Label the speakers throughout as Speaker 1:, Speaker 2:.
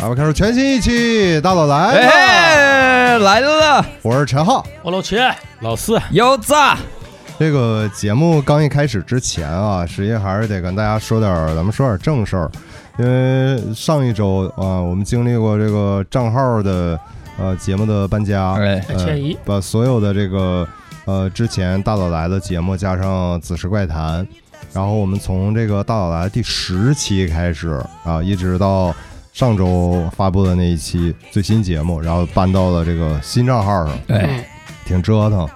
Speaker 1: 咱们开始全新一期，大佬来了，
Speaker 2: 哎， 来了，
Speaker 1: 我是陈浩。
Speaker 3: 我老秦，老四，
Speaker 2: 有子，
Speaker 1: 这个节目刚一开始之前啊，实际还是得跟大家说点儿，咱们说点儿正事儿，因为上一周啊，我们经历过这个账号的呃节目的搬家，
Speaker 2: 哎
Speaker 1: 呃
Speaker 3: 迁移
Speaker 1: 把所有的这个呃之前大佬来的节目加上子时怪谈，然后我们从这个大佬来的第十期开始啊，一直到。上周发布的那一期最新节目，然后搬到了这个新账号上，
Speaker 2: 哎，
Speaker 3: 嗯
Speaker 1: 挺折腾。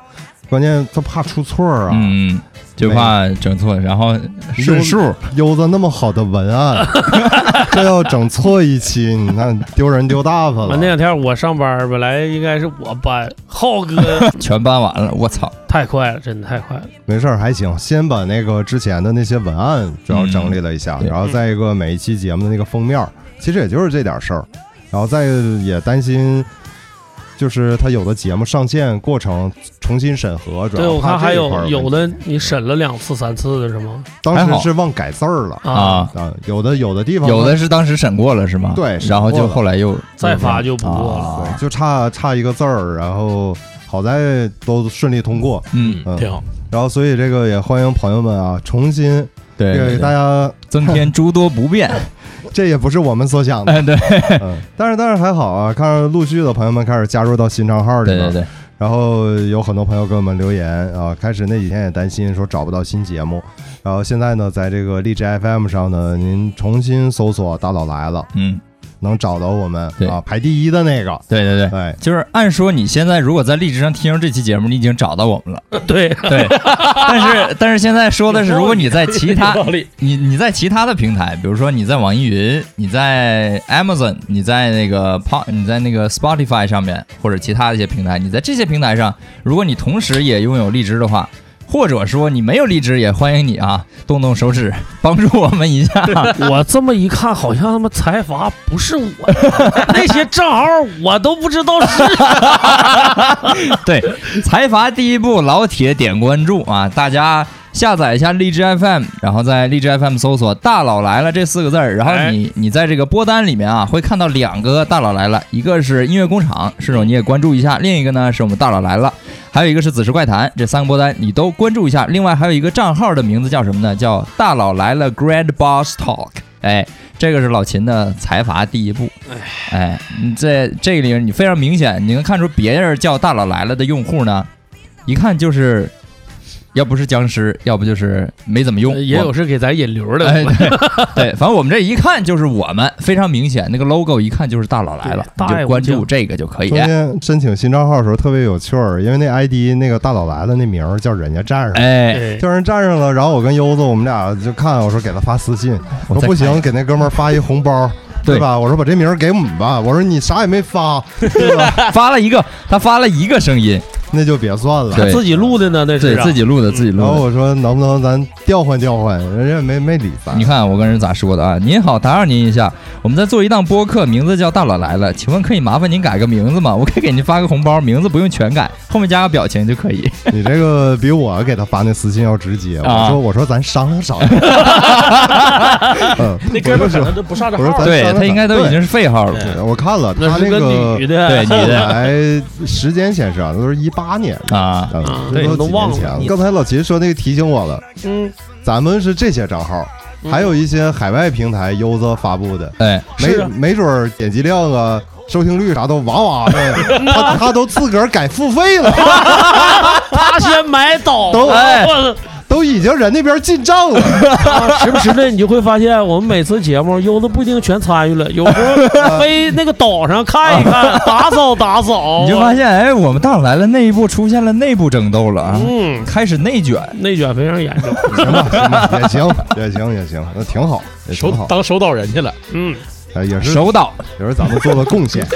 Speaker 1: 关键他怕出错儿啊，
Speaker 2: 嗯，就怕整错，然后顺数，
Speaker 1: 悠子那么好的文案， 这要整错一期，你看丢人丢大发
Speaker 3: 啊完那
Speaker 1: 了。
Speaker 3: 两天我上班，本来应该是我搬，浩哥
Speaker 2: 全搬完了，我操，
Speaker 3: 太快了，真的太快了。
Speaker 1: 没事儿，还行，先把那个之前的那些文案主要整理了一下，
Speaker 2: 嗯对
Speaker 1: 然后再一个每一期节目的那个封面儿，其实也就是这点事儿，然后再也担心。就是他有的节目上线过程重新审核，主要
Speaker 3: 对，我看
Speaker 1: 怕
Speaker 3: 还
Speaker 1: 这一块儿
Speaker 3: 有有
Speaker 1: 问题
Speaker 3: 的你审了两次、三次的是吗？
Speaker 1: 当
Speaker 2: 还
Speaker 1: 时
Speaker 2: 好
Speaker 1: 是忘改字儿了
Speaker 2: 啊，
Speaker 1: 啊，有的有的地方
Speaker 2: 有的是当时审过了是吗？
Speaker 1: 对审
Speaker 2: 然后
Speaker 1: 过
Speaker 2: 就
Speaker 1: 了
Speaker 2: 后来又
Speaker 3: 再发就不过了
Speaker 1: 对
Speaker 2: 啊
Speaker 1: 就差差一个字儿，然后好在都顺利通过，
Speaker 2: 嗯，
Speaker 1: 嗯
Speaker 3: 挺好。
Speaker 1: 然后，所以这个也欢迎朋友们啊，重新
Speaker 2: 对
Speaker 1: 这
Speaker 2: 对，
Speaker 1: 个
Speaker 2: 对
Speaker 1: 大家，
Speaker 2: 增添诸多 不便，
Speaker 1: 这也不是我们所想的，
Speaker 2: 哎，对
Speaker 1: 嗯，但是但是还好啊，看着陆续的朋友们开始加入到新账号里
Speaker 2: 对
Speaker 1: 边，
Speaker 2: 对对，
Speaker 1: 然后有很多朋友给我们留言啊，开始那几天也担心说找不到新节目，然后现在呢，在这个荔枝 FM 上呢，您重新搜索“大佬来了
Speaker 2: 嗯，”，
Speaker 1: 能找到我们
Speaker 2: 对
Speaker 1: 啊，排第一的那个，
Speaker 2: 对对对。
Speaker 1: 哎，
Speaker 2: 就是按说你现在如果在荔枝上听着这期节目，你已经找到我 们了，
Speaker 3: 对，
Speaker 2: 对。但是但是现在说的是，如果你在其他
Speaker 3: 有道 理
Speaker 2: 你你在其他的平台，比如说你在网易云、你在 Amazon、你在那个 p o 你在那个 Spotify 上面，或者其他的一些平台，你在这些平台上，如果你同时也拥有荔枝的话，或者说你没有荔枝，也欢迎你啊，动动手指帮助我们一下。
Speaker 3: 我这么一看，好像他妈财阀不是我， 那些账号我都不知道是。
Speaker 2: 对，财阀第一步，老铁点关注啊！大家下载一下荔枝 FM，然后在荔枝 FM 搜索“大佬来了”这四个字儿，然后你你在这个播单里面啊，会看到两个“大佬来了”，一个是音乐工厂，顺手你也关注一下；另一个呢是我们“大佬来了”，还有一个是“子时怪谈”，这三个播单你都关注一下。另外还有一个账号的名字叫什么呢？叫“大佬来了 Grand Boss Talk”。哎，这个是老秦的财阀第一步。哎，你在这里你非常明显，你能看出别人叫“大佬来了”的用户呢，一看就是，要不是僵尸，要不就是没怎么用，
Speaker 3: 也有
Speaker 2: 我。
Speaker 3: 是给咱引流的，
Speaker 2: 哎，对对， 反正我们这一看就是我们，非常明显，那个 logo 一看就是大佬来了，
Speaker 3: 对
Speaker 2: 你
Speaker 3: 大爷
Speaker 2: 就
Speaker 3: 无
Speaker 2: 关注
Speaker 3: 疆
Speaker 2: 这个就可以
Speaker 1: 中。间申请新账号的时候特别有趣儿，因为那 ID 那个大佬来了那名儿叫人家站上了。
Speaker 2: 哎，
Speaker 3: 对
Speaker 1: 叫人站上了，然后我跟优子我们俩就看，我说给他发私信，
Speaker 2: 我
Speaker 1: 说
Speaker 2: 再
Speaker 1: 不
Speaker 2: 看
Speaker 1: 行，给那哥们儿发一红包，
Speaker 2: 对
Speaker 1: 吧？我说把这名儿给我们吧，我说你啥也没发，对吧？
Speaker 2: 发了一个，他发了一个声音，
Speaker 1: 那就别算了。
Speaker 2: 对
Speaker 3: 自己录的呢，那是
Speaker 2: 对
Speaker 3: 啊
Speaker 2: 自己录的，
Speaker 3: 嗯
Speaker 2: 自己录
Speaker 1: 然后
Speaker 2: 的。
Speaker 1: 我说能不能咱调换调换，人家也没没理咱
Speaker 2: 你。看我跟人咋说的啊？您好，打扰您一下，我们在做一档播客，名字叫《大佬来了》，请问可以麻烦您改个名字吗？我可以给您发个红包，名字不用全改，后面加个表情就可以。
Speaker 1: 你这个比我给他发那私信要直接。我
Speaker 2: 啊
Speaker 1: 说我说咱商量商量。嗯，
Speaker 3: 那哥们
Speaker 1: 我就
Speaker 3: 儿可
Speaker 1: 说
Speaker 3: 能都不上这
Speaker 1: 我说
Speaker 3: 号
Speaker 1: 咱
Speaker 3: 儿，
Speaker 2: 对
Speaker 1: 删了
Speaker 2: 他应该都已经是废号了
Speaker 3: 对。
Speaker 1: 对我看了
Speaker 3: 那
Speaker 1: 他
Speaker 3: 是
Speaker 1: 个
Speaker 3: 女的，
Speaker 2: 对你
Speaker 1: 后
Speaker 2: 的
Speaker 1: 来时间显示啊，那都是一八年。
Speaker 2: 啊，
Speaker 1: 啊，
Speaker 3: 对
Speaker 1: 这
Speaker 3: 都
Speaker 1: 几年
Speaker 3: 忘了
Speaker 1: 前
Speaker 3: 你
Speaker 1: 刚才老秦说那个提醒我了，
Speaker 3: 嗯，
Speaker 1: 咱们是这些账号，
Speaker 3: 嗯
Speaker 1: 还有一些海外平台优子发布的，
Speaker 2: 哎，
Speaker 1: 没
Speaker 3: 是啊
Speaker 1: 没准儿点击量啊、收听率啥都哇哇的，他他都自个儿改付费了，
Speaker 3: 他先买倒
Speaker 1: 都
Speaker 2: 哎
Speaker 3: 我
Speaker 1: 都已经人那边进账 了，
Speaker 3: 啊，时不时的你就会发现，我们每次节目优子不一定全参与了，有时 候飞那个岛上看一看，打扫打 扫，啊
Speaker 2: 你就发现，哎，我们大佬来了内部出现了内部争斗了啊，
Speaker 3: 嗯，
Speaker 2: 开始内卷。
Speaker 3: 内卷非常严重，
Speaker 1: 行吧，行吧，也行，也行，也行，那挺好，也挺好，
Speaker 3: 当手导人去了，嗯，
Speaker 1: 哎也是
Speaker 2: 手导，
Speaker 1: 也是咱们做的贡 献。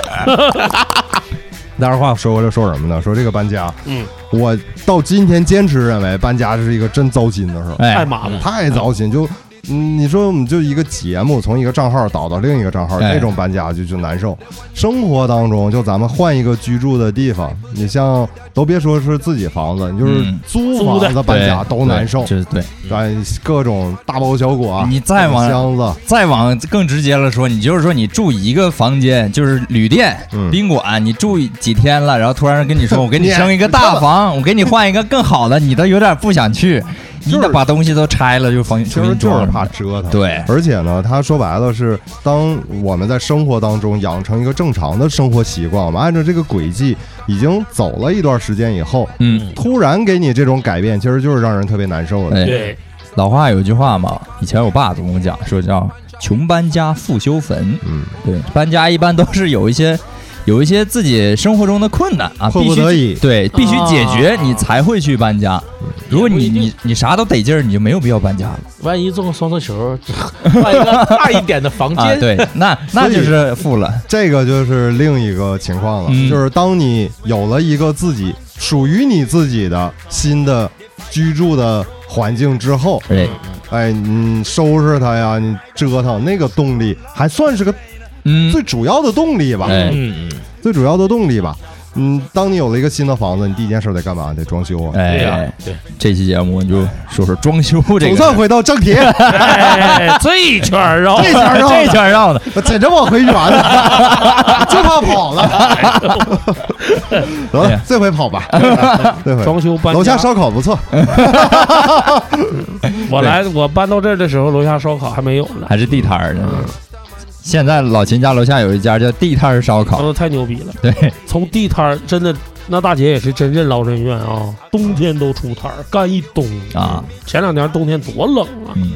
Speaker 1: 但是话说回来，说什么呢？说这个搬家，
Speaker 3: 嗯，
Speaker 1: 我到今天坚持认为搬家是一个真糟心的事儿。
Speaker 3: 太
Speaker 2: 哎，
Speaker 3: 麻烦了，
Speaker 1: 太糟心，就嗯你说我们就一个节目从一个账号导到另一个账号，
Speaker 2: 哎
Speaker 1: 那种搬家就就难受。生活当中，就咱们换一个居住的地方，你像都别说是自己房子，你就是
Speaker 2: 嗯
Speaker 1: 租
Speaker 3: 租的
Speaker 1: 房子搬家
Speaker 2: 对
Speaker 1: 都难受，
Speaker 2: 对对，
Speaker 1: 对，各种大包小裹，
Speaker 2: 你再往
Speaker 1: 箱子，
Speaker 2: 再往更直接了说，你就是说你住一个房间，就是旅店、
Speaker 1: 嗯
Speaker 2: 宾馆，你住几天了，然后突然跟你说，我给你
Speaker 1: 你
Speaker 2: 升一个大房， 我给你换一个更好的，你都有点不想去，你
Speaker 1: 就
Speaker 2: 得
Speaker 1: 是
Speaker 2: 把东西都拆了，就重
Speaker 1: 其
Speaker 2: 重
Speaker 1: 实
Speaker 2: 新
Speaker 1: 就
Speaker 2: 装
Speaker 1: 是
Speaker 2: 了
Speaker 1: 怕折腾。
Speaker 2: 对，
Speaker 1: 而且呢，他说白了是，当我们在生活当中养成一个正常的生活习惯，我们按照这个轨迹已经走了一段时间以后，
Speaker 2: 嗯，
Speaker 1: 突然给你这种改变，其实就是让人特别难受的。
Speaker 2: 对，
Speaker 3: 对，
Speaker 2: 老话有句话嘛，以前我爸总跟我讲，说叫“穷搬家，富修坟
Speaker 1: 嗯，”。
Speaker 2: 对，搬家一般都是有一些有一些自己生活中的困难啊，
Speaker 1: 迫
Speaker 2: 必
Speaker 1: 不
Speaker 2: 须
Speaker 1: 得已，嗯
Speaker 2: 对，必须解决
Speaker 3: 啊
Speaker 2: 你才会去搬家。如果你
Speaker 1: 嗯
Speaker 3: 也不一定
Speaker 2: 你你啥都得劲儿，你就没有必要搬家了
Speaker 3: 万一中个双色球， 换一个大一点的 房
Speaker 2: 啊。
Speaker 3: 间，
Speaker 2: 对，那那
Speaker 1: 所以
Speaker 2: 就是富了。
Speaker 1: 这个就是另一个情况了，
Speaker 2: 嗯
Speaker 1: 就是当你有了一个自己属于你自己的新的居住的环境之后，
Speaker 2: 对，
Speaker 1: 哎，你收拾它呀，你折腾那个动力还算是个
Speaker 2: 嗯，
Speaker 1: 最主要的动力吧，
Speaker 2: 哎
Speaker 3: 嗯嗯，
Speaker 1: 最主要的动力吧。嗯，当你有了一个新的房子，你第一件事得干嘛？得装修啊。
Speaker 2: 哎，
Speaker 3: 对呀，对，
Speaker 2: 这期节目我就说说装修这
Speaker 1: 总
Speaker 2: 个
Speaker 1: 算
Speaker 2: 事
Speaker 1: 回到正 题，
Speaker 3: 哎，这一圈儿啊，
Speaker 1: 这
Speaker 2: 儿。
Speaker 1: 圈绕
Speaker 2: 这圈儿绕的，
Speaker 1: 简直往回圆了，就怕跑 了。
Speaker 3: 哎
Speaker 1: 得
Speaker 2: 哎
Speaker 1: 了
Speaker 2: 呀，
Speaker 1: 这回跑吧，这回
Speaker 3: 装修搬家嗯
Speaker 1: 楼下烧烤不错，
Speaker 3: 我来，我搬到这儿的时候，楼下烧烤还没有呢，嗯
Speaker 2: 还是地摊儿呢。现在老秦家楼下有一家叫地摊儿烧
Speaker 3: 真
Speaker 2: 烤，
Speaker 3: 的太牛逼了。
Speaker 2: 对，
Speaker 3: 从地摊儿真的，那大姐也是真任劳任怨啊，冬天都出摊儿干一冬
Speaker 2: 啊。
Speaker 3: 前两年冬天多冷啊，
Speaker 2: 嗯，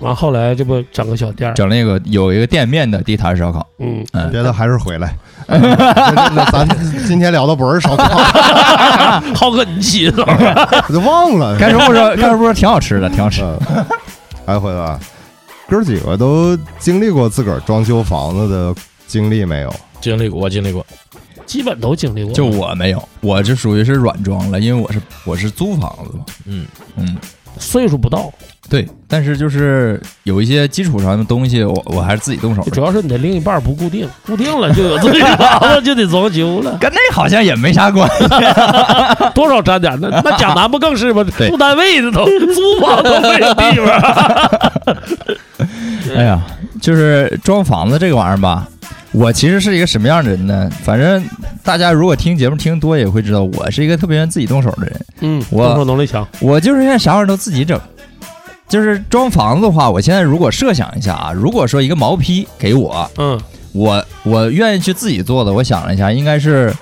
Speaker 3: 完后来这不整个小店儿，
Speaker 2: 整了一个有一个店面的地摊儿烧 烤，
Speaker 3: 嗯，
Speaker 1: 别的还是回来。哎那那咱今天聊的不是烧烤，
Speaker 3: 浩哥你记着，
Speaker 1: 我就忘了。
Speaker 2: 该说不说，该说不说，挺好吃的，挺好吃。
Speaker 1: 嗯，哎，回来啊，哥儿几个都经历过自个儿装修房子的经历没有？
Speaker 4: 经历过，我经历过。
Speaker 3: 基本都经历过。
Speaker 2: 就我没有，我就属于是软装了，因为我是我是租房子嘛。
Speaker 4: 嗯
Speaker 2: 嗯，
Speaker 3: 岁数不到，
Speaker 2: 对，但是就是有一些基础上的东西，我我还是自己动手
Speaker 3: 主
Speaker 2: 的。
Speaker 3: 要是你的另一半不固定，固定了就有自己房子就得装修 了，
Speaker 2: 跟那好像也没啥关系。
Speaker 3: 多少沾点。那那蒋楠不更是吗？
Speaker 2: 对
Speaker 3: 住单位的都租房都没有地方。
Speaker 2: 哎呀，就是装房子这个玩意儿吧，我其实是一个什么样的人呢？反正大家如果听节目听多也会知道，我是一个特别愿意自己动手的人。
Speaker 3: 嗯，
Speaker 2: 我
Speaker 3: 动手能力强，
Speaker 2: 我就是愿意啥玩意儿都自己整。就是装房子的话，我现在如果设想一下啊，如果说一个毛坯给我，啊
Speaker 3: 嗯，
Speaker 2: 我我愿意去自己做的，我想了一下，应该是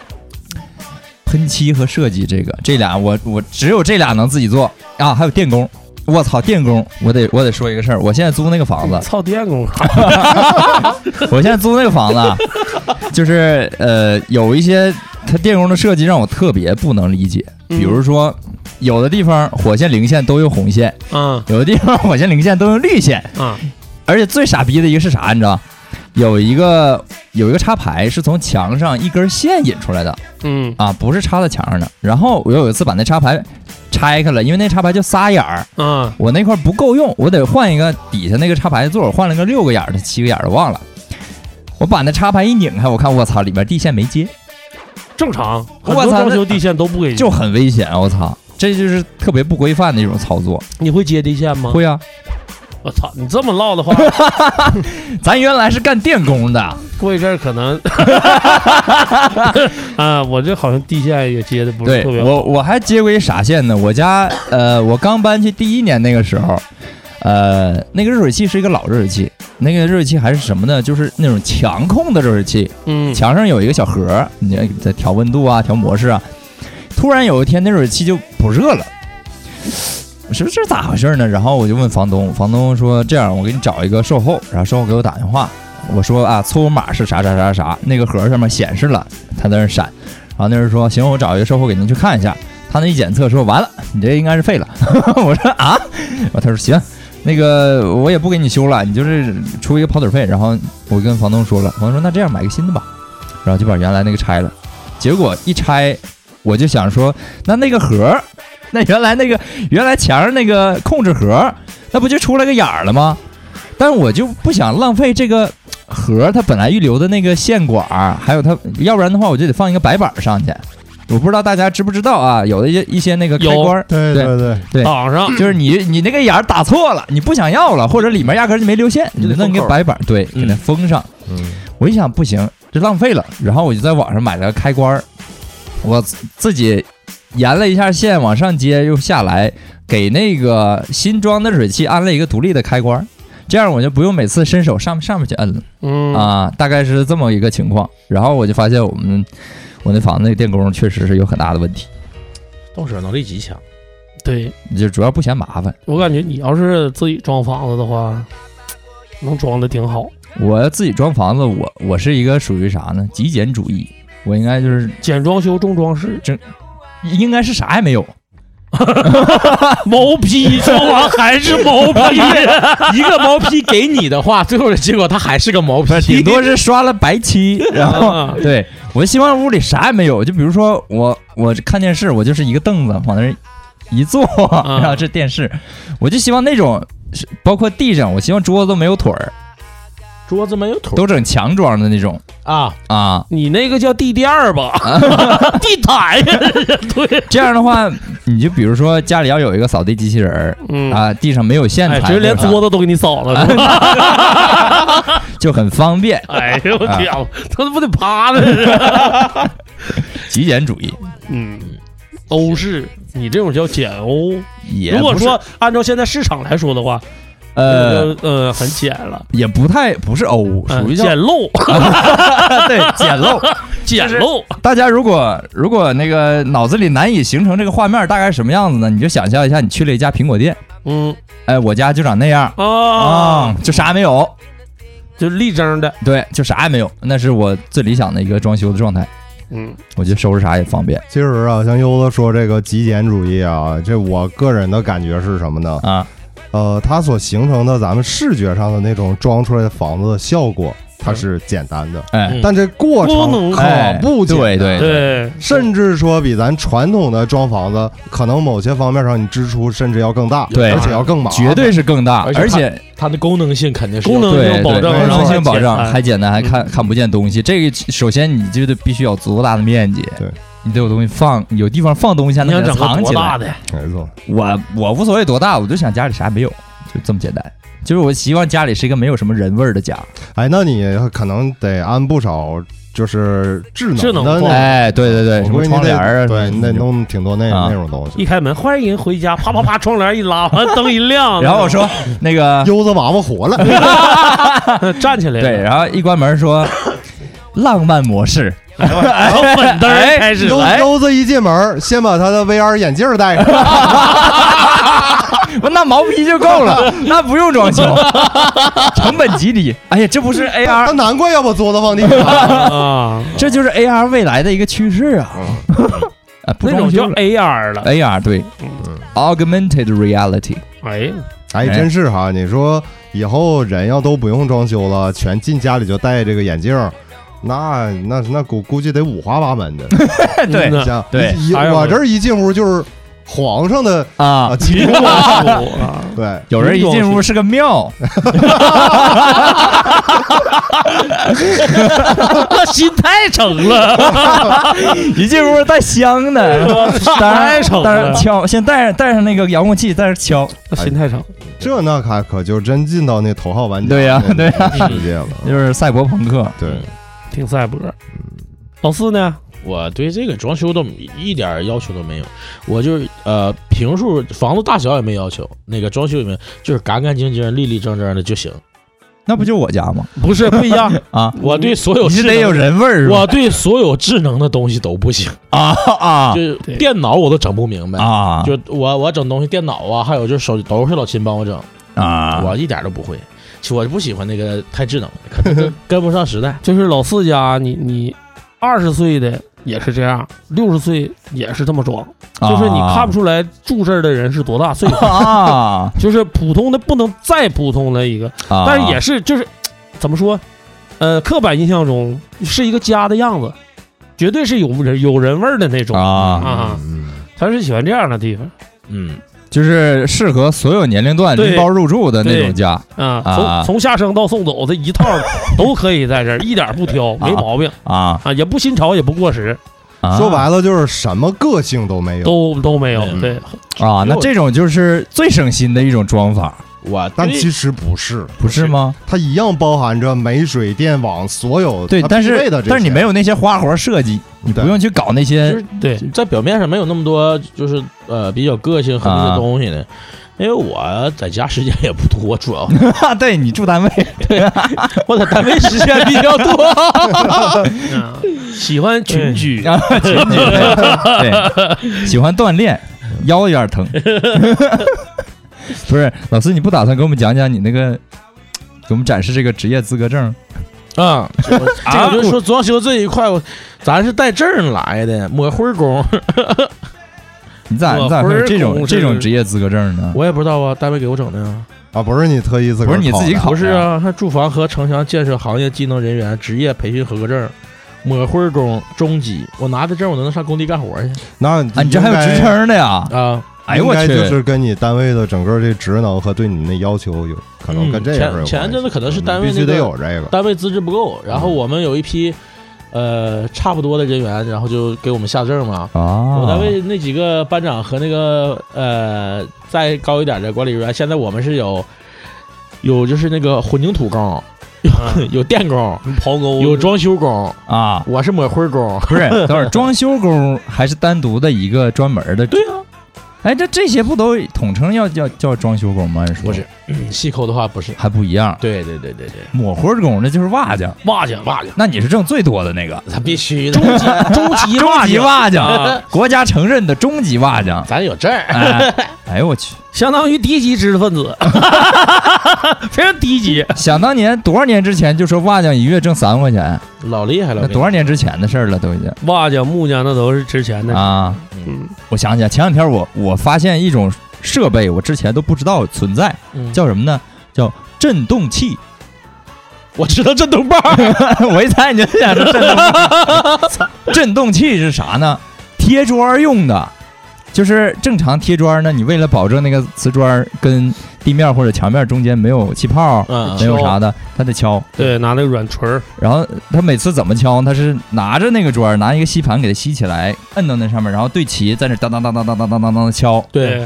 Speaker 2: 喷漆和设计这个这俩我，我只有这俩能自己做啊，还有电工。我操，电工，我得我得说一个事儿，我现在租那个房 子，
Speaker 3: 操电工，
Speaker 2: 我现在租那个房子，啊就是呃，有一些它电工的设计让我特别不能理解，比如说有的地方火线零线都用红线，
Speaker 3: 嗯
Speaker 2: 有的地方火线零线都用绿线，
Speaker 3: 啊
Speaker 2: 而且最傻逼的一个是啥，你知道？有一个有一个插排是从墙上一根线引出来的
Speaker 3: 嗯
Speaker 2: 啊，不是插在墙上的。然后我有一次把那插排拆开了，因为那插排就仨眼儿，
Speaker 3: 啊
Speaker 2: 我那块儿不够用，我得换一个底下那个插排座，换了个六个眼儿的、七个眼儿的忘了。我把那插排一拧开，我看我操，里边地线没接，
Speaker 3: 正常。很
Speaker 2: 我
Speaker 3: 多
Speaker 2: 操
Speaker 3: 装
Speaker 2: 那
Speaker 3: 修地线都不给，
Speaker 2: 就很危险。我操，这就是特别不规范的一种操作。
Speaker 3: 你会接地线吗？
Speaker 2: 会啊，
Speaker 3: 我操，你这么唠的 话，
Speaker 2: 咱原来是干电工的，
Speaker 3: 过一阵儿可能， 啊，我这好像地线也接的不是
Speaker 2: 对
Speaker 3: 特别好。
Speaker 2: 我我还接过一啥线呢？我家呃，我刚搬去第一年那个时候，呃，那个热水器是一个老热水器，那个热水器还是什么呢？就是那种强控的热水器，
Speaker 3: 嗯
Speaker 2: 墙上有一个小盒儿，你在调温度啊，调模式啊。突然有一天，那热水器就不热了，我说这咋回事呢？然后我就问房东，房东说这样，我给你找一个售后，然后售后给我打电话，我说啊，错误码是啥啥啥啥，那个盒儿上面显示了，他在那儿闪。然后那人说行，我找一个售后给您去看一下。他那一检测说完了，你这应该是废了。 我说啊，他说行，那个我也不给你修了，你就是出一个跑腿费。然后我跟房东说了，房东说那这样买个新的吧，然后就把原来那个拆了。结果一拆，我就想说，那那个盒儿，那原来那个原来墙上那个控制盒儿，那不就出来个眼儿了吗？但是我就不想浪费这个盒儿，它本来预留的那个线管儿，还有它，要不然的话我就得放一个白板儿上去。我不知道大家知不知道啊？有的一些一些那个开
Speaker 3: 有
Speaker 2: 关儿，
Speaker 1: 对
Speaker 2: 对
Speaker 1: 对对，
Speaker 3: 挡上，
Speaker 2: 就是你你那个眼儿打错了，你不想要了，或者里面压根儿就没留线，你
Speaker 3: 就
Speaker 2: 就弄
Speaker 3: 得嗯封
Speaker 2: 一个
Speaker 3: 口
Speaker 2: 白板儿，对，给它
Speaker 3: 嗯
Speaker 2: 封上。
Speaker 1: 嗯，
Speaker 2: 我一想不行，这浪费了，然后我就在网上买了个开关儿，我自自己沿了一下线往上接又下来，给那个新装的水器安了一个独立的开关儿，这样我就不用每次伸手上上面去摁了、
Speaker 3: 嗯，
Speaker 2: 啊，大概是这么一个情况。然后我就发现我们我那房子那个电工确实是有很大的问题，
Speaker 4: 动手能力极强，
Speaker 3: 对
Speaker 2: 就主要不嫌麻烦。
Speaker 3: 我感觉你要是自己装房子的话，能装的挺好，
Speaker 2: 我自己装房子，我我是一个属于啥呢？极简主义，我应该就是
Speaker 3: 简装修重装饰，
Speaker 2: 应该是啥也 没有，
Speaker 3: 毛坯装完还是毛坯，
Speaker 4: 一个毛坯给你的话，最后的结果它还是个毛坯，
Speaker 2: 顶多是刷了白 漆，然后。
Speaker 3: 啊
Speaker 2: 对我希望屋里啥也没有，就比如说我我看电视，我就是一个凳子往那儿一坐，
Speaker 3: 嗯
Speaker 2: 然后这电视，我就希望那种是包括地上，我希望桌子都没有腿儿，
Speaker 4: 桌子没有腿
Speaker 2: 都整墙装的那种
Speaker 4: 啊，
Speaker 2: 啊。
Speaker 3: 你那个叫地垫儿吧，地毯呀，对，
Speaker 2: 这样的话， 你就比如说家里要有一个扫地机器人儿
Speaker 3: 嗯，
Speaker 2: 啊，地上没有线
Speaker 3: 哎，
Speaker 2: 材，
Speaker 3: 直接连
Speaker 2: 对吧
Speaker 3: 桌子都给你扫了， 是吧
Speaker 2: 就很方便，
Speaker 3: 哎呦我天啊，他不得趴着？
Speaker 2: 极简主义
Speaker 3: 嗯，欧式，你这种叫简欧。
Speaker 2: 也
Speaker 3: 如果
Speaker 2: 不是
Speaker 3: 说按照现在市场来说的话，
Speaker 2: 呃
Speaker 3: 呃呃，很简了，
Speaker 2: 也不太不是欧，
Speaker 3: 嗯
Speaker 2: 属于叫
Speaker 3: 简陋，
Speaker 2: 对简陋。
Speaker 3: 简陋，
Speaker 2: 大家如果如果那个脑子里难以形成这个画面大概什么样子呢？你就想象一下，你去了一家苹果店，
Speaker 3: 嗯
Speaker 2: 哎，我家就长那样啊、
Speaker 3: 啊，
Speaker 2: 就啥也没有，
Speaker 3: 就是立正的，
Speaker 2: 对，就啥也没有，那是我最理想的一个装修的状态。
Speaker 3: 嗯，
Speaker 2: 我觉得收拾啥也方便
Speaker 1: 其实啊，像优子说这个极简主义啊，这我个人的感觉是什么呢？
Speaker 2: 啊，
Speaker 1: 呃，它所形成的咱们视觉上的那种装出来的房子的效果，它是简单的，
Speaker 2: 哎，
Speaker 1: 但这过程
Speaker 3: 功能
Speaker 1: 可
Speaker 2: 哎
Speaker 1: 不简单。
Speaker 2: 对对
Speaker 3: 对，
Speaker 1: 甚至说比咱传统的装房子，可能某些方面上你支出甚至要更大，
Speaker 2: 对
Speaker 1: 而且要更麻烦，
Speaker 2: 绝对是更大，而
Speaker 4: 而且
Speaker 2: 且
Speaker 4: 它的功能性肯定是
Speaker 3: 功能
Speaker 2: 对对
Speaker 3: 性保证，啊
Speaker 2: 功
Speaker 3: 然后
Speaker 2: 能
Speaker 3: 还
Speaker 2: 性保
Speaker 3: 简
Speaker 2: 障
Speaker 3: 单
Speaker 2: 还简单，还看
Speaker 3: 嗯
Speaker 2: 看不见东西。这个首先你就得必须有足够大的面积，
Speaker 1: 对
Speaker 2: 你得有东西放，有地方放东西，还
Speaker 3: 你
Speaker 2: 能
Speaker 3: 想
Speaker 2: 给它
Speaker 3: 整个
Speaker 2: 藏
Speaker 3: 多
Speaker 2: 起来
Speaker 3: 大。的呀？
Speaker 1: 没错。
Speaker 2: 我我无所谓多大，我就想家里啥也没有，就这么简单。就是我希望家里是一个没有什么人味儿的家。
Speaker 1: 哎，那你可能得安不少，就是智能
Speaker 3: 智能
Speaker 1: 的
Speaker 3: 化
Speaker 1: 那。
Speaker 2: 哎，对对对，
Speaker 1: 我
Speaker 2: 什么
Speaker 1: 估计你
Speaker 2: 窗
Speaker 1: 得
Speaker 2: 帘儿啊，
Speaker 1: 对，
Speaker 2: 什
Speaker 1: 你
Speaker 2: 么
Speaker 1: 得
Speaker 2: 的。
Speaker 1: 弄挺多那
Speaker 2: 啊
Speaker 1: 那种东西。
Speaker 3: 一开门，欢迎回家，啪啪啪，窗帘一拉，完灯一亮，
Speaker 2: 然后我说那 个
Speaker 1: 优子娃娃活了，
Speaker 3: 站起来，
Speaker 2: 对，，然后一关门说浪漫模式，
Speaker 3: 然 后粉灯儿开始
Speaker 1: 优
Speaker 2: 哎
Speaker 3: 来，
Speaker 1: 优子一进门，先把他的 VR 眼镜戴上，
Speaker 2: 我那毛坯就 够了，那不用装修，成本极低。哎呀，这不是
Speaker 1: 那
Speaker 2: AR，
Speaker 1: 难怪要把桌子放地上。
Speaker 3: 啊，
Speaker 2: 这就是 AR 未来的一个趋势啊！ 啊，不
Speaker 3: 那
Speaker 2: 装
Speaker 3: 种叫
Speaker 2: 修了
Speaker 3: AR 了，
Speaker 2: AR 对，Augmented Reality，
Speaker 3: 哎，
Speaker 1: 哎，真是哈，你说以后人要都不用装修了，全进家里就戴这个眼镜儿。那那那估估计得五花八门 的，
Speaker 2: 对
Speaker 3: 嗯
Speaker 1: 像
Speaker 2: 对哎
Speaker 1: 一
Speaker 3: 还有
Speaker 1: 我这儿一进屋就是皇上的
Speaker 2: 啊
Speaker 1: 啊，，集中
Speaker 3: 哇
Speaker 1: 了，
Speaker 3: 哦
Speaker 1: 对，
Speaker 2: 有人一进屋是个庙，
Speaker 3: 那心太诚了，
Speaker 2: 一进屋带香呢，当然
Speaker 3: 太丑
Speaker 2: 当然
Speaker 3: 了
Speaker 2: 敲，先带上带上那个遥控器，在那敲。
Speaker 3: 心太诚，
Speaker 1: 这那可可就真进到那头号玩家
Speaker 2: 对呀
Speaker 1: 那个
Speaker 2: 对呀
Speaker 1: 世 界了，
Speaker 2: 就是赛博朋克，
Speaker 1: 对，
Speaker 3: 挺赛博。老四呢？
Speaker 4: 我对这个装修都一点儿要求都没有，我就是呃平数房子大小也没要求，那个装修也没有，就是干干净净、立立正正的就行。
Speaker 2: 那不就我家吗？
Speaker 3: 不是不一样，
Speaker 2: 啊，
Speaker 4: 我对所有
Speaker 2: 你是
Speaker 4: 智
Speaker 2: 得
Speaker 4: 能
Speaker 2: 有人味儿是吧，
Speaker 4: 我对所有智能的东西都不行，
Speaker 2: 啊啊
Speaker 4: 就是
Speaker 3: 对
Speaker 4: 电脑我都整不明白。
Speaker 2: 啊
Speaker 4: 就我我整东西，电脑啊，还有就是手机都是老秦帮我整，
Speaker 2: 啊！
Speaker 4: 我一点都不会。其实我不喜欢那个太智能的，可能跟跟不上时代。
Speaker 3: 就是老四家，你你二十岁的也是这样，六十岁也是这么装，就是你看不出来住这儿的人是多大岁数，
Speaker 2: 啊
Speaker 3: 就是普通的不能再普通的一个，
Speaker 2: 啊，
Speaker 3: 但是也是就是怎么说，呃，刻板印象中是一个家的样子，绝对是有人有人味儿的那种
Speaker 2: 啊
Speaker 3: 啊，
Speaker 1: 嗯，
Speaker 3: 他是喜欢这样的地方。
Speaker 4: 嗯，
Speaker 2: 就是适合所有年龄段
Speaker 3: 对
Speaker 2: 拎包入住的那种家。
Speaker 3: 啊
Speaker 2: 啊，
Speaker 3: 从从下生到送走，这一套都可以在这儿，一点不挑，没毛病
Speaker 2: 啊，
Speaker 3: 啊，也不新潮，也不过时，
Speaker 2: 啊
Speaker 1: 嗯说白了就是什么个性都没有。
Speaker 3: 都都没有。
Speaker 4: 嗯
Speaker 3: 对，
Speaker 2: 啊，那这种就是最省心的一种装法，
Speaker 4: 我
Speaker 1: 但
Speaker 4: 对
Speaker 1: 其实不是，
Speaker 2: 不是吗？
Speaker 1: 它一样包含着煤、水电网所有
Speaker 2: 对，
Speaker 1: 它
Speaker 2: 但
Speaker 1: 必备
Speaker 2: 是
Speaker 1: 的这些
Speaker 2: 但是你没有那些花活设计，你不
Speaker 1: 对
Speaker 2: 用去搞那
Speaker 4: 就
Speaker 2: 些
Speaker 4: 是
Speaker 3: 对，
Speaker 4: 在表面上没有那么多，就是呃比较个性和那些东西呢。因为我在家时间也不多，主要
Speaker 2: 啊对你住单 位，
Speaker 4: 我在单位时间比较多。
Speaker 3: 啊喜欢群居，
Speaker 2: 啊前几对，对喜欢锻炼，腰有点疼。 不是，老师，你不打算给我们讲讲你那个，给我们展示这个职业资格证？
Speaker 4: 啊， 这个我就说装修这一块，我咱是带证儿来的，抹灰工，
Speaker 2: 你咋
Speaker 4: 我
Speaker 2: 你咋会有这
Speaker 4: 回
Speaker 2: 种
Speaker 4: 公司
Speaker 2: 这种职业资格证呢？
Speaker 4: 我也不知道啊，单位给我整的啊，
Speaker 1: 啊，不是你特意自个
Speaker 2: 不
Speaker 1: 儿
Speaker 2: 是你
Speaker 1: 考
Speaker 2: 自己
Speaker 1: 的
Speaker 2: 考
Speaker 4: 不是
Speaker 2: 的呀，
Speaker 4: 啊，还住房和城乡建设行业技能人员职业培训合格证。抹灰工中级，我拿着证，我能上工地干活去
Speaker 1: 那
Speaker 2: 啊，你这还有职
Speaker 1: 应该。
Speaker 2: 称的呀？
Speaker 4: 啊！
Speaker 2: 哎呦
Speaker 1: 应
Speaker 2: 我
Speaker 1: 该就
Speaker 2: 去！
Speaker 1: 是跟你单位的整个这职能和对你的要求有可能跟
Speaker 4: 嗯
Speaker 1: 这个
Speaker 4: 前
Speaker 1: 有关系
Speaker 4: 前阵子可能是单
Speaker 1: 嗯
Speaker 4: 位
Speaker 1: 必须
Speaker 4: 那个
Speaker 1: 得有这个，
Speaker 4: 单位资质不够，然后我们有一批，呃，差不多的人员，然后就给我们下证嘛。我
Speaker 2: 啊
Speaker 4: 单，位那几个班长和那个呃再高一点的管理员，现在我们是有有就是那个混凝土工，
Speaker 3: 啊
Speaker 4: 有电工，
Speaker 3: 刨沟
Speaker 4: 有装修工，
Speaker 2: 啊，
Speaker 4: 我是抹灰工。
Speaker 2: 不是，等会儿装修工还是单独的一个专门的？
Speaker 4: 对啊，
Speaker 2: 哎，这这些不都统称要叫叫装修工吗？按说
Speaker 4: 不是，嗯细抠的话不是。
Speaker 2: 还不一样。
Speaker 4: 对对对对对，
Speaker 2: 抹灰工那就是瓦匠，
Speaker 3: 瓦匠，
Speaker 4: 袜子，
Speaker 2: 那你是挣最多的那个。
Speaker 4: 咱必须的
Speaker 3: 中，级中级
Speaker 2: 中
Speaker 3: 瓦
Speaker 2: 级
Speaker 3: 匠，
Speaker 2: 瓦匠
Speaker 3: 啊，
Speaker 2: 国家承认的中级瓦 匠。
Speaker 4: 咱有证儿。
Speaker 2: 哎，哎呦我去！
Speaker 3: 相当于低级知识分子， 非常低级。
Speaker 2: 想当年多少年之前就说瓦匠一月挣三万块钱，
Speaker 4: 老厉害了
Speaker 2: 那。多少年之前的事儿了，都已经
Speaker 3: 瓦匠、木匠那都是值钱的。
Speaker 2: 啊！
Speaker 4: 嗯
Speaker 2: 我想起来，前两天我我发现一种设备，我之前都不知道存在，
Speaker 4: 嗯
Speaker 2: 叫什么呢？叫震动器。
Speaker 4: 我知道震动棒儿，
Speaker 2: 我一猜你就想说震动器。 震动器是啥呢？贴砖儿用的，就是正常贴砖儿呢，你为了保证那个瓷砖儿跟地面或者墙面中间没有气泡，
Speaker 4: 嗯
Speaker 2: 没有啥的，它得敲。
Speaker 3: 对，拿那个软锤儿，
Speaker 2: 然后他每次怎么敲？他是拿着那个砖儿，拿一个吸盘给它吸起来，摁到那上面，然后对齐，在那当当当当当当当当当的敲。
Speaker 4: 对，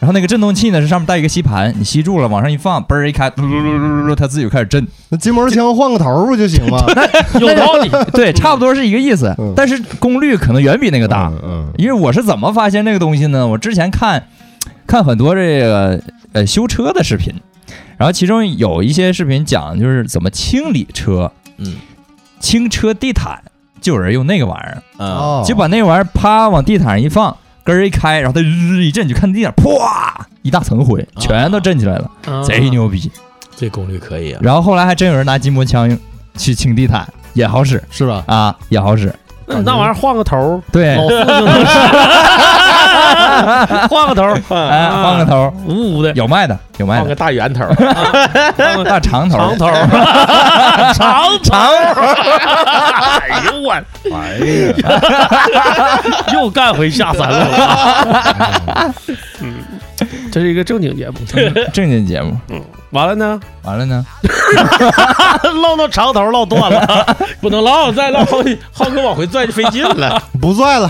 Speaker 2: 然后那个震动器呢是上面带一个吸盘，你吸住了，往上一放，嘣儿一开，嘟噜噜噜噜噜，它自己就开始震。
Speaker 1: 那金毛枪换个头儿不就行 吗？
Speaker 3: 有道理。
Speaker 2: 对，差不多是一个意思
Speaker 1: 嗯，
Speaker 2: 但是功率可能远比那个大。
Speaker 1: 嗯嗯，
Speaker 2: 因为我是怎么发现这个东西呢？我之前看看很多这个呃修车的视频，然后其中有一些视频讲就是怎么清理车，
Speaker 4: 嗯，
Speaker 2: 清车地毯，就有人用那个玩意儿，
Speaker 4: 啊，
Speaker 1: 哦，
Speaker 2: 就 把那玩意儿啪往地毯上一放，根儿一开，然后它日一震，你就看地上哗一大层灰，
Speaker 1: 哦
Speaker 2: 全都震起来了，
Speaker 3: 啊
Speaker 2: 贼！牛逼。
Speaker 4: 这功率可以啊，
Speaker 2: 然后后来还真有人拿筋膜枪用去清地毯，也好使
Speaker 4: 是吧？
Speaker 2: 啊，也好使。
Speaker 3: 那你那玩意儿换个头儿，
Speaker 2: 对，
Speaker 3: 老四就能使换个头 儿，
Speaker 2: 哎，
Speaker 3: 啊
Speaker 2: 换个头儿，
Speaker 3: 呜呜 的，
Speaker 2: 有卖的，有卖
Speaker 4: 放
Speaker 2: 的，
Speaker 4: 个大圆头儿，
Speaker 3: 换个
Speaker 2: 大长头儿
Speaker 3: 长头儿， 长头儿。 哎呦我，
Speaker 1: 哎呀，
Speaker 3: 又干回下三路了。嗯，这是一个正经节目。
Speaker 2: 正经节目。
Speaker 3: 完了呢，
Speaker 2: 完了呢，
Speaker 3: 唠到长头儿唠断 了，
Speaker 4: 不能老往再唠，浩哥往回拽就费劲 了。
Speaker 1: 不算了，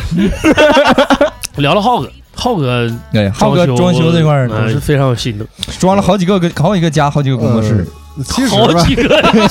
Speaker 3: 聊聊浩哥。浩哥，
Speaker 2: 对，浩哥装修这块儿
Speaker 3: 呃是非常有心得，
Speaker 2: 装了好几个个好几个家，好几个工作室。
Speaker 1: 呃其实
Speaker 3: 好
Speaker 1: 吧，
Speaker 3: 几个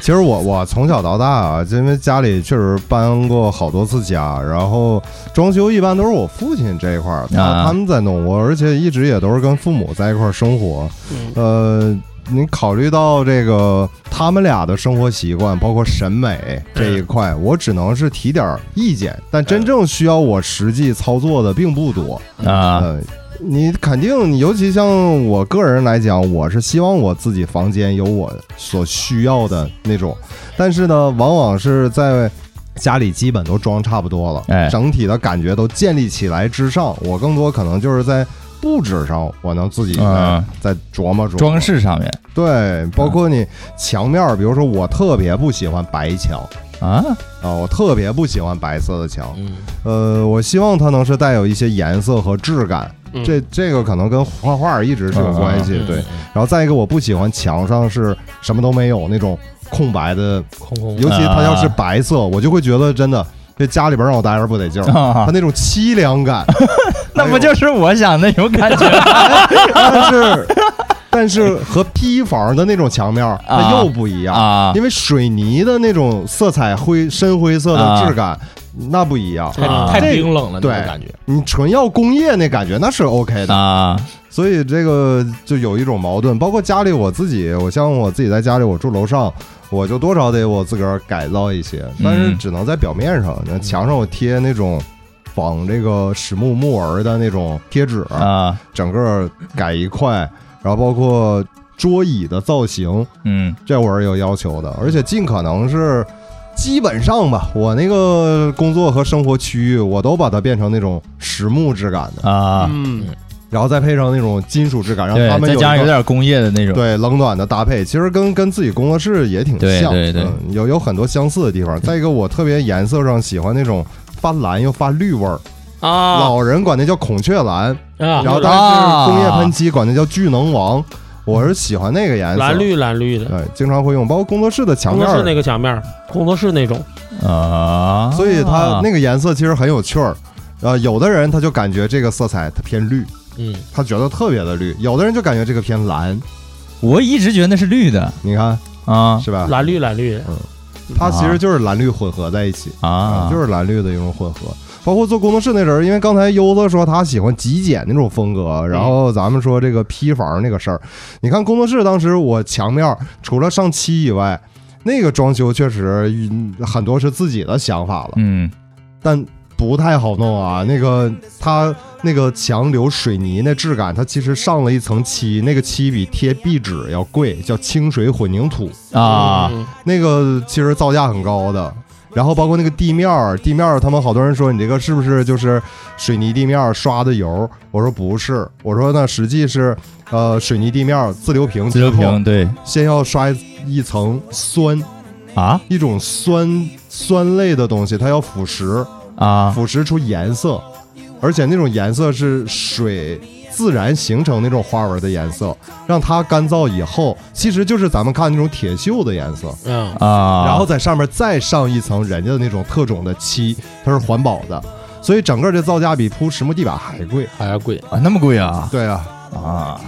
Speaker 1: 其实我我从小到大啊，因为家里确实搬过好多次家，然后装修一般都是我父亲这一块儿，
Speaker 2: 啊
Speaker 1: 他他们在弄我，而且一直也都是跟父母在一块儿生活。呃，你考虑到这个他们俩的生活习惯，包括审美这一块，我只能是提点儿意见，但真正需要我实际操作的并不多。
Speaker 2: 啊
Speaker 1: 呃，你肯定，尤其像我个人来讲，我是希望我自己房间有我所需要的那种，但是呢，往往是在家里基本都装差不多了，
Speaker 2: 哎
Speaker 1: 整体的感觉都建立起来之上，我更多可能就是在。布置上，我能自己再、
Speaker 2: 啊
Speaker 1: 再琢磨琢磨
Speaker 2: 装饰上面
Speaker 1: 对，包括你墙面儿，比如说我特别不喜欢白墙，
Speaker 2: 啊，
Speaker 1: 啊，我特别不喜欢白色的墙。
Speaker 4: 嗯，
Speaker 1: 呃，我希望它能是带有一些颜色和质感，
Speaker 3: 嗯
Speaker 1: 这这个可能跟画画一直是有关系。
Speaker 4: 嗯
Speaker 1: 对，，然后再一个，我不喜欢墙上是什么都没有那种空白的，
Speaker 4: 空空
Speaker 1: 尤其它
Speaker 2: 啊
Speaker 1: 要是白色，我就会觉得真的这家里边让我待着不得劲儿，
Speaker 2: 啊
Speaker 1: 它那种凄凉感。
Speaker 2: 那不就是我想那种感觉？
Speaker 1: 但是但是和坯房的那种墙面儿它又不一样
Speaker 2: 啊
Speaker 1: 因为水泥的那种色彩灰深灰色的质感、那不一样。
Speaker 2: 啊
Speaker 4: 太太冰冷了，那
Speaker 1: 对
Speaker 4: 种感觉。
Speaker 1: 你纯要工业那感觉那是 OK 的，
Speaker 2: 啊，
Speaker 1: 所以这个就有一种矛盾。包括家里我自己，我像我自己在家里，我住楼上，我就多少得我自个儿改造一些，但是
Speaker 2: 嗯
Speaker 1: 只能在表面上。那墙上我贴那种仿这个实木木纹的那种贴纸，
Speaker 2: 啊，
Speaker 1: 整个改一块，然后包括桌椅的造型，
Speaker 2: 嗯
Speaker 1: 这我是有要求的，而且尽可能是基本上吧，我那个工作和生活区域，我都把它变成那种实木质感的，
Speaker 2: 啊，
Speaker 3: 嗯，
Speaker 1: 然后再配上那种金属质感，让
Speaker 2: 对
Speaker 1: 他，们
Speaker 2: 再
Speaker 1: 有一
Speaker 2: 加上有
Speaker 1: 个
Speaker 2: 点工业的那种，
Speaker 1: 对冷暖的搭配，其实跟跟自己工作室也挺
Speaker 2: 对
Speaker 1: 像，
Speaker 2: 对对
Speaker 1: 嗯有有很多相似的地方。再一个，我特别颜色上喜欢那种。发蓝又发绿味儿，
Speaker 3: 啊，
Speaker 1: 老人管那叫孔雀蓝，
Speaker 4: 啊，
Speaker 1: 然后但是工业喷漆管那叫聚能
Speaker 2: 啊
Speaker 1: 王，我是喜欢那个颜色，
Speaker 3: 蓝绿蓝绿的，
Speaker 1: 对，经常会用，包括工作室的墙
Speaker 3: 工
Speaker 1: 面
Speaker 3: 作
Speaker 1: 儿
Speaker 3: 室，那个墙面儿，工作室那种，
Speaker 2: 啊，
Speaker 1: 所以它那个颜色其实很有趣儿。呃，有的人他就感觉这个色彩它偏绿，
Speaker 4: 嗯，
Speaker 1: 他觉得特别的绿；有的人就感觉这个偏蓝，
Speaker 2: 我一直觉得那是绿的
Speaker 1: 你看
Speaker 2: 啊
Speaker 1: 是吧？
Speaker 3: 蓝绿蓝绿的，
Speaker 1: 它其实就是蓝绿混合在一起，
Speaker 2: 啊，
Speaker 1: 就是蓝绿的一种混合。包括做工作室那人儿，因为刚才优子说他喜欢极简那种风格，然后咱们说这个坯房那个事儿，你看工作室当时我墙面儿除了上漆以外，那个装修确实嗯很多是自己的想法了。
Speaker 2: 嗯
Speaker 1: 但不太好弄啊。那个它那个墙流水泥那质感，它其实上了一层漆，那个漆比贴壁纸要贵，叫清水混凝土，
Speaker 2: 啊
Speaker 3: 嗯，
Speaker 1: 那个其实造价很高的。然后包括那个地面儿，地面儿他们好多人说你这个是不是就是水泥地面儿刷的油？我说不是，我说那实际是呃水泥地面儿自流平
Speaker 2: 自
Speaker 1: 之
Speaker 2: 流
Speaker 1: 后，
Speaker 2: 平对
Speaker 1: 先要刷一层酸，
Speaker 2: 啊
Speaker 1: 一种酸酸类的东西，它要腐蚀。
Speaker 2: 啊
Speaker 1: 腐蚀出颜色，而且那种颜色是水自然形成那种花纹的颜色，让它干燥以后，其实就是咱们看那种铁锈的颜色，
Speaker 4: 嗯，
Speaker 2: 啊，
Speaker 1: 然后在上面再上一层人家的那种特种的漆，它是环保的，所以整个这造价比铺实木地板还贵。
Speaker 4: 还要贵。
Speaker 2: 啊那么贵啊
Speaker 1: 对啊，
Speaker 2: 啊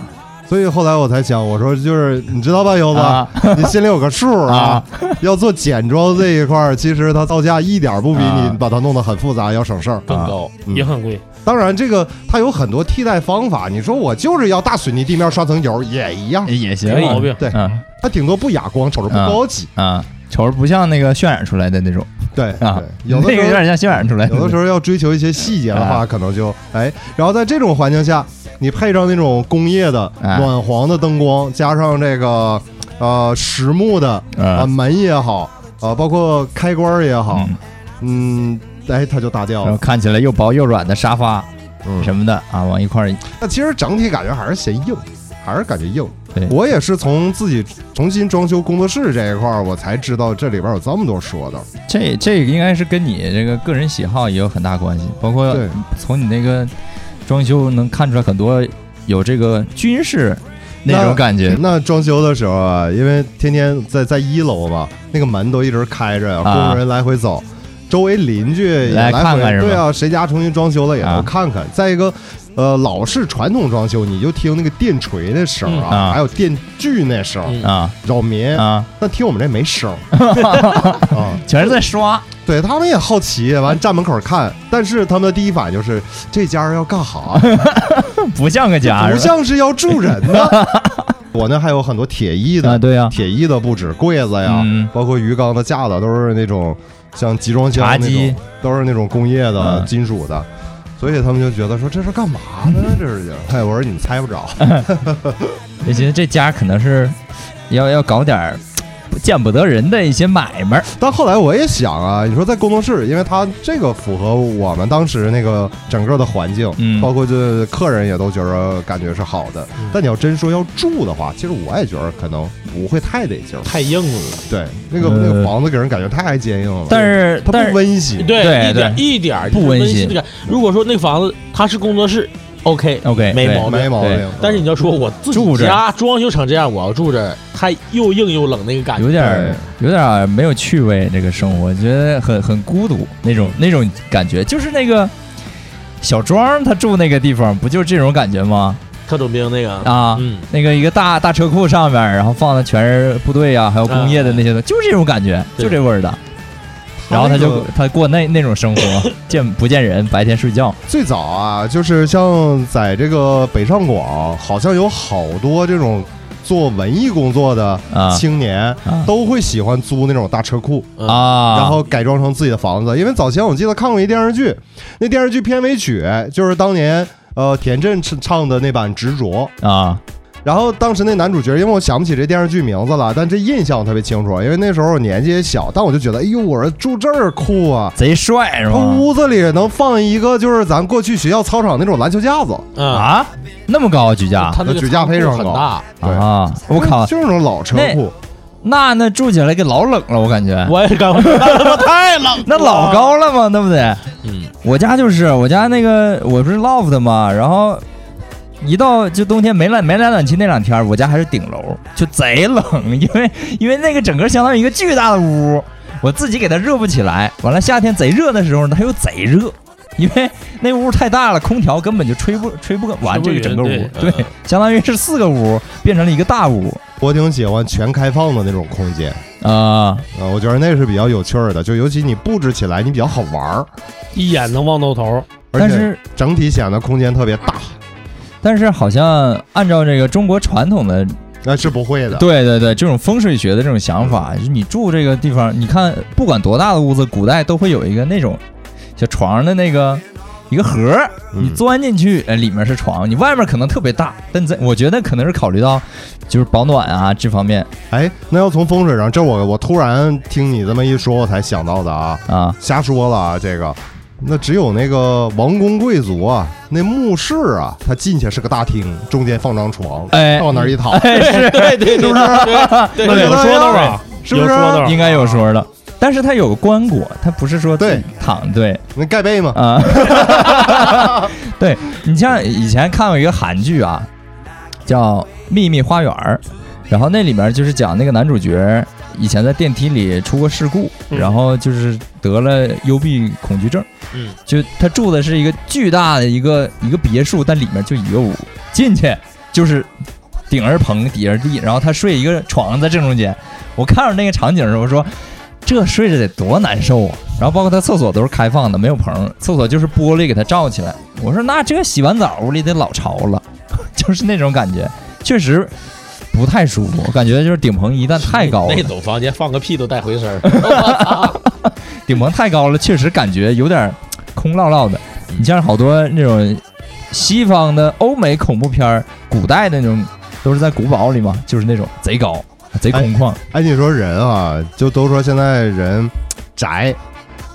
Speaker 1: 所以后来我才想，我说就是你知道吧，柚子，
Speaker 2: 啊
Speaker 1: 你心里有个数啊。要做简装这一块儿，其实它造价一点儿不比
Speaker 2: 啊
Speaker 1: 你把它弄得很复杂要省事儿。
Speaker 4: 更高，
Speaker 1: 嗯
Speaker 3: 也很贵，
Speaker 1: 当然，这个它有很多替代方法。你说我就是要大水泥地面刷层油也一样，
Speaker 2: 也行
Speaker 3: 没毛病，
Speaker 1: 对，
Speaker 2: 嗯
Speaker 1: 它顶多不哑光，瞅着不
Speaker 2: 啊
Speaker 1: 高级。
Speaker 2: 啊，瞅着不像那个渲染出来的那种
Speaker 1: 对，
Speaker 2: 啊
Speaker 1: 对，有的
Speaker 2: 那个有
Speaker 1: 时候
Speaker 2: 点像渲染出来
Speaker 1: 有的时候要追求一些细节的话，
Speaker 2: 啊
Speaker 1: 可能就哎，然后在这种环境下，你配上那种工业的
Speaker 2: 啊
Speaker 1: 暖黄的灯光，加上这个呃实木的啊
Speaker 2: 啊
Speaker 1: 门也好啊，包括开关儿也好，
Speaker 2: 嗯
Speaker 1: 嗯，哎，它就搭调
Speaker 2: 然后
Speaker 1: 了。
Speaker 2: 看起来又薄又软的沙发
Speaker 1: 嗯，
Speaker 2: 什么的啊，往一块儿
Speaker 1: 那其实整体感觉还是嫌硬，还是感觉硬
Speaker 2: 对。
Speaker 1: 我也是从自己重新装修工作室这一块儿，我才知道这里边有这么多说的。
Speaker 2: 这这个应该是跟你这个个人喜好也有很大关系，包括
Speaker 1: 对
Speaker 2: 从你那个装修能看出来很多有这个军事那种感觉
Speaker 1: 那装修的时候啊，因为天天在在一楼嘛，那个门都一直开着呀，
Speaker 2: 啊
Speaker 1: 工人来回走，周围邻居也来
Speaker 2: 来
Speaker 1: 回
Speaker 2: 看看是吧
Speaker 1: 对啊，谁家重新装修了也
Speaker 2: 啊
Speaker 1: 都看看。再一个，呃，老式传统装修，你就听那个电锤那声儿
Speaker 2: 嗯
Speaker 1: 啊，
Speaker 2: 啊
Speaker 1: 还有电锯那声儿
Speaker 4: 嗯
Speaker 2: 啊
Speaker 1: 扰民。
Speaker 2: 啊，
Speaker 1: 但听我们这没声儿 啊。
Speaker 2: 全是在刷
Speaker 1: 对他们也好奇，完站门口看，但是他们的第一反应就是这家儿要干哈？
Speaker 2: 不像个 家，
Speaker 1: 不
Speaker 2: 是吧
Speaker 1: 像是要住人 呢。我那还有很多铁艺
Speaker 2: 啊，
Speaker 1: 的，
Speaker 2: 对呀，
Speaker 1: 铁艺的不止柜子呀，
Speaker 2: 嗯
Speaker 1: 包括鱼缸的架子，都是那种像集装箱
Speaker 2: 茶
Speaker 1: 那
Speaker 2: 几
Speaker 1: 种，都是那种工业的、
Speaker 2: 嗯
Speaker 1: 金属的。所以他们就觉得说这是干嘛呢？这是，哎，我说你们猜不着，
Speaker 2: 就觉得这家可能是要要搞点儿见不得人的一些买卖儿。
Speaker 1: 但后来我也想啊，你说在工作室，因为它这个符合我们当时那个整个的环境，
Speaker 2: 嗯
Speaker 1: 包括就是客人也都觉得感觉是好的。
Speaker 4: 嗯
Speaker 1: 但你要真说要住的话，其实我也觉得可能不会太得劲儿。
Speaker 4: 太硬了，
Speaker 1: 对，那个、
Speaker 2: 呃
Speaker 1: 那个房子给人感觉太坚硬了，
Speaker 2: 但是
Speaker 1: 它
Speaker 2: 但
Speaker 1: 不
Speaker 2: 是
Speaker 1: 温馨。
Speaker 2: 对
Speaker 4: 一点一点儿
Speaker 2: 不
Speaker 4: 就是
Speaker 2: 温
Speaker 4: 温
Speaker 2: 馨
Speaker 4: 的感。如果说那房子它是工作室，OK，
Speaker 2: OK
Speaker 4: 没
Speaker 2: 对
Speaker 4: 毛病
Speaker 1: 没毛
Speaker 2: 对
Speaker 1: 病，
Speaker 4: 但是你要说我自
Speaker 2: 住
Speaker 4: 己
Speaker 2: 这儿
Speaker 4: 家装修成这样，我要住这儿，它又硬又冷那个感觉，
Speaker 2: 有点儿有点儿没有趣味，这个生活觉得很很孤独那种那种感觉，就是那个小庄儿他住那个地方，不就是这种感觉吗？
Speaker 4: 特种兵那个，
Speaker 2: 啊，
Speaker 4: 嗯，
Speaker 2: 那个一个大大车库上面儿，然后放的全是部队啊，还有工
Speaker 1: 嗯
Speaker 2: 业的那些东西，就是这种感觉，
Speaker 4: 对
Speaker 2: 就这味儿的。然后他
Speaker 1: 那个
Speaker 2: 就他过那那种生活，见不见人，白天睡觉，
Speaker 1: 最早啊，就是像在这个北上广，好像有好多这种做文艺工作的
Speaker 2: 啊
Speaker 1: 青年
Speaker 2: 啊，
Speaker 1: 都会喜欢租那种大车库，
Speaker 4: 嗯
Speaker 2: 啊，
Speaker 1: 然后改装成自己的房子。因为早前我记得看过一电视剧，那电视剧片尾曲就是当年呃田震唱唱的那版《执着》。
Speaker 2: 啊，
Speaker 1: 然后当时那男主角，因为我想不起这电视剧名字了，但这印象特别清楚，因为那时候我年纪也小，但我就觉得，哎呦，我说住这儿酷啊！
Speaker 2: 贼帅是
Speaker 1: 他
Speaker 2: 吗？
Speaker 1: 屋子里能放一个就是咱过去学校操场那种篮球架子，
Speaker 4: 啊，
Speaker 2: 啊，那么高啊举架
Speaker 4: 它那个
Speaker 1: 举架非常
Speaker 4: 很
Speaker 1: 高
Speaker 4: 大，
Speaker 1: 对
Speaker 2: 啊！我靠，
Speaker 1: 就是那种老车库，
Speaker 2: 那那住起来给老冷了，我感觉
Speaker 4: 我也 干过，那太冷了，
Speaker 2: 那老高了嘛，对不对？
Speaker 4: 嗯，
Speaker 2: 我家就是我家那个，我不是 loft 嘛，然后一到就冬天没暖没来暖气那两天，我家还是顶楼，就贼冷，因为因为那个整个相当于一个巨大的屋，我自己给它热不起来。完了夏天贼热的时候呢，它又贼热，因为那屋太大了，空调根本就吹不吹不完这个整个屋，
Speaker 4: 吹不
Speaker 2: 对
Speaker 4: 匀对嗯
Speaker 2: 相当于是四个屋变成了一个大屋
Speaker 1: 我挺喜欢全开放的那种空间，
Speaker 2: 啊、
Speaker 1: 呃，我觉得那是比较有趣儿的，就尤其你布置起来，你比较好玩儿，
Speaker 3: 一眼能望到头。
Speaker 1: 而
Speaker 2: 但
Speaker 1: 且
Speaker 2: 是
Speaker 1: 整体显得空间特别大，
Speaker 2: 但是好像按照这个中国传统的
Speaker 1: 那是不会的。嗯
Speaker 2: 对对对，这种风水学的这种想法，就是你住这个地方，你看不管多大的屋子，古代都会有一个那种小床上的那个一个盒儿，
Speaker 1: 嗯
Speaker 2: 你钻进去，呃，里面是床，你外面可能特别大，但在我觉得可能是考虑到就是保暖啊这方面
Speaker 1: 哎，那要从风水上，这我我突然听你这么一说，我才想到的啊，
Speaker 2: 啊
Speaker 1: 瞎说了啊，这个。那只有那个王公贵族啊，那墓室啊，他进去是个大厅，中间放张床，
Speaker 2: 哎
Speaker 1: 往那儿一躺，
Speaker 4: 对对对，是不是？对
Speaker 1: 那
Speaker 4: 对
Speaker 1: 有说道
Speaker 3: 头啊，
Speaker 1: 是不
Speaker 3: 有
Speaker 1: 是？
Speaker 3: 说 道
Speaker 2: 应该有说的。但是它有个棺椁，它不是说
Speaker 1: 哦对
Speaker 2: 自己躺对
Speaker 1: 那盖被嘛，
Speaker 2: 啊，对你像以前看过一个韩剧啊，叫《秘密花园》，然后那里面就是讲那个男主角以前在电梯里出过事故，
Speaker 3: 嗯
Speaker 2: 然后就是得了幽闭恐惧症。
Speaker 4: 嗯，
Speaker 2: 就他住的是一个巨大的一个一个别墅，但里面就一个屋，进去就是顶儿棚底儿地，然后他睡一个床在正中间。我看着那个场景的时候，我说这睡着得多难受啊！然后包括他厕所都是开放的，没有棚，厕所就是玻璃给他罩起来。我说那这洗完澡屋里得老潮了， 就是那种感觉，确实不太舒服。我感觉就是顶棚一旦太高了
Speaker 4: 那，种房间放个屁都带回声儿，
Speaker 2: 顶棚太高了，确实感觉有点儿空落落的。你像好多那种西方的欧美恐怖片儿，古代的那种都是在古堡里嘛，就是那种贼高、啊贼空旷。
Speaker 1: 哎，你说人啊，就都说现在人宅，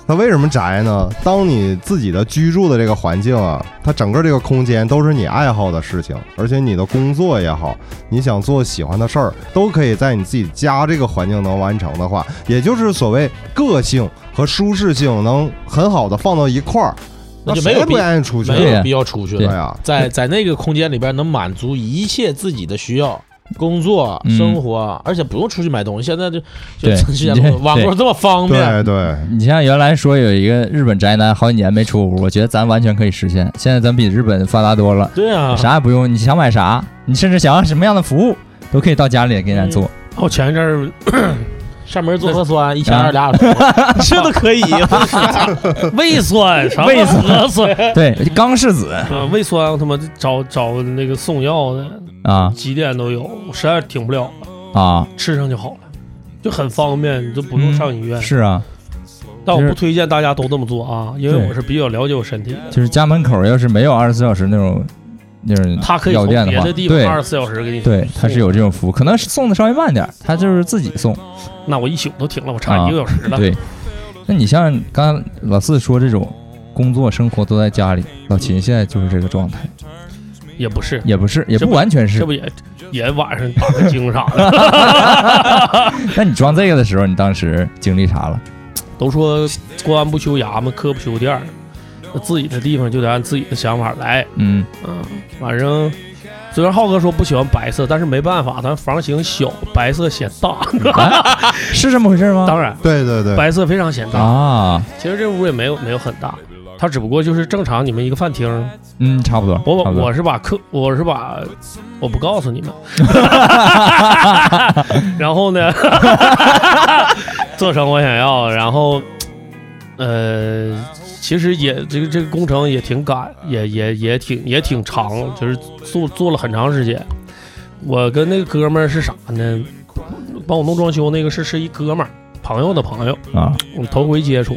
Speaker 1: 他为什么宅呢？当你自己的居住的这个环境啊，它整个这个空间都是你爱好的事情，而且你的工作也好，你想做喜欢的事儿，都可以在你自己家这个环境能完成的话，也就是所谓个性和舒适性能很好的放到一块儿，
Speaker 4: 那就没
Speaker 1: 谁
Speaker 4: 有必
Speaker 1: 不愿意出去？啊
Speaker 4: 没有必要出去
Speaker 1: 对啊
Speaker 4: 了。
Speaker 1: 呀，
Speaker 4: 在在那个空间里边能满足一切自己的需要，工作、
Speaker 2: 嗯
Speaker 4: 生活，而且不用出去买东西。现在就就
Speaker 2: 对
Speaker 4: 之前
Speaker 2: 对
Speaker 4: 网购这么方便，
Speaker 1: 对对，
Speaker 2: 你像原来说有一个日本宅男好几年没出屋，我觉得咱完全可以实现。现在咱比日本发达多了，
Speaker 4: 对啊，
Speaker 3: 嗯
Speaker 2: 啥也不用，你想买啥，你甚至想要什么样的服务，都可以到家里给人家做。
Speaker 3: 我前一阵儿
Speaker 4: 上门做核酸一千
Speaker 2: 啊
Speaker 4: 二俩小时，这都可以。
Speaker 3: 胃酸，啥
Speaker 2: 胃酸
Speaker 3: 核酸，
Speaker 2: 对，刚世子
Speaker 3: 啊胃酸，我他妈找找那个送药的，
Speaker 2: 啊
Speaker 3: 几点都有，我实在是挺不了，
Speaker 2: 啊，
Speaker 3: 吃上就好了，就很方便，你就不用上医院。
Speaker 2: 是啊，
Speaker 3: 但我
Speaker 2: 就
Speaker 3: 不
Speaker 2: 是
Speaker 3: 推荐大家都这么做啊，因为我是比较了解我身体的。
Speaker 2: 就是家门口要是没有二十四小时那种就是
Speaker 3: 他可以
Speaker 2: 药
Speaker 3: 从
Speaker 2: 店
Speaker 3: 别
Speaker 2: 话
Speaker 3: 的，地方
Speaker 2: 对
Speaker 3: 二十四小时给你。
Speaker 2: 对，他是有这种服务，可能是送的稍微慢点儿，他就是自己送。
Speaker 3: 那我一宿都停了，我差一个小时了。
Speaker 2: 啊对，那你像刚刚老四说这种工作生活都在家里，老秦现在就是这个状态，
Speaker 3: 也不是，
Speaker 2: 也不是，也
Speaker 3: 这
Speaker 2: 不
Speaker 3: 不
Speaker 2: 完全是
Speaker 3: 这。不也也晚上打个精啥的，
Speaker 2: 那你装这个的时候，你当时经历啥了？
Speaker 3: 都说官不修衙门，科不修店儿，那自己的地方就得按自己的想法来。
Speaker 2: 嗯
Speaker 3: 嗯，反正虽然浩哥说不喜欢白色，但是没办法，咱房型小，白色显大。
Speaker 2: 啊，是这么回事吗？
Speaker 3: 嗯哎当然，
Speaker 1: 对对对，
Speaker 3: 白色非常显大。
Speaker 2: 啊，
Speaker 3: 其实这屋也没有没有很大，它只不过就是正常你们一个饭厅。
Speaker 2: 嗯，差不多，
Speaker 3: 我
Speaker 2: 差
Speaker 3: 把
Speaker 2: 不多
Speaker 3: 我是把客，我是把我不告诉你们。然后呢，做成我想要，然后呃，其实也这个这个工程也挺赶，也也也挺也挺长，就是做做了很长时间。我跟那个哥们儿是啥呢？帮我弄装修那个是是一哥们儿朋友的朋友，
Speaker 2: 啊，
Speaker 3: 我们头回接触，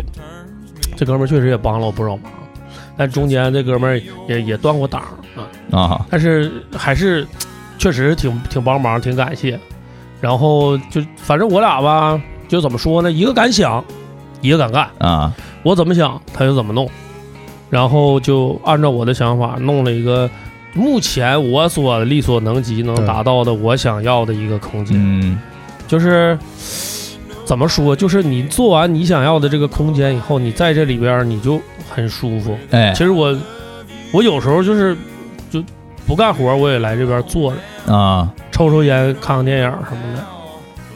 Speaker 3: 这哥们儿确实也帮了我不少忙，但中间这哥们儿也也断过档啊，
Speaker 2: 啊，
Speaker 3: 但是还是确实挺挺帮忙，挺感谢。然后就反正我俩吧，就怎么说呢，一个敢想，一个敢干，
Speaker 2: 啊，
Speaker 3: 我怎么想他就怎么弄，然后就按照我的想法弄了一个目前我所力所能及能
Speaker 1: 对
Speaker 3: 达到的我想要的一个空间。
Speaker 2: 嗯
Speaker 3: 就是怎么说，就是你做完你想要的这个空间以后，你在这里边儿你就很舒服。
Speaker 2: 哎
Speaker 3: 其实我我有时候就是就不干活儿，我也来这边儿坐着，
Speaker 2: 啊，
Speaker 3: 抽抽烟，看看电影儿什么的。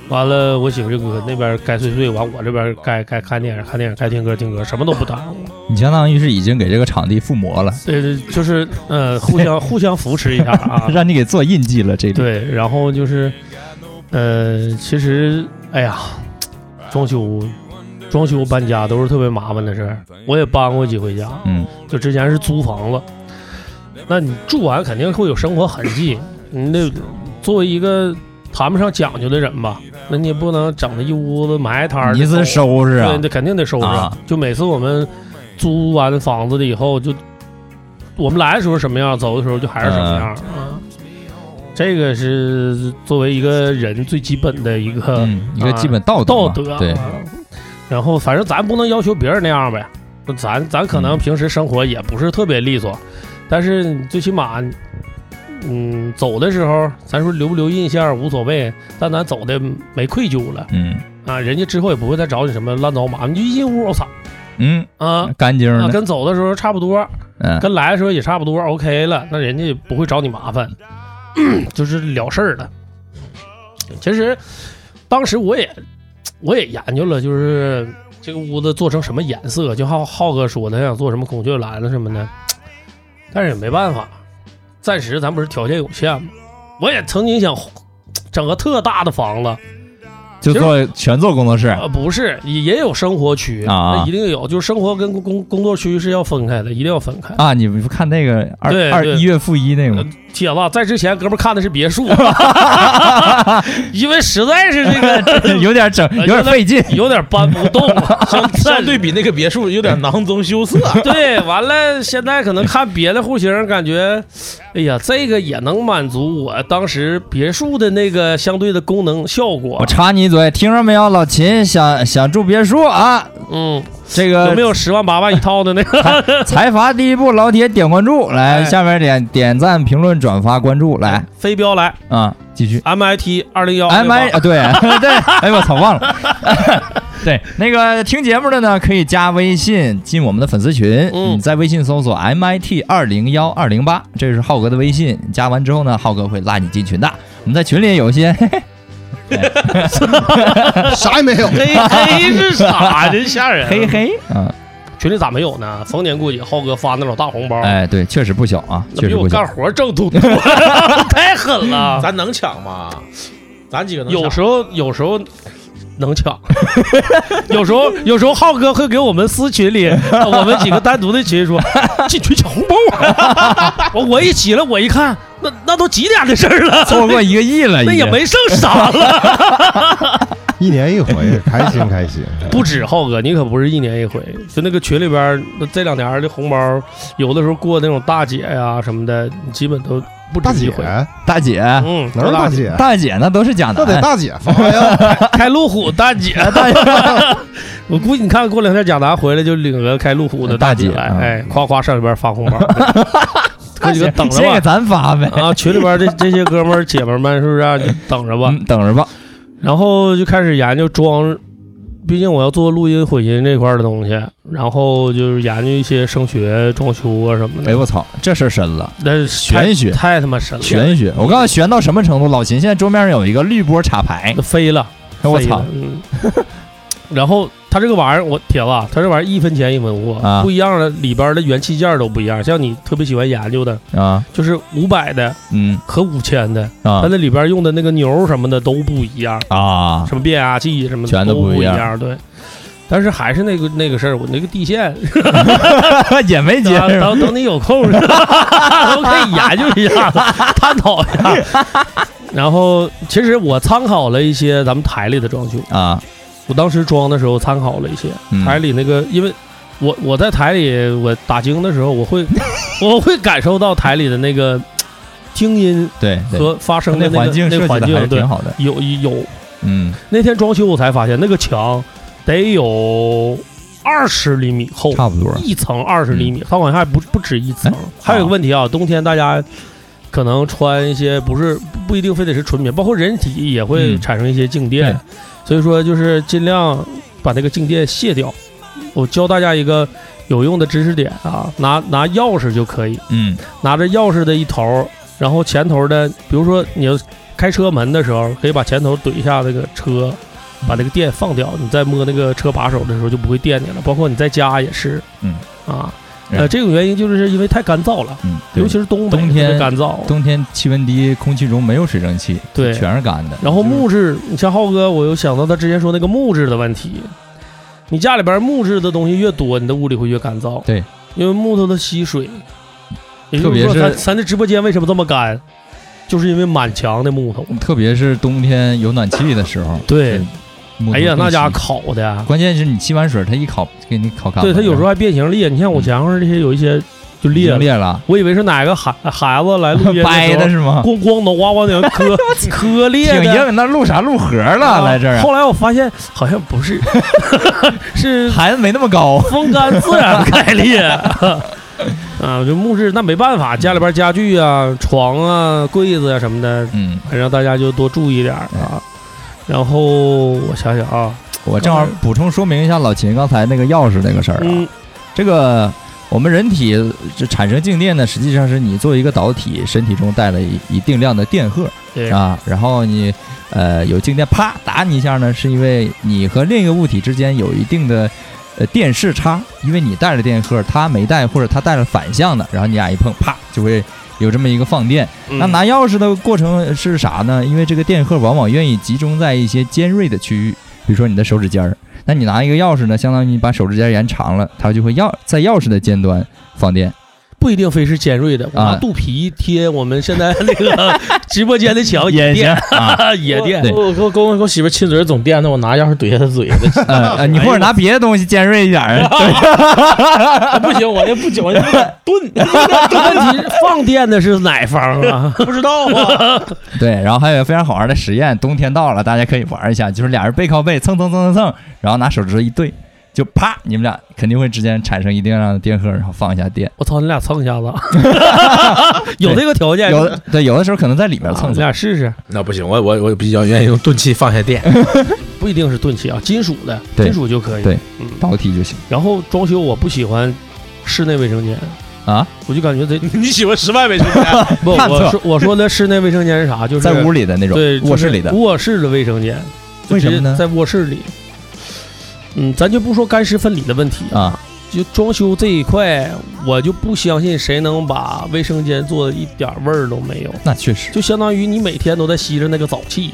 Speaker 3: 完了，我媳妇就搁那边儿该睡睡，完我这边儿该该看电影儿看电影儿，该听歌儿听歌儿，什么都不耽误。
Speaker 2: 你相当于是已经给这个场地附魔了，。
Speaker 3: 对对，就是呃，互相互相扶持一下啊
Speaker 2: 让你给做印记了这里。
Speaker 3: 对，然后就是，呃，其实，哎呀，装修、装修、搬家都是特别麻烦的事儿。我也搬过几回家，
Speaker 2: 嗯
Speaker 3: 就之前是租房子，那你住完肯定会有生活痕迹。你得作为一个谈不上讲究的人吧，那你也不能整的一屋子埋汰儿。
Speaker 2: 你
Speaker 3: 狗
Speaker 2: 得收拾啊
Speaker 3: 对，，那肯定得收拾。
Speaker 2: 啊
Speaker 3: 就每次我们租完房子了以后，就我们来的时候什么样，走的时候就还是什么样
Speaker 2: 嗯
Speaker 3: 啊。这个是作为一个人最基本的一个、
Speaker 2: 嗯，一个基本道德
Speaker 3: 道
Speaker 2: 嘛，
Speaker 3: 德。啊嗯
Speaker 2: 对，
Speaker 3: 然后反正咱不能要求别人那样呗，那咱咱可
Speaker 2: 嗯
Speaker 3: 能平时生活也不是特别利索，但是你最起码，嗯，走的时候咱说留不留印象无所谓，但咱走的没愧疚了
Speaker 2: 嗯
Speaker 3: 啊，人家之后也不会再找你什么乱糟麻烦，你就一进屋，我操
Speaker 2: 嗯，
Speaker 3: 啊！
Speaker 2: 干净
Speaker 3: 啊，
Speaker 2: 的，
Speaker 3: 跟走的时候差不多，
Speaker 2: 嗯
Speaker 3: 跟来的时候也差不多，OK 了，那人家也不会找你麻烦，
Speaker 2: 嗯
Speaker 3: 就是了事儿了。其实当时我也我也研究了，就是这个屋子做成什么颜色，就浩浩哥说的，他想做什么孔雀蓝了什么的，但是也没办法，暂时咱不是条件有限嘛。我也曾经想整个特大的房子，
Speaker 2: 就做全做工作室，
Speaker 3: 呃，不是，也也有生活区
Speaker 2: 啊
Speaker 3: 那一定有，就是生活跟工工作区是要分开的，一定要分开。
Speaker 2: 啊，你不看那个二
Speaker 3: 对
Speaker 2: 二
Speaker 3: 对
Speaker 2: 一月负一那个吗？
Speaker 3: 铁子，在之前哥们儿看的是别 墅，因为实在是这个
Speaker 2: 有点整，
Speaker 3: 呃
Speaker 2: 有点费劲。
Speaker 3: 有点搬不动了。相
Speaker 4: 相对比那个别墅有点囊中羞涩。
Speaker 3: 对，完了，现在可能看别的户型，感觉，哎呀，这个也能满足我当时别墅的那个相对的功能效
Speaker 2: 我
Speaker 3: 果。
Speaker 2: 插你一嘴，听着没有？老秦想想住别墅啊，
Speaker 3: 嗯，
Speaker 2: 这
Speaker 3: 有
Speaker 2: 个
Speaker 3: 没有十万八万一套的那个？
Speaker 2: 财阀第一步，老铁点关注，来、
Speaker 3: 哎
Speaker 2: 下面点点赞、评论、转发、关注，来
Speaker 3: 飞镖来
Speaker 2: 啊，继续。
Speaker 3: ，MIT 二零幺
Speaker 2: M I 啊，对 对，哎呦我操，忘了。 对，那个听节目的呢，可以加微信进我们的粉丝群，
Speaker 3: 嗯
Speaker 2: 你在微信搜索 M I T 二零幺二零八，这是浩哥的微信，加完之后呢，浩哥会拉你进群的。我们在群里有一些，
Speaker 3: 哎
Speaker 2: 嘿嘿
Speaker 1: 啥也没有。
Speaker 3: 黑黑是啥？真吓 人！
Speaker 2: 嘿嘿，嗯，
Speaker 3: 群里咋没有呢？逢年过节，浩哥发那种大红包，
Speaker 2: 哎，对，确实不小啊，
Speaker 3: 那
Speaker 2: 确
Speaker 3: 比
Speaker 2: 实
Speaker 3: 我
Speaker 2: 不小
Speaker 3: 干。活挣都多，太狠了。
Speaker 4: 咱能抢吗？咱几个能抢
Speaker 3: 有时候有时候能抢， 有时候有时候浩哥会给我们私群里，呃我们几个单独的群说 进群抢红包啊。 我我一起来，我一看， 那那都几点的事儿了，哎
Speaker 2: 错过一个亿了，
Speaker 3: 那
Speaker 2: 已
Speaker 3: 也
Speaker 2: 经。
Speaker 3: 没剩啥了。
Speaker 1: 一年一回，开心开心。
Speaker 3: 不止浩哥，你可不是一年一回，就那个群里边儿，那这两年儿的红包，有的时候过那种大姐呀、什么的，你基本都不
Speaker 1: 大
Speaker 3: 止一
Speaker 1: 姐
Speaker 3: 回。
Speaker 1: 哪
Speaker 2: 大姐，
Speaker 3: 嗯，
Speaker 1: 有
Speaker 3: 大
Speaker 1: 大？姐？啊
Speaker 2: 大姐那都 是假哎
Speaker 1: 那得
Speaker 2: 男，
Speaker 1: 大姐发呀！
Speaker 3: 开路虎大姐，大姐。 我估计你看过两天贾南回来就领个开路虎的
Speaker 2: 大
Speaker 3: 姐
Speaker 2: 姐
Speaker 3: 来，
Speaker 2: 嗯
Speaker 3: 哎，夸夸上里边发红包，哥几个等着
Speaker 2: 先给
Speaker 3: 吧。
Speaker 2: 咱发呗，
Speaker 3: 啊，群里边这这些哥们儿姐们儿们是不是啊、你等着吧？
Speaker 2: 嗯，等着吧。
Speaker 3: 然后就开始研究装，毕竟我要做录音混音这块儿的东西，然后就是研究一些声学装修啊什么
Speaker 2: 哎
Speaker 3: 的。
Speaker 2: 我操，这事儿深了，
Speaker 3: 那
Speaker 2: 玄学
Speaker 3: 太他妈神了，
Speaker 2: 玄学！我告诉你，玄到什么程度？老秦现在桌面上有一个绿波插排
Speaker 3: 那，飞了，
Speaker 2: 哎我
Speaker 3: 飞
Speaker 2: 操
Speaker 3: 了！嗯， 然后他这个玩意儿，我铁子啊，他这玩意儿一分钱一分货，
Speaker 2: 啊
Speaker 3: 不一样的里边的元器件都不一样。像你特别喜欢研究的，
Speaker 2: 啊，
Speaker 3: 就是五百的
Speaker 2: 嗯
Speaker 3: 和五千的，
Speaker 2: 啊
Speaker 3: 它那里边用的那个牛儿什么的都不一样。
Speaker 2: 啊，
Speaker 3: 什么变压器什么的
Speaker 2: 全都
Speaker 3: 都
Speaker 2: 不
Speaker 3: 一
Speaker 2: 一样
Speaker 3: 样，对。但是还是那个那个事儿，我那个地线，
Speaker 2: 也没
Speaker 3: 等
Speaker 2: 接是吧
Speaker 3: 等等你有空儿， 我可以研究一下子，探讨一下。 然后，其实我参考了一些咱们台里的装修，
Speaker 2: 啊，
Speaker 3: 我当时装的时候参考了一些
Speaker 2: 嗯
Speaker 3: 台里那个，因为我我在台里我打经的时候，我会我会感受到台里的那个呃听音
Speaker 2: 对对，
Speaker 3: 和发声
Speaker 2: 那
Speaker 3: 的那个
Speaker 2: 环境
Speaker 3: 那
Speaker 2: 设
Speaker 3: 个
Speaker 2: 计的
Speaker 3: 环
Speaker 2: 还
Speaker 3: 境，
Speaker 2: 是
Speaker 3: 对
Speaker 2: 挺，好的，
Speaker 3: 有有
Speaker 2: 嗯，
Speaker 3: 那天装修我才发现，那个墙得有二十厘米厚，
Speaker 2: 差不多。嗯
Speaker 3: 一层二十厘米，它好像还不不止一层
Speaker 2: 哎。
Speaker 3: 还有一个问题啊，冬天大家可能穿一些不是不一定非得是纯棉，包括人体也会
Speaker 2: 嗯
Speaker 3: 产生一些静电，所以说就是尽量把那个静电卸掉。我教大家一个有用的知识点啊，拿拿钥匙就可以，
Speaker 2: 嗯
Speaker 3: 拿着钥匙的一头儿，然后前头的，比如说你要开车门的时候，可以把前头怼一下这个车，把那个电放掉。你再摸那个车把手的时候就不会电你了。包括你在家也是，
Speaker 2: 嗯
Speaker 3: 啊，
Speaker 2: 嗯
Speaker 3: 呃，这种原因就是因为太干燥了，
Speaker 2: 嗯，对
Speaker 3: 尤其是东北
Speaker 2: 冬
Speaker 3: 特
Speaker 2: 天
Speaker 3: 别干燥，
Speaker 2: 冬天气温低，空气中没有水蒸气，
Speaker 3: 对
Speaker 2: 全是干的。
Speaker 3: 然后
Speaker 2: 就是
Speaker 3: 木质，你像浩哥，我又想到他之前说那个木质的问题。你家里边木质的东西越多，你的屋里会越干燥。
Speaker 2: 对，
Speaker 3: 因为木头它吸水。也就
Speaker 2: 特别
Speaker 3: 说
Speaker 2: 是
Speaker 3: 咱咱这直播间为什么这么干，就是因为满墙的木头。
Speaker 2: 特别是冬天有暖气的时候，
Speaker 3: 对，
Speaker 2: 木头
Speaker 3: 哎呀，
Speaker 2: 更
Speaker 3: 那家
Speaker 2: 稀
Speaker 3: 烤的，
Speaker 2: 关键是你吸完水，它一烤给你烤干了。
Speaker 3: 对它有时候还变形裂。你像我前面这些有一些就
Speaker 2: 已
Speaker 3: 裂
Speaker 2: 经
Speaker 3: 了，
Speaker 2: 裂了，
Speaker 3: 我以为是哪个孩孩子来录音
Speaker 2: 掰的
Speaker 3: 时
Speaker 2: 是吗
Speaker 3: 候，？咣咣的哇哇的 磕磕裂
Speaker 2: 挺
Speaker 3: 的。
Speaker 2: 硬，那录啥录盒了，来这儿
Speaker 3: 啊后来我发现好像不是， 是
Speaker 2: 孩子没那么高。
Speaker 3: 风干自然开裂。啊，就木质那没办法，家里边家具啊、床啊、柜子啊什么的，
Speaker 2: 嗯，
Speaker 3: 让大家就多注意点儿啊。然后我想想啊，
Speaker 2: 我正好补充说明一下老秦刚才那个钥匙那个事儿啊，
Speaker 3: 嗯，
Speaker 2: 这个。我们人体这产生静电呢，实际上是你作为一个导体，身体中带了一一定量的电荷
Speaker 3: 对，
Speaker 2: 啊，然后你呃有静电啪打你一下呢，是因为你和另一个物体之间有一定的呃电势差，因为你带了电荷，它没带或者它带了反向的，然后你俩一碰啪就会有这么一个放电，那
Speaker 3: 嗯
Speaker 2: 拿钥匙的过程是啥呢？因为这个电荷往往愿意集中在一些尖锐的区域，比如说你的手指尖儿。那你拿一个钥匙呢，相当于你把手指尖延长了，它就会钥在钥匙的尖端放电。
Speaker 3: 不一定非是尖锐的，我拿
Speaker 2: 啊
Speaker 3: 肚皮贴我们现在那 个直播间的墙
Speaker 2: 也行
Speaker 3: 也电，
Speaker 2: 啊，
Speaker 3: 也电。
Speaker 2: 对
Speaker 4: 我我跟我我媳妇亲嘴总电的，我拿钥匙怼下她嘴 的，
Speaker 2: 呃呃，你或者拿别的东西尖锐一点儿，
Speaker 4: 不行，我这不行，我这顿
Speaker 3: 这问题是放电的是哪方啊？
Speaker 4: 不知道啊。
Speaker 2: 对对。然后还有非常好玩的实验，冬天到了，大家可以玩一下，就是俩人背靠背蹭蹭蹭蹭蹭，然后拿手指头一对，就啪，你们俩肯定会之间产生一定量的电荷，然后放一下电。
Speaker 3: 我操，你俩蹭 一下子，有这个条件，
Speaker 2: 有的对，有的时候可能在里边
Speaker 3: 啊
Speaker 2: 蹭
Speaker 3: 你
Speaker 2: 蹭。
Speaker 3: 俩试试，
Speaker 4: 那不行，我我我比较愿意用钝器放下电。
Speaker 3: 不一定是钝器啊，金属的，
Speaker 2: 对
Speaker 3: 金属就可以。
Speaker 2: 对，
Speaker 3: 嗯。
Speaker 2: 导体就行
Speaker 3: 然后装修我不喜欢室内卫生间，
Speaker 2: 啊，
Speaker 3: 我就感觉得
Speaker 4: 你喜欢室外卫生间？
Speaker 3: 不，
Speaker 2: 探测
Speaker 3: 我说我说的室内卫生间是啥？就是
Speaker 2: 在屋里的那种，
Speaker 3: 对
Speaker 2: 卧室里的，
Speaker 3: 就是卧室的卫生间，
Speaker 2: 为什么呢
Speaker 3: 直接在卧室里，嗯，咱就不说干湿分离的问题，
Speaker 2: 啊，
Speaker 3: 就装修这一块，我就不相信谁能把卫生间做的一点味儿都没有，
Speaker 2: 那确实，
Speaker 3: 就相当于你每天都在吸着那个沼气，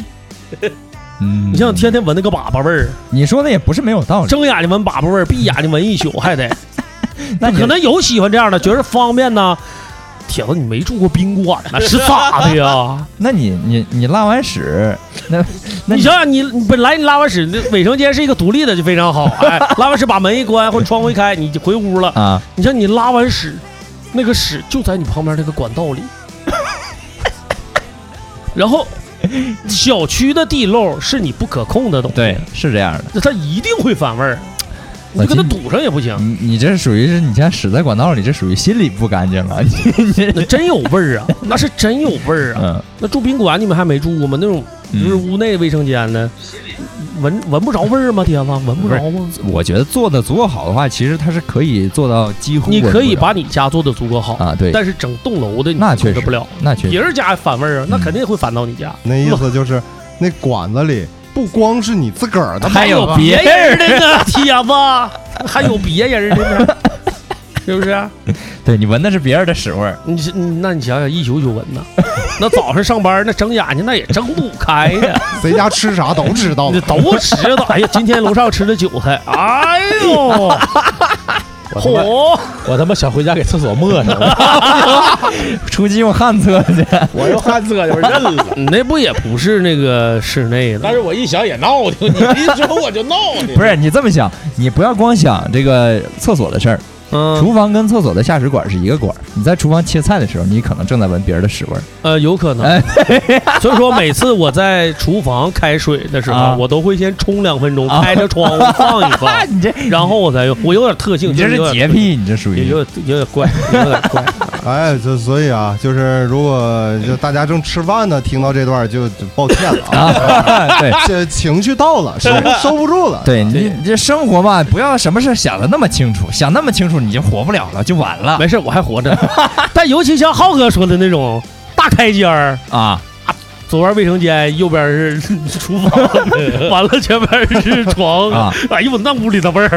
Speaker 2: 嗯，
Speaker 3: 你像天天闻那个粑粑味儿，
Speaker 2: 你说的也不是没有道理，
Speaker 3: 睁眼睛闻粑粑味儿，闭眼睛闻一宿还得，
Speaker 2: 那你
Speaker 3: 可能有喜欢这样的，觉得方便呐。铁子，你没住过宾馆 呢，是咋
Speaker 2: 哎
Speaker 3: 的呀？
Speaker 2: 那你你你拉完屎， 那那
Speaker 3: 你想想你，你本来你拉完屎，那卫生间是一个独立的，就非常好。哎，拉完屎把门一关或者窗户一开，你就回屋了。
Speaker 2: 啊，
Speaker 3: 你像你拉完屎，那个屎就在你旁边那个管道里，然后小区的地漏是你不可控的东西，
Speaker 2: 对，是这样的。
Speaker 3: 那它一定会反味儿，你就给它堵上也 不行，
Speaker 2: 你你这属于是你像屎在管道里，这属于心里不干净了。你你
Speaker 3: 那真有味儿啊，那是真有味 儿啊。
Speaker 2: 嗯，
Speaker 3: 那住宾馆你们还没住过吗？那种就是
Speaker 2: 嗯
Speaker 3: 屋内卫生间呢，闻闻不着味儿吗？铁子，闻不着吗？
Speaker 2: 我觉得做的足够好的话，其实它是可以做到几乎
Speaker 3: 你
Speaker 2: 闻
Speaker 3: 可
Speaker 2: 不
Speaker 3: 以
Speaker 2: 着
Speaker 3: 把你家做的足够好，
Speaker 2: 啊，对，
Speaker 3: 但是整栋楼的你
Speaker 2: 那确
Speaker 3: 做
Speaker 2: 实
Speaker 3: 得不了。
Speaker 2: 那确实
Speaker 3: 别人家反味儿啊，那
Speaker 2: 嗯
Speaker 3: 肯定会反到你家。
Speaker 1: 那意思就是那管子里不光是你自个儿的，
Speaker 2: 还有别
Speaker 3: 人的呢，铁子，还有别人的呢，是不是？
Speaker 2: 对你闻的是别人的屎味儿，
Speaker 3: 你是你那你想想，一宿一宿闻呐，那早上上班那睁眼睛那也睁不开呀，
Speaker 1: 谁家吃啥都知 道
Speaker 3: 你
Speaker 1: 了。
Speaker 3: 都知道。哎呀，今天楼上吃的韭菜，哎呦，
Speaker 4: 我他妈
Speaker 3: 嚯！
Speaker 4: 我他妈想回家给厕所抹上 了，
Speaker 2: 出去用旱厕 去。
Speaker 4: 我又汗这就认了。
Speaker 3: 你嗯那不也不是那个室内 的，
Speaker 4: 但是我一想也闹 挺，你一说我就闹挺。
Speaker 2: 不是你这么想，你不要光想这个厕所的事儿，
Speaker 3: 嗯
Speaker 2: 厨房跟厕所的下水管是一个管儿。你在厨房切菜的时候，你可能正在闻别人的屎味儿。
Speaker 3: 呃，有可能。
Speaker 2: 哎，
Speaker 3: 所以说，每次我在厨房开水的时
Speaker 2: 啊
Speaker 3: 候，我都会先冲两分钟，
Speaker 2: 啊，
Speaker 3: 开着窗户放一放
Speaker 2: 你这
Speaker 3: 然后我再用。我有点特性，
Speaker 2: 你这
Speaker 3: 就是有点
Speaker 2: 洁癖，你这属
Speaker 3: 也
Speaker 2: 于
Speaker 3: 有有点怪，有点 怪。
Speaker 1: 哎，这所以啊，就是如果就大家正吃饭呢，听到这段就就抱歉了啊，
Speaker 2: 啊， 对。
Speaker 1: 这情绪到了，收收不住了。
Speaker 2: 对你你这生活吧，不要什么事想的那么清楚，想那么清楚你就活不了了，就完了
Speaker 3: 没事，我还活着。但尤其像浩哥说的那种大开间儿，
Speaker 2: 啊！
Speaker 3: 左边卫生间，右边是 厨房，完了前边是床
Speaker 2: 啊！
Speaker 3: 哎呦，那屋里的味儿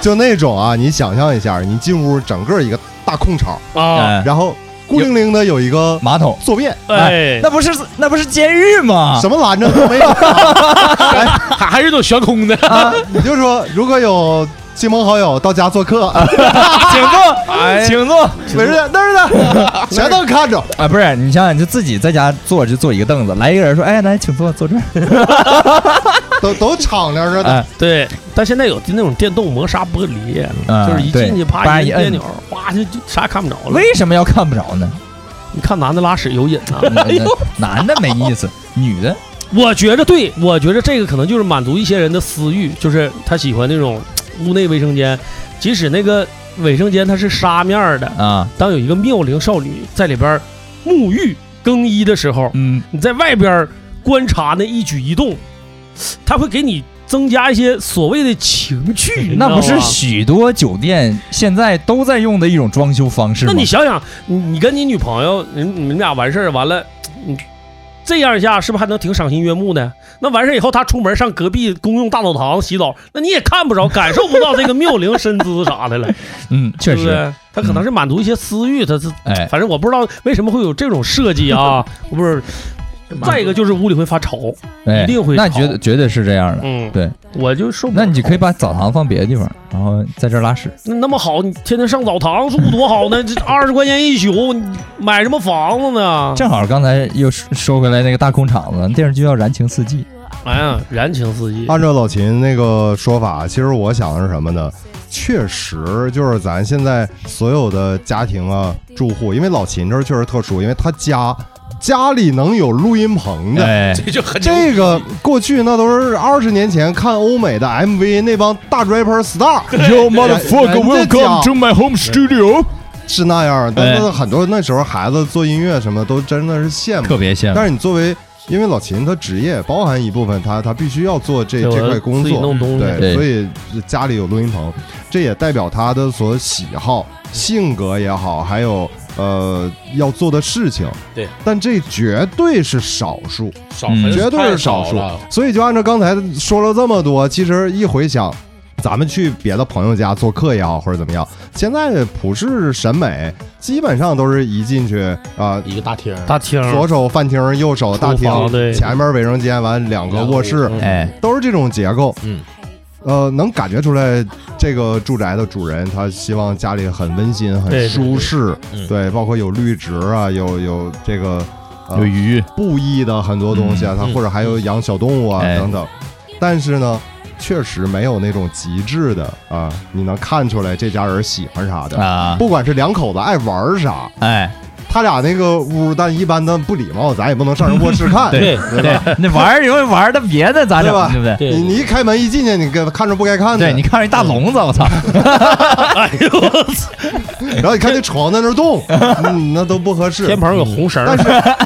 Speaker 1: 就那种啊，你想象一下，你进屋整个一个大空场，
Speaker 3: 啊！
Speaker 2: 嗯
Speaker 1: 然后孤零零的有一个
Speaker 2: 马桶
Speaker 1: 坐便，
Speaker 3: 哎，
Speaker 2: 那不是那不是监狱吗？
Speaker 1: 什么拦着都没有。
Speaker 4: 还还是那种悬空的，
Speaker 1: 啊， 你就说如果有亲朋好友到家做客，啊
Speaker 2: 啊 请坐，请坐。
Speaker 1: 没事那儿呢，全都看着。
Speaker 2: 啊，不是，你想想，就自己在家坐就坐一个凳子，来一个人说，哎，来，请坐，坐这儿。
Speaker 1: 都都敞亮着呢。
Speaker 2: 哎，
Speaker 3: 对。但现在有那种电动磨砂玻璃，
Speaker 2: 嗯
Speaker 3: 就是一进
Speaker 2: 对
Speaker 3: 去啪
Speaker 2: 叭
Speaker 3: 一
Speaker 2: 一
Speaker 3: 按
Speaker 2: 摁
Speaker 3: 电钮，哗就就啥也看不着了。
Speaker 2: 为什么要看不 着呢？
Speaker 3: 你看男的拉屎有瘾 啊！
Speaker 2: 那男的没意思，女的
Speaker 3: 我觉着对，我觉着这个可能就是满足一些人的私欲，就是他喜欢那种嗯屋内卫生间，即使那个卫生间它是纱面儿的，
Speaker 2: 啊，
Speaker 3: 当有一个妙龄少女在里边儿沐浴更衣的时候，
Speaker 2: 嗯，
Speaker 3: 你在外边儿观察那一举一动，它会给你增加一些所谓的情趣，你知道啊
Speaker 2: 那
Speaker 3: 吗
Speaker 2: 不是许多酒店现在都在用的一种装修方式吗？
Speaker 3: 那你想想，你你跟你女朋友，你你们俩完事儿完了，你这样一下是不是还能挺赏心悦目呢？那完事儿以后，她出门上隔壁公用大澡堂洗澡，那你也看不着、感受不到这个妙龄身姿啥的了，
Speaker 2: 嗯，确
Speaker 3: 对不
Speaker 2: 实，
Speaker 3: 对？她可能是满足一些私欲，她是
Speaker 2: 哎，
Speaker 3: 反正我不知道为什么会有这种设计啊，我不是。再一个就是屋里会发潮，
Speaker 2: 哎
Speaker 3: 一定会
Speaker 2: 那
Speaker 3: 吵
Speaker 2: 绝对绝对是这样的。
Speaker 3: 嗯，
Speaker 2: 对，
Speaker 3: 我就受不了。
Speaker 2: 那你可以把澡堂放别的地方，然后在这儿拉屎。
Speaker 3: 那那么好，你天天上澡堂住多好呢？这二十块钱一宿，你买什么房子呢？
Speaker 2: 正好刚才又说说回来那个大空场子，电视剧叫《燃情四季
Speaker 3: 哎呀，燃情四溢。
Speaker 1: 按照老秦那个说法，其实我想的是什么呢？确实，就是咱现在所有的家庭啊，住户，因为老秦这儿确实特殊，因为他家家里能有录音棚》。的，
Speaker 2: 哎，
Speaker 4: 这就很
Speaker 1: 这个过去那都是二十年前看欧美的 MV 那帮大 rapper star，
Speaker 2: Yo
Speaker 1: motherfucker, welcome to
Speaker 2: my home studio，
Speaker 1: 是那样儿，但
Speaker 2: 哎
Speaker 1: 是很多那时候孩子做音乐什么都真的是羡慕
Speaker 2: 特。别羡慕
Speaker 1: 但。是你作为，因为老秦他职业包含一部分他他必须要做这
Speaker 3: 我
Speaker 1: 这块工
Speaker 3: 自己
Speaker 1: 作，
Speaker 3: 弄东西，
Speaker 2: 对
Speaker 1: 对，所以家里有录音棚，这也代表他的所喜好、性格也好，还有呃要做的事情。
Speaker 4: 对，
Speaker 1: 但这绝对是少数，
Speaker 4: 少，
Speaker 2: 嗯
Speaker 1: 绝对
Speaker 4: 太
Speaker 1: 是少数
Speaker 4: 了。
Speaker 1: 所以就按照刚才说了这么多，其实一回想。咱们去别的朋友家做客也好，或者怎么样，现在普世审美基本上都是一进去啊、
Speaker 4: 一个大厅，
Speaker 3: 大厅
Speaker 1: 左手饭厅，右手大厅
Speaker 3: 厨房，对
Speaker 1: 前面卫生间，完两个卧室，
Speaker 4: 嗯
Speaker 2: 哎，
Speaker 1: 都是这种结构。
Speaker 4: 嗯，
Speaker 1: 呃，能感觉出来这个住宅的主人他希望家里很温馨、
Speaker 3: 对
Speaker 1: 很舒适，
Speaker 4: 嗯
Speaker 1: 对，包括有绿植啊，有有这个呃
Speaker 2: 有鱼，
Speaker 1: 布艺的很多东西啊，
Speaker 4: 嗯
Speaker 1: 它
Speaker 4: 嗯
Speaker 1: 或者还有养小动物啊
Speaker 2: 哎
Speaker 1: 等等。但是呢，确实没有那种极致的啊，你能看出来这家人喜欢啥的。
Speaker 2: 啊，
Speaker 1: 不管是两口子爱玩啥，
Speaker 2: 哎，
Speaker 1: 他俩那个屋，但一般的不礼貌，咱也不能上人卧室看，
Speaker 4: 对
Speaker 1: 对
Speaker 2: 对
Speaker 1: 吧？，
Speaker 2: 那玩儿有玩儿的别的，咱
Speaker 1: 对
Speaker 2: 俩
Speaker 1: 吧
Speaker 2: 对不对？
Speaker 4: 对，
Speaker 1: 你你一开门一进去，你给看着不该看的，
Speaker 2: 对你看着一大笼子，我操！
Speaker 1: 然后你看那床在那儿动，嗯，那都不合适。
Speaker 3: 天棚有红绳儿，
Speaker 1: 但是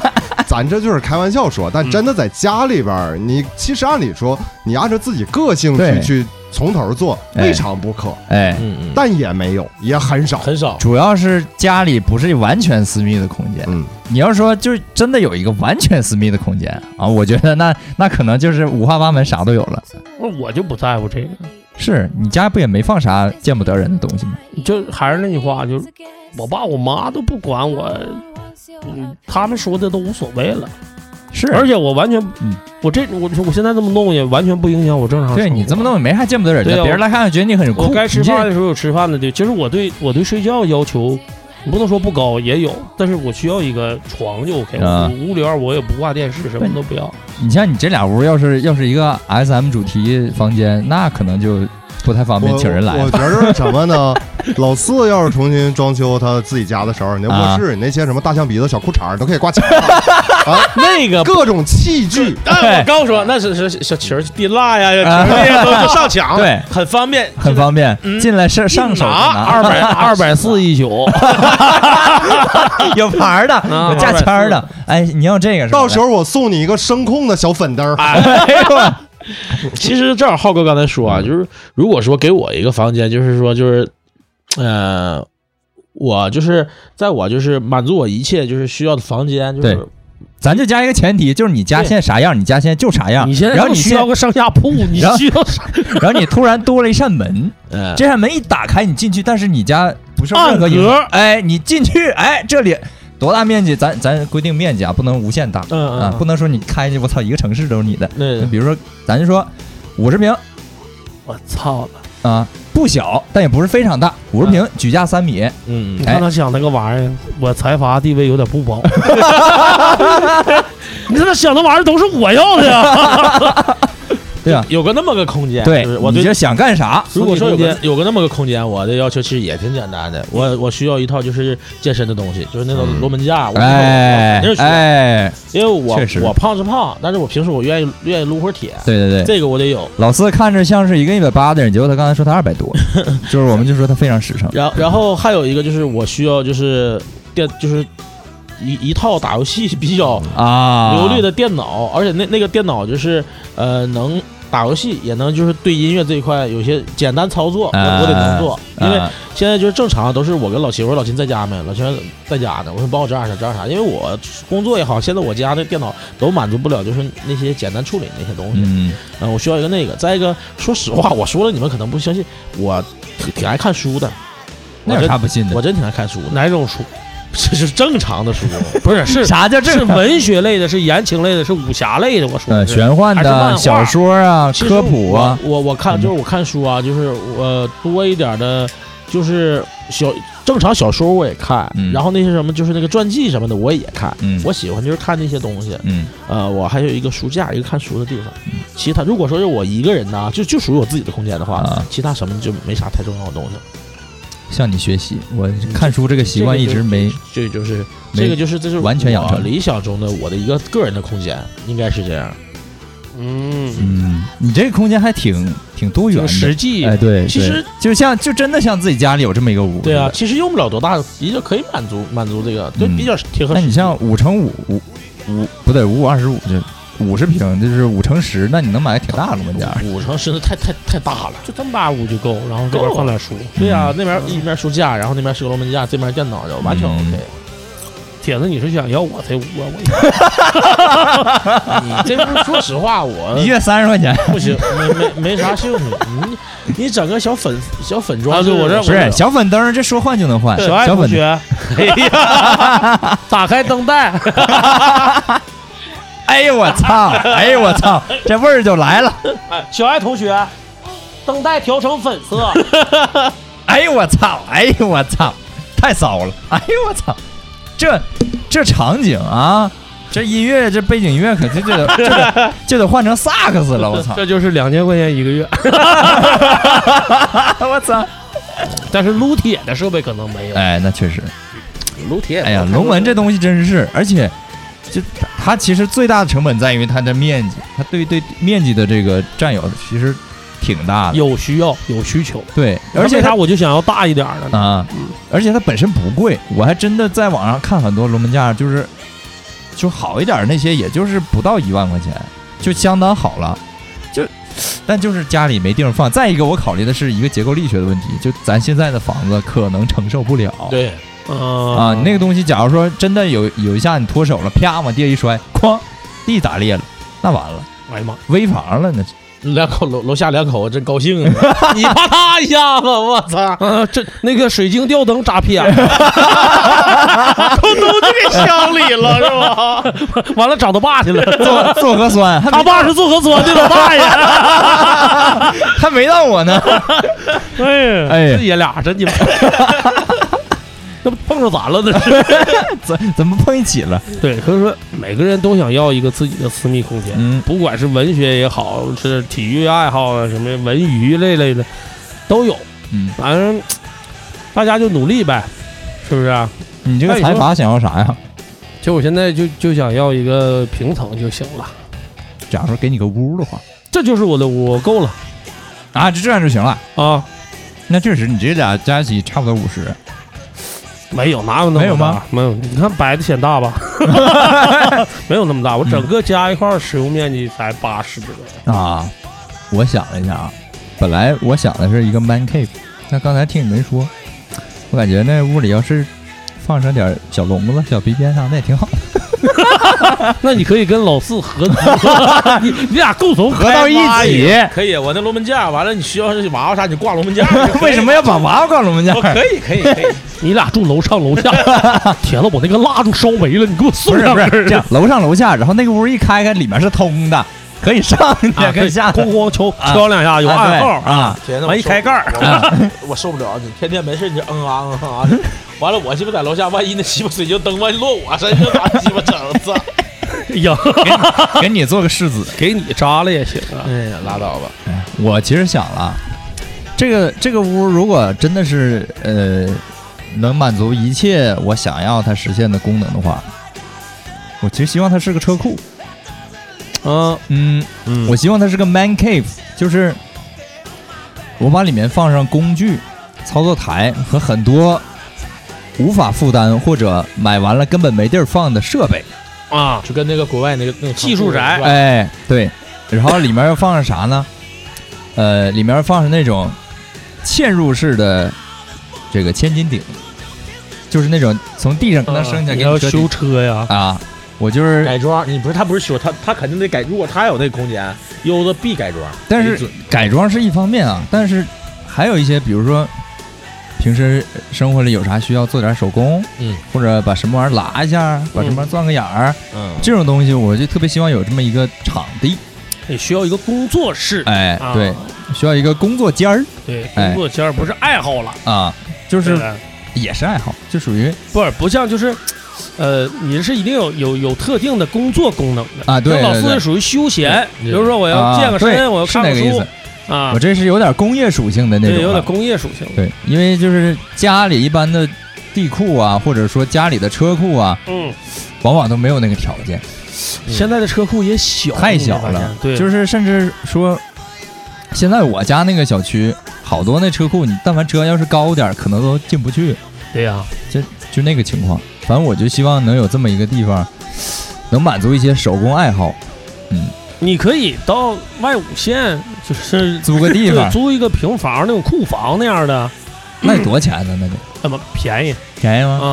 Speaker 1: 咱这就是开玩笑说，但真的在家里边儿，你其实按理说，你按照自己个性
Speaker 2: 对
Speaker 1: 去去从头做，
Speaker 2: 哎
Speaker 1: 未尝不可，
Speaker 2: 哎，
Speaker 4: 嗯嗯，
Speaker 1: 但也没有，也很少。
Speaker 4: 很少，
Speaker 2: 主要是家里不是完全私密的空间。
Speaker 1: 嗯，
Speaker 2: 你要说就是真的有一个完全私密的空间啊，我觉得那那可能就是五花八门，啥都有了。
Speaker 3: 我就不在乎这个。
Speaker 2: 是你家不也没放啥呃见不得人的东西吗？
Speaker 3: 就还是那句话，就是我爸我妈都不管我，嗯，他们说的都无所谓了。
Speaker 2: 是，
Speaker 3: 而且我完全，
Speaker 2: 嗯
Speaker 3: 我这我我现在这么弄也完全不影响我正常。
Speaker 2: 对你这么弄，也没啥见不得人的，
Speaker 3: 对啊
Speaker 2: 别人来看觉得你很酷。
Speaker 3: 我该吃
Speaker 2: 你这
Speaker 3: 饭的时候有吃饭的地儿。其实我对我对睡觉要求，你不能说不高，也有，但是我需要一个床就 OK
Speaker 2: 啊
Speaker 3: 了。我屋里边我也不挂电视，什么都不要。
Speaker 2: 你像你这俩屋，要是要是一个 S M 主题房间，那可能就不太方便
Speaker 1: 我
Speaker 2: 请人来
Speaker 1: 我我
Speaker 2: 了。
Speaker 1: 觉着什么 呢？老四要是重新装修他自己家的时候，你那
Speaker 2: 啊
Speaker 1: 卧室，你那些什么大象鼻子、小裤衩儿都可以 挂墙上啊，
Speaker 4: 那个
Speaker 1: 各种器具。
Speaker 4: 哎，我刚说那是是小球地蜡呀，球呀都都上墙，
Speaker 2: 对，
Speaker 4: 很方便，
Speaker 2: 很方便，
Speaker 4: 嗯
Speaker 2: 进来是上手就
Speaker 4: 拿
Speaker 2: 拿，
Speaker 3: 二百二百四一宿，
Speaker 2: 有牌 儿的，有价签儿的。哎，你要这个是吧？
Speaker 1: 到时候我送你一个声控的小粉灯儿，
Speaker 2: 哎呦，
Speaker 4: 其实正好浩哥刚才说啊，就是如果说给我一个房间，就是说就是，呃，我就是在我就是满足我一切就是需要的房间，就
Speaker 2: 对
Speaker 4: 是
Speaker 2: 咱就加一个前提，就是你家现在啥样，你家现在就啥样。
Speaker 3: 你现在
Speaker 2: 然后
Speaker 3: 就
Speaker 2: 你
Speaker 3: 需
Speaker 2: 现
Speaker 3: 要，个上下铺，你
Speaker 2: 然后啊
Speaker 3: 需要啥
Speaker 2: 然后你突然多了一扇 门，
Speaker 4: 嗯，
Speaker 2: 这扇门一打开，你进去，但是你家不是任何
Speaker 3: 暗
Speaker 2: 影
Speaker 3: 格
Speaker 2: 响。哎，你进去，哎，这里多大面积？咱咱规定面积啊，不能无限大
Speaker 4: 嗯
Speaker 2: 啊，不能说你开去，我操，一个城市都是你的。
Speaker 4: 那
Speaker 2: 比如说，咱就说五十平
Speaker 3: 我操了！
Speaker 2: 啊，不小，但也不是非常大，五十平，举架三米，
Speaker 4: 嗯
Speaker 3: 你
Speaker 2: 哎
Speaker 3: 看他想那个玩意儿，我财阀地位有点不 保。你看他想那玩意儿都是我要的呀。
Speaker 2: 对吧？
Speaker 4: 有个那么个空间，
Speaker 2: 对
Speaker 4: 就是，我
Speaker 2: 你
Speaker 4: 对
Speaker 2: 就想干啥？
Speaker 4: 如果说有
Speaker 3: 私密
Speaker 4: 个有个那么个空间，我的要求其实也挺简单的，我我需要一套就是健身的东西，就是那种
Speaker 1: 嗯
Speaker 4: 罗门架，我
Speaker 2: 哎
Speaker 4: 肯定是需要
Speaker 2: 哎，
Speaker 4: 因为我
Speaker 2: 确实
Speaker 4: 我胖是胖，但是我平时我愿意愿意撸会儿铁，
Speaker 2: 对对对，嗯
Speaker 4: 这个我得有。
Speaker 2: 老四看着像是一个一百八的人，结果他刚才说他二百 多，就是我们就说他非常实诚。
Speaker 4: 然然后还有一个就是我需要就是电就是一一套打游戏比较
Speaker 2: 啊，
Speaker 4: 流利的电脑，而且那那个电脑就是呃能打游戏，也能就是对音乐这一块有些简单操作，我我得能做，因为
Speaker 2: 哎啊
Speaker 4: 现在就是正常都是我跟老秦，我说老秦在家没？老秦说在家呢，我说帮我整点啥整点啥，因为我工作也好，现在我家的电脑都满足不了就是那些简单处理那些东西，
Speaker 2: 嗯，
Speaker 4: 嗯，我需要一个那个。再一个，说实话，我说了你们可能不相信，我挺挺爱看书的。我
Speaker 2: 那有
Speaker 4: 真
Speaker 2: 啥不信的
Speaker 4: 我？真挺爱看书的，
Speaker 3: 哪种书？
Speaker 4: 这是正 常的书。
Speaker 3: 不是是
Speaker 2: 啥叫这
Speaker 3: 是？文学类的，是言情类的，是武侠类的。我说
Speaker 2: 呃，
Speaker 3: 的是
Speaker 2: 玄幻
Speaker 3: 还是漫
Speaker 2: 的
Speaker 3: 画
Speaker 2: 小说啊，
Speaker 4: 其实
Speaker 2: 科普啊，
Speaker 4: 我我我看就是我看书啊，就是我多一点的，就是小正常小说我也看，
Speaker 2: 嗯
Speaker 4: 然后那些什么就是那个传记什么的我也看。
Speaker 2: 嗯
Speaker 4: 我喜欢就是看那些东西，
Speaker 2: 嗯
Speaker 4: 呃，我还有一个书架，一个看书的地方。其他如果说是我一个人呢，就就属于我自己的空间的话，
Speaker 2: 啊
Speaker 4: 其他什么就没啥太重要的东西了。
Speaker 2: 向你学习。我看书这个习惯一直没，
Speaker 4: 这个就是
Speaker 2: 没
Speaker 4: 这个就是这是
Speaker 2: 完全养成
Speaker 4: 我理想中的我的一个个人的空间，应该是这样。
Speaker 3: 嗯，
Speaker 2: 嗯，你这个空间还挺挺多元
Speaker 3: 挺实
Speaker 2: 的。
Speaker 3: 际。
Speaker 2: 哎，对，
Speaker 4: 其
Speaker 2: 对
Speaker 4: 实
Speaker 2: 就像就真的像自己家里有这么一个屋。
Speaker 4: 对啊，
Speaker 2: 吧。
Speaker 4: 其实用不了多大，也就可以满足满足这个，对，
Speaker 2: 嗯
Speaker 4: 比较贴合
Speaker 2: 那
Speaker 4: 实际。
Speaker 2: 你像五乘五五五不对，五五二十五就五十平，就是五乘十，那你能买个挺大的文件。
Speaker 4: 五乘十的太太太大了。
Speaker 3: 就这么大屋就够，然后这
Speaker 4: 够
Speaker 3: 边
Speaker 4: 了
Speaker 3: 放点书。
Speaker 4: 对啊，那边一边书架，然后那边是个龙门架，这边电脑就完全
Speaker 2: 嗯
Speaker 4: OK。
Speaker 3: 铁子，你是想要我这屋啊？ 我
Speaker 4: 你这边说实话，我
Speaker 2: 一月三十块钱，
Speaker 4: 不行，没没没啥兴趣。你你整个小粉小粉妆
Speaker 3: 啊对我这
Speaker 2: 不是小粉灯儿，这说换就能换。
Speaker 3: 小爱
Speaker 2: 小
Speaker 3: 同
Speaker 2: 粉灯
Speaker 3: 学，哎呀，打开灯带，
Speaker 2: 哎呦我操！哎呦我操！这味儿就来了。
Speaker 3: 小爱同学，灯带调成粉色，
Speaker 2: 哎呦我操！哎呦我操！太骚了！哎呦我操！这这场景啊，这音乐这背景音乐可就就得就得就得换成萨克斯了！我操！
Speaker 3: 这就是两千块钱一个月，
Speaker 2: 我操！
Speaker 3: 但是撸铁的设备可能没有。
Speaker 2: 哎，那确实，
Speaker 4: 撸铁，
Speaker 2: 哎呀，龙纹这东西真是，而且就它其实最大的成本在于它的面积，它对对面积的这个占有其实挺大的。
Speaker 3: 有需要，有需求，啊
Speaker 2: 对，而且
Speaker 3: 为啥
Speaker 2: 它
Speaker 3: 我就想要大一点儿的呢？
Speaker 2: 啊，
Speaker 4: 嗯
Speaker 2: 而且它本身不贵，我还真的在网上看很多龙门架，就是就好一点儿那些，也就是不到一万块钱，就相当好了。就但就是家里没地方放。再一个，我考虑的是一个结构力学的问题，就咱现在的房子可能承受不了。
Speaker 4: 对，
Speaker 3: 啊
Speaker 2: 啊，那个东西，假如说真的有有一下你脱手了，啪往地下一摔，哐，地打裂了，那完了，
Speaker 3: 哎呀妈，
Speaker 2: 危房了那是。
Speaker 4: 两口楼楼下两口真高 兴，你啪嗒一下子，我操！
Speaker 3: 啊，这那个水晶吊灯扎偏了，
Speaker 4: 都给乡里了 是吧？
Speaker 3: 完了找他爸去了，
Speaker 2: 做做核酸，还
Speaker 3: 他
Speaker 2: 没
Speaker 3: 爸是做核酸的，他 爸呀，
Speaker 2: 还没到我呢。
Speaker 3: 哎呀，
Speaker 2: 哎 呀
Speaker 3: 这爷俩真鸡 巴，那不碰上咱了，这是。
Speaker 2: 怎怎么碰一起了？
Speaker 3: 对，所以说每个人都想要一个自己的私密空间，
Speaker 2: 嗯
Speaker 3: 不管是文学也好，是体育爱好啊，什么文娱类类的都有，
Speaker 2: 嗯，
Speaker 3: 反正大家就努力呗，是不是、啊？
Speaker 2: 你这个
Speaker 3: 哎你
Speaker 2: 财
Speaker 3: 说
Speaker 2: 阀想要啥呀？
Speaker 3: 其实我现在就就想要一个平层就行了，
Speaker 2: 假如说给你个屋的话，
Speaker 3: 这就是我的屋，我够了
Speaker 2: 啊，就这样就行了。
Speaker 3: 啊！
Speaker 2: 那确实，你这俩加起差不多五十。
Speaker 3: 没有，哪有那么
Speaker 2: 没有吗
Speaker 3: 大？没有，你看白的 显大吧？没有那么大，
Speaker 2: 嗯
Speaker 3: 我整个家一块儿使用面积才八十左右。
Speaker 2: 啊，我想了一下啊，本来我想的是一个 man cave，但刚才听你们说，我感觉那屋里要是放上点儿小笼子、小鼻鞭啥的也挺好。
Speaker 3: 那你可以跟老 四合资，你你俩共同
Speaker 2: 合到一起，
Speaker 4: 哎可以，我那龙门架完了，你需要是娃娃啥，你挂龙 门架。
Speaker 2: 为什么要把娃娃挂龙 门架
Speaker 4: 我？可以可以可以，
Speaker 3: 你俩住楼上楼 下，铁子，我那个蜡烛烧没了，你给
Speaker 2: 不
Speaker 3: 我送
Speaker 2: 是
Speaker 3: 上
Speaker 2: 不是
Speaker 3: 根儿
Speaker 2: 这样，楼上楼下，然后那个屋一开开，里面是通 的，可以上去，
Speaker 3: 啊，
Speaker 2: 可以下去
Speaker 3: 咣。咣敲
Speaker 2: 啊
Speaker 3: 敲两下，有
Speaker 2: 啊
Speaker 3: 暗
Speaker 2: 对
Speaker 3: 号，
Speaker 2: 啊，
Speaker 4: 天
Speaker 3: 完一开盖儿，
Speaker 4: 我我受不了你，天天没事你就嗯啊嗯啊 的，完了我鸡巴在楼下，万一那鸡巴水晶灯万一落我身上咋鸡巴整？操！
Speaker 3: 呀，
Speaker 2: 给你做个世子。
Speaker 3: 给你扎了也行啊。
Speaker 4: 哎呀，拉倒吧，
Speaker 2: 我其实想了，这个这个屋如果真的是呃能满足一切我想要它实现的功能的话，我其实希望它是个车库。
Speaker 3: 嗯
Speaker 2: 嗯，
Speaker 3: 嗯
Speaker 2: 我希望它是个 man cave，就是我把里面放上工具、操作台和很多无法负担或者买完了根本没地儿放的设备。
Speaker 3: 啊，
Speaker 4: 就跟那个国外那个那个
Speaker 3: 技术宅
Speaker 4: 是吧，
Speaker 2: 哎，对，然后里面要放上啥呢？呃，里面要放上那种嵌入式的这个千斤顶，就是那种从地上能升起来
Speaker 3: 嗯你
Speaker 2: 给
Speaker 3: 要
Speaker 2: 你车
Speaker 3: 修
Speaker 2: 顶
Speaker 3: 车呀？
Speaker 2: 啊。我就是，
Speaker 4: 改装，你不是他不是说他他肯定得改，如果他有那空间，悠子必改装。
Speaker 2: 但
Speaker 4: 没
Speaker 2: 是
Speaker 4: 准
Speaker 2: 改装是一方面啊，但是还有一些，比如说平时生活里有啥需要做点手工，
Speaker 4: 嗯，
Speaker 2: 或者把什么玩意儿拉一下，
Speaker 3: 嗯
Speaker 2: 把什么玩意儿钻个眼儿，
Speaker 4: 嗯，
Speaker 2: 这种东西，我就特别希望有这么一个场地，
Speaker 3: 你需要一个工作室，
Speaker 2: 哎
Speaker 3: 啊，
Speaker 2: 对，需要一个工作间儿
Speaker 3: 对，
Speaker 2: 哎
Speaker 3: 工作间儿不是爱好了，
Speaker 2: 啊，就
Speaker 3: 就是
Speaker 2: 也是爱好，就属于
Speaker 3: 不是不像就是，呃，你是一定有有有特定的工作功能的
Speaker 2: 啊对
Speaker 3: 像老
Speaker 2: 对
Speaker 3: 四
Speaker 2: 对
Speaker 3: 是属于休闲，
Speaker 4: 对
Speaker 3: 比如说我要
Speaker 2: 啊
Speaker 3: 健个
Speaker 2: 对
Speaker 3: 身，我要
Speaker 2: 是
Speaker 3: 看
Speaker 2: 那
Speaker 3: 个
Speaker 2: 个意
Speaker 3: 书
Speaker 2: 思。
Speaker 3: 啊
Speaker 2: 我，这是有点工业属性的那
Speaker 3: 这
Speaker 2: 种啊
Speaker 3: 有
Speaker 2: 了
Speaker 3: 点，工业属性。
Speaker 2: 对，因为就是家里一般的地库啊，或者说家里的车库啊，
Speaker 3: 嗯，
Speaker 2: 往往都没有那个条件，
Speaker 3: 现在的车库也小，
Speaker 2: 嗯太小
Speaker 3: 你会发现
Speaker 2: 了。
Speaker 3: 对，
Speaker 2: 就是是甚至说，现在我家那个小区，好多那车库，你但凡车要是高点儿，可能都进不去，
Speaker 3: 对呀，
Speaker 2: 就那个情况。反正我就希望能有这么一个地方，能满足一些手工爱好，
Speaker 3: 你可以到外五县，就是
Speaker 2: 租个地
Speaker 3: 对
Speaker 2: 方，
Speaker 3: 租一个平房那种库房那样的，
Speaker 2: 那得多少钱呢？那个
Speaker 3: 那么便宜
Speaker 2: 便宜吗？
Speaker 3: 啊，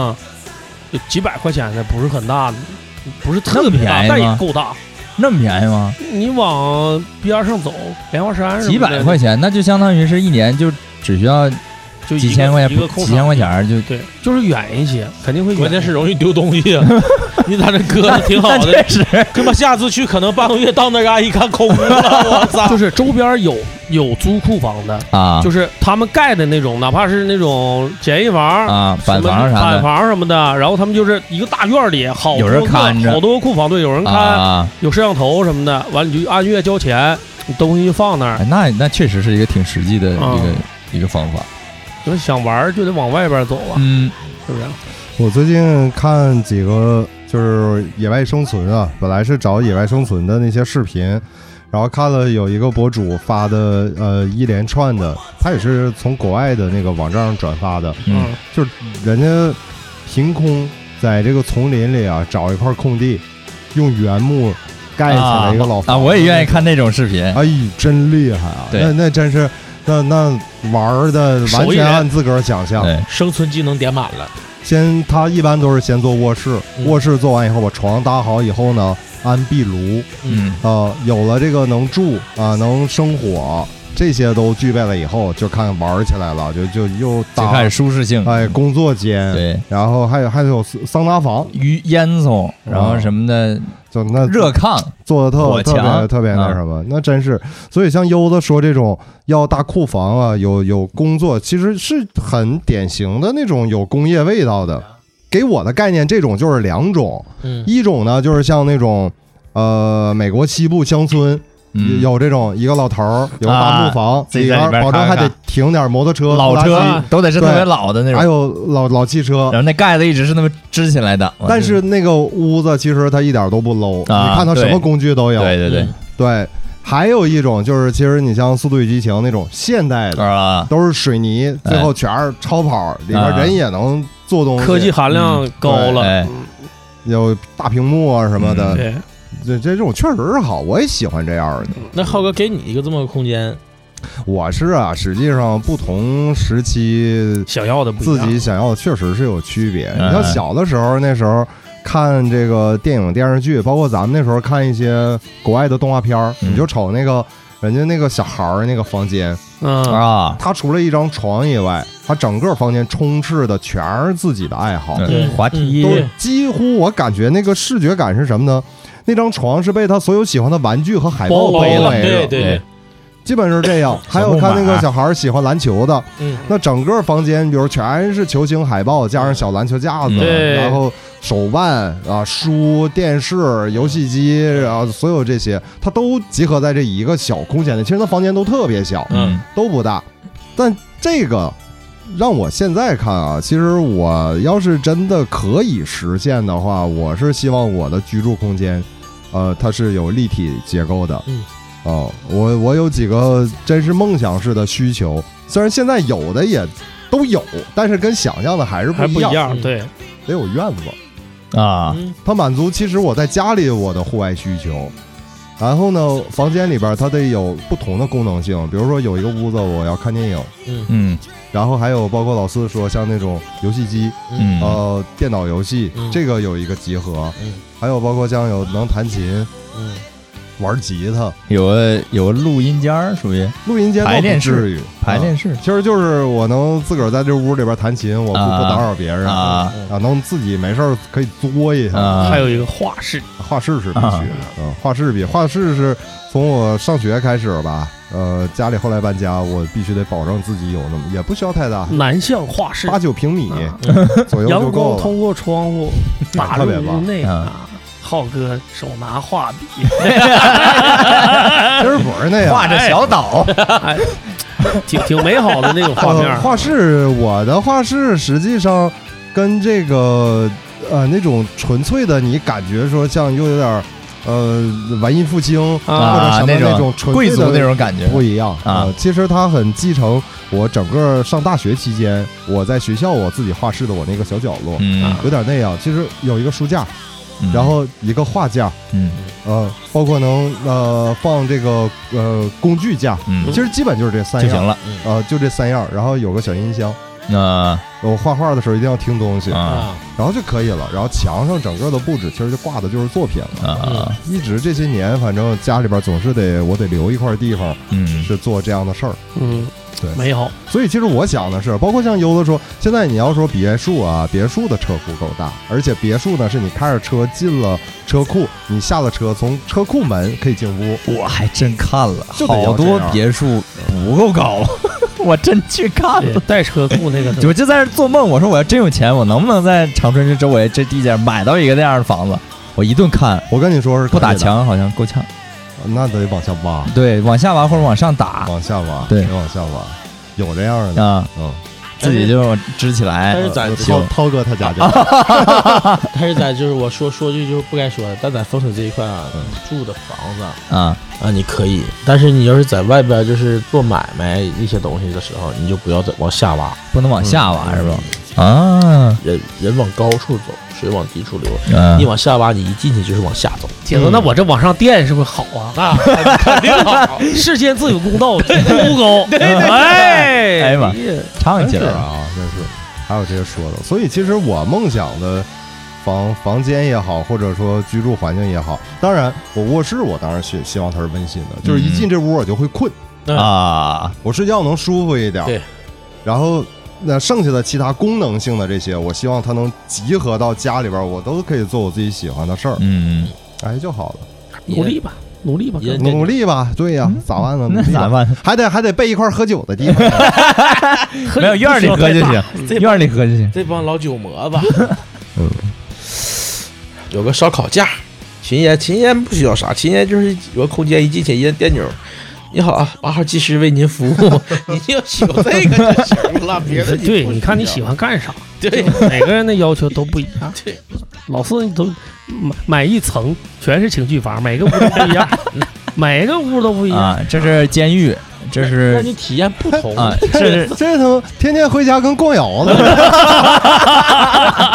Speaker 3: 就几百块钱的，不是很大的，不是特别大，
Speaker 2: 那么便宜吗
Speaker 3: 但也够大。
Speaker 2: 那么便宜吗？
Speaker 3: 你往边上走，莲花山什么的
Speaker 2: 几百块钱，那就相当于是一年就只需要
Speaker 3: 就一
Speaker 2: 几
Speaker 3: 个
Speaker 2: 千块
Speaker 3: 一个
Speaker 2: 钱，
Speaker 3: 空
Speaker 2: 几千
Speaker 3: 场
Speaker 2: 块钱儿就
Speaker 3: 对，就是远一些，肯定会远。
Speaker 4: 关键是容易丢东西啊！你咋这搁的 挺好
Speaker 2: 但
Speaker 4: 的
Speaker 2: 确，实，
Speaker 4: 他妈下次去可能半个月到那嘎一看空了，我 操！
Speaker 3: 就是周边有有租库房的，
Speaker 2: 啊，
Speaker 3: 就是他们盖的那种，哪怕是那种简易房、
Speaker 2: 啊，板房
Speaker 3: 什么
Speaker 2: 啥
Speaker 3: 板
Speaker 2: 的，
Speaker 3: 房什么的，然后他们就是一个大院里，好
Speaker 2: 有人
Speaker 3: 多个
Speaker 2: 看着
Speaker 3: 好多库房，对，有人看，
Speaker 2: 啊，
Speaker 3: 有摄像头什么的，完了你就按月交钱，你东西就放那儿。
Speaker 2: 哎那那确实是一个挺实际的一
Speaker 3: 啊
Speaker 2: 个一个方法。
Speaker 3: 就是想玩儿就得往外边儿走啊，
Speaker 2: 嗯，
Speaker 3: 是不是？
Speaker 1: 我最近看几个就是野外生存啊，本来是找野外生存的那些视频，然后看了有一个博主发的呃一连串的，他也是从国外的那个网站上转发的，
Speaker 2: 嗯
Speaker 1: 就是人家凭空在这个丛林里啊找一块空地，用原木盖起来一个老
Speaker 2: 啊，
Speaker 1: 房子
Speaker 2: 我也愿意看那种视频。
Speaker 1: 哎，真厉害啊！
Speaker 2: 对
Speaker 1: 那那真是，那那玩儿的完
Speaker 4: 手艺
Speaker 1: 全
Speaker 4: 人
Speaker 1: 按自个儿想象。
Speaker 2: 对，
Speaker 4: 生存技能点满了，
Speaker 1: 先他一般都是先做卧室，
Speaker 4: 嗯
Speaker 1: 卧室做完以后，把床搭好以后呢，安壁炉
Speaker 2: 嗯，
Speaker 1: 啊、有了这个能住啊、能生火，这些都具备了以后，就看玩儿起来了，就就又
Speaker 2: 就
Speaker 1: 搭
Speaker 2: 看舒适性。
Speaker 1: 哎工作间，
Speaker 2: 对，
Speaker 1: 然后还有还有桑拿房，
Speaker 2: 鱼烟囱，然后什么的，
Speaker 1: 就啊那
Speaker 2: 热炕，
Speaker 1: 做的特
Speaker 2: 火
Speaker 1: 特别
Speaker 2: 墙
Speaker 1: 特别那
Speaker 2: 啊
Speaker 1: 什么，那真是。所以像优子说这种要大库房啊，有有工作，其实是很典型的那种有工业味道的。给我的概念，这种就是两种，
Speaker 4: 嗯，
Speaker 1: 一种呢就是像那种。呃，美国西部乡村、
Speaker 2: 嗯，
Speaker 1: 有这种一个老头儿有个大
Speaker 2: 啊
Speaker 1: 木房，
Speaker 2: 自己在
Speaker 1: 边
Speaker 2: 里边
Speaker 1: 保证
Speaker 2: 看
Speaker 1: 还
Speaker 2: 看
Speaker 1: 得停点摩托车、
Speaker 2: 老
Speaker 1: 拖
Speaker 2: 车
Speaker 1: 拉
Speaker 2: 都得是特别
Speaker 1: 对哎
Speaker 2: 老的那
Speaker 1: 机，
Speaker 2: 种
Speaker 1: 还，有老老汽车
Speaker 2: 然，后那盖子一直是那么支起来的。
Speaker 1: 但是那个屋子其实它一点都不 low，、你
Speaker 2: 啊
Speaker 1: 看它什
Speaker 2: 对
Speaker 1: 么工具都有，
Speaker 2: 对对对，
Speaker 1: 对，还有一种就是，其实你像《速度与激情》那种现代的，
Speaker 2: 啊，
Speaker 1: 都是水泥，最后全是超跑，里边人也能做东西，
Speaker 3: 哎嗯科技含量高了，
Speaker 2: 哎
Speaker 3: 嗯
Speaker 1: 有大屏幕啊什么的，
Speaker 3: 对，
Speaker 1: 这这种确实是好，我也喜欢这样的。
Speaker 4: 那浩哥给你一个这么个空间，
Speaker 3: 嗯
Speaker 1: 我是啊，实际上不同时期
Speaker 3: 想要的不一
Speaker 1: 自
Speaker 3: 样。
Speaker 1: 己想要的确实是有区别。
Speaker 2: 嗯
Speaker 1: 你像小的时候，那时候看这个电影电视剧，包括咱们那时候看一些国外的动画片儿，
Speaker 2: 嗯
Speaker 1: 你就瞅那个人家那个小孩儿那个房间。
Speaker 3: 嗯，
Speaker 2: 啊，
Speaker 1: 他除了一张床以外，他整个房间充斥的全是自己的爱好，
Speaker 2: 嗯滑梯
Speaker 1: 都是几乎我感觉那个视觉感是什么呢？那张床是被他所有喜欢的玩具和海报
Speaker 3: 包围
Speaker 1: 包
Speaker 3: 了
Speaker 1: 围
Speaker 4: 对
Speaker 1: 着，
Speaker 4: 对，
Speaker 1: 基本是这样。还有看那个小孩喜欢篮球的，
Speaker 4: 嗯，
Speaker 1: 那整个房间比如全是球星海报，加上小篮球架子，
Speaker 2: 嗯
Speaker 3: 对
Speaker 1: 然后手办啊、书、电视、游戏机，然后所有这些，他都集合在这一个小空间里。其实他房间都特别小，
Speaker 2: 嗯
Speaker 1: 都不大，但这个让我现在看啊，其实我要是真的可以实现的话，我是希望我的居住空间，呃，它是有立体结构的。
Speaker 4: 嗯，
Speaker 1: 哦，我我有几个真是梦想式的需求，虽然现在有的也都有，但是跟想象的还是不
Speaker 3: 还不
Speaker 1: 一
Speaker 3: 一
Speaker 1: 样，
Speaker 3: 样，
Speaker 4: 嗯
Speaker 3: 对，
Speaker 1: 得有愿望。
Speaker 2: 啊，
Speaker 4: 嗯
Speaker 1: 它满足其实我在家里我的户外需求，然后呢，房间里边它得有不同的功能性，比如说有一个屋子我要看电影，
Speaker 4: 嗯
Speaker 2: 嗯
Speaker 1: 然后还有包括老四说像那种游戏机，
Speaker 2: 嗯
Speaker 1: 呃，电脑游戏、
Speaker 4: 嗯
Speaker 1: 这个有一个集合，
Speaker 4: 嗯
Speaker 1: 还有包括像有能弹琴、
Speaker 4: 嗯，
Speaker 1: 玩吉他、
Speaker 2: 有个有个录音间儿，属于
Speaker 1: 录音间倒
Speaker 2: 排
Speaker 1: 不
Speaker 2: 练室
Speaker 1: 至于
Speaker 2: 排。
Speaker 1: 啊
Speaker 2: 练室
Speaker 1: 其实就是我能自个儿在这屋里边弹琴，我不、
Speaker 2: 啊
Speaker 1: 不打扰别人
Speaker 2: 啊
Speaker 1: 啊能自己没事儿可以作一下。
Speaker 2: 啊
Speaker 3: 还有一个画室，
Speaker 1: 画室是必须
Speaker 2: 啊
Speaker 1: 的，嗯、画室比画室是从我上学开始吧，呃，家里后来搬家，我必须得保证自己有那么，也不需要太大，
Speaker 3: 南向画室
Speaker 1: 八，九平米
Speaker 3: 嗯啊
Speaker 1: 左右
Speaker 3: 阳
Speaker 1: 就够
Speaker 3: 光
Speaker 1: 了。
Speaker 3: 通过窗户打
Speaker 1: 特
Speaker 3: 入
Speaker 1: 别
Speaker 3: 屋
Speaker 1: 棒
Speaker 3: 内
Speaker 2: 嗯
Speaker 3: 啊。浩哥手拿画笔，
Speaker 1: 其实不是那样，
Speaker 2: 画着小岛，
Speaker 3: 哎，挺挺美好的那种画面
Speaker 1: 呃
Speaker 3: 儿。
Speaker 1: 画室，我的画室实际上跟这个呃那种纯粹的，你感觉说像又有点儿呃文艺复兴
Speaker 3: 啊
Speaker 1: 或者什么
Speaker 2: 那种
Speaker 1: 种纯
Speaker 2: 贵
Speaker 1: 粹
Speaker 2: 族
Speaker 1: 的
Speaker 2: 那种感觉
Speaker 1: 不一样
Speaker 2: 啊
Speaker 1: 呃其实它很继承我整个上大学期间我在学校我自己画室的我那个小角落，
Speaker 2: 嗯，
Speaker 1: 有点那样。其实有一个书架，
Speaker 2: 嗯
Speaker 1: 啊然后一个画架，
Speaker 2: 嗯
Speaker 1: 呃，包括能呃放这个呃工具架，
Speaker 2: 嗯
Speaker 1: 其实基本就是这三
Speaker 2: 就行
Speaker 1: 样。
Speaker 2: 了，
Speaker 1: 呃，就这三样儿，然后有个小音箱。
Speaker 2: 那
Speaker 1: 我画画的时候一定要听东西，
Speaker 2: 啊
Speaker 1: 然后就可以了。然后墙上整个的布置其实就挂的就是作品了。
Speaker 2: 啊
Speaker 1: 一直这些年，反正家里边总是得我得留一块地方
Speaker 2: 嗯
Speaker 1: 是做这样的事儿。
Speaker 3: 嗯，美好。
Speaker 1: 所以其实我想的是，包括像优子说，现在你要说别墅啊，别墅的车库够大，而且别墅呢是你开着车进了车库，你下了车，从车库门可以进屋。
Speaker 2: 我还真看了，
Speaker 1: 就得要
Speaker 2: 好多
Speaker 1: 这样
Speaker 2: 别墅不够高， 我真去看
Speaker 3: 对
Speaker 2: 了。
Speaker 3: 带车库那个是吧，
Speaker 2: 我就在这做梦，我说我要真有钱，我能不能在长春这周围这地界买到一个那样的房子？我一顿看，
Speaker 1: 我跟你说是可以
Speaker 2: 不打
Speaker 1: 的，
Speaker 2: 墙好像够呛。
Speaker 1: 那得往下挖，
Speaker 2: 对，往下挖或者往上打
Speaker 1: 往下挖，
Speaker 2: 对
Speaker 1: 得往下挖，有这样的，
Speaker 2: 啊，
Speaker 1: 嗯，
Speaker 2: 自己就支起来
Speaker 4: 但。是咱
Speaker 1: 呃
Speaker 4: 行
Speaker 1: 涛涛哥他家 这，
Speaker 4: 但是咱就是我说说句就是不该说的，但咱风水这一块啊
Speaker 1: 嗯，
Speaker 4: 住的房子啊
Speaker 2: 啊，
Speaker 4: 啊，你可以，但是你要是在外边就是做买卖一些东西的时候，你就不要再往下挖，嗯
Speaker 2: 不能往啊下挖是吧？啊，
Speaker 4: 人人往高处走，水往低处流。
Speaker 2: 嗯
Speaker 4: 嗯你，往下挖，你一进去就是往下走。
Speaker 3: 铁子，那我这往上垫是不是好啊？ 那肯定好，世间自有公道，不高。对对，哎，
Speaker 2: 哎呀妈
Speaker 3: 呀，
Speaker 2: 唱起
Speaker 1: 是
Speaker 2: 来了。
Speaker 1: 啊，真是，还有这些说的。所以其实我梦想的房房间也好，或者说居住环境也好，当然我卧室我当然希希望它是温馨的，就是一
Speaker 2: 嗯
Speaker 1: 进这屋我就会困。
Speaker 2: 啊，
Speaker 1: 我睡觉能舒服一点。
Speaker 4: 对，
Speaker 1: 然后那剩下的其他功能性的这些，我希望它能集合到家里边儿，我都可以做我自己喜欢的事儿，
Speaker 2: 嗯，
Speaker 1: 哎就好了。
Speaker 3: 努力吧，努力吧，
Speaker 4: 也
Speaker 3: 哥
Speaker 4: 对
Speaker 1: 努力吧，对呀，咋办呢？努
Speaker 2: 嗯那
Speaker 1: 力
Speaker 2: 咋
Speaker 1: 吧。
Speaker 2: 办？
Speaker 1: 还得还得备一块儿喝酒的地方，
Speaker 2: 没有院儿里喝就行，院儿里喝就行。
Speaker 4: 这帮老酒魔子，
Speaker 1: 嗯，
Speaker 4: 有个烧烤架，秦爷，秦爷不需要啥，秦爷就是有个空间，一进去一摁电钮。你好啊，八号技师为您服务，你就有这个就行了，别的
Speaker 3: 对，你看你喜
Speaker 4: 欢，
Speaker 3: 欢干啥？
Speaker 4: 对，
Speaker 3: 每个人的要求都不一样。
Speaker 4: 对，
Speaker 3: 老四都买买一层全是情趣房，每个屋都不一样，每个屋都不一样。
Speaker 2: 啊，这是监狱，这
Speaker 4: 让
Speaker 2: 是
Speaker 4: 你体验不同，
Speaker 2: 啊，这是
Speaker 1: 这他妈天天回家跟逛窑子。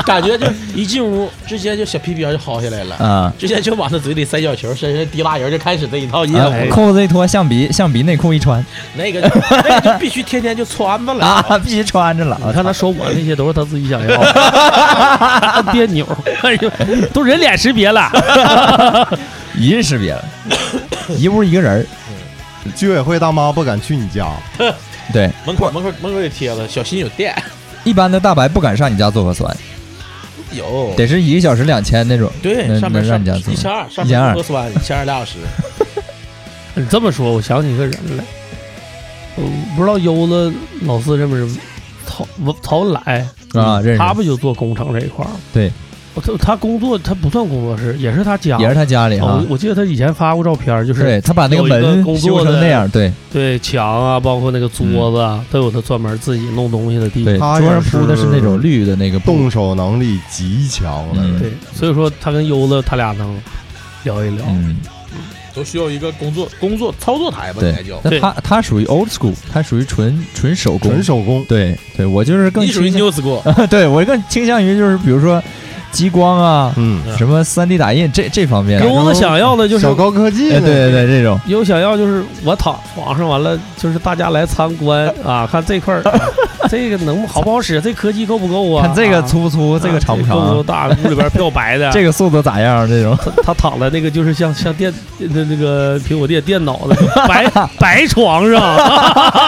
Speaker 4: 感觉就一进屋直接就小屁鞭就薅下来了，
Speaker 2: 啊。
Speaker 4: 直接就往他嘴里塞小球，身上提拉人就开始这一套音
Speaker 2: 啊
Speaker 4: 乐，
Speaker 2: 裤子一脱，象鼻象鼻内裤一穿
Speaker 4: 那个就那个就必须天天就穿着了。
Speaker 2: 啊， 必须穿着了。
Speaker 3: 你看他说我那些都是他自己想要的，按 电钮，哎呦，都人脸识别了。
Speaker 2: 一人识别了， 一屋一个人儿
Speaker 1: 居委会大妈不敢去你家，
Speaker 2: 对，
Speaker 4: 门口门口门口有贴子，小心有电。
Speaker 2: 一般的大白不敢上你家做核酸，
Speaker 4: 有
Speaker 2: 得是一个小时两千那种。
Speaker 4: 对
Speaker 2: 那
Speaker 4: 上面
Speaker 2: 那
Speaker 4: 上
Speaker 2: 让你家做
Speaker 4: 一千二，上
Speaker 2: 一千
Speaker 4: 面
Speaker 2: 二
Speaker 4: 核酸一千二俩小时。
Speaker 3: 你这么说，我想起一个人来，我不知道悠子老四认不认识曹曹文来
Speaker 2: 啊认识
Speaker 3: 他不就做工程这一块儿吗？
Speaker 2: 对
Speaker 3: 我，他他工作他不算工作室，也是他家，
Speaker 2: 也是他家里
Speaker 3: 哦
Speaker 2: 哈
Speaker 3: 我，我记得他以前发过照片，就是
Speaker 2: 对他把那
Speaker 3: 有一个
Speaker 2: 门
Speaker 3: 工
Speaker 2: 修
Speaker 3: 作
Speaker 2: 成
Speaker 3: 的
Speaker 2: 那样，对
Speaker 3: 对墙啊，包括那个桌子
Speaker 2: 嗯
Speaker 3: 啊，都有他专门自己弄东西的地方
Speaker 2: 对，。
Speaker 1: 他
Speaker 2: 桌上
Speaker 1: 也是
Speaker 2: 铺的是那种绿的那个布
Speaker 1: 动手能力极强的人。
Speaker 2: 嗯
Speaker 3: 对，所以说他跟悠子他俩能聊一聊。
Speaker 2: 嗯，
Speaker 4: 都需要一个工作工作操作台吧，应
Speaker 2: 对
Speaker 4: 该叫。。
Speaker 2: 那
Speaker 3: 对
Speaker 2: 他他属于 old school，他属于纯纯手工，
Speaker 1: 纯手工，
Speaker 2: 对对，我就是更
Speaker 4: 你属于
Speaker 2: 倾向，
Speaker 4: new school，
Speaker 2: 对我更倾向于就是比如说激光啊，
Speaker 1: 嗯，
Speaker 4: 嗯
Speaker 2: 什么三 D 打印这这方面，
Speaker 3: 悠子想要的就是
Speaker 1: 小高科技
Speaker 2: 哎
Speaker 1: 呢，
Speaker 2: 对对对，这种
Speaker 3: 有想要就是我躺床上完了，就是大家来参观 啊，看这块儿、啊这个能好不好使，这科技够不够啊？
Speaker 2: 看这个
Speaker 3: 啊
Speaker 2: 粗不粗，这个长不
Speaker 3: 啊够不
Speaker 2: 长，
Speaker 3: 够大？屋里边漂白的，
Speaker 2: 这个速度咋样？啊这种
Speaker 3: 他他躺在那个就是像像电那那个苹果电电 脑的白白床上，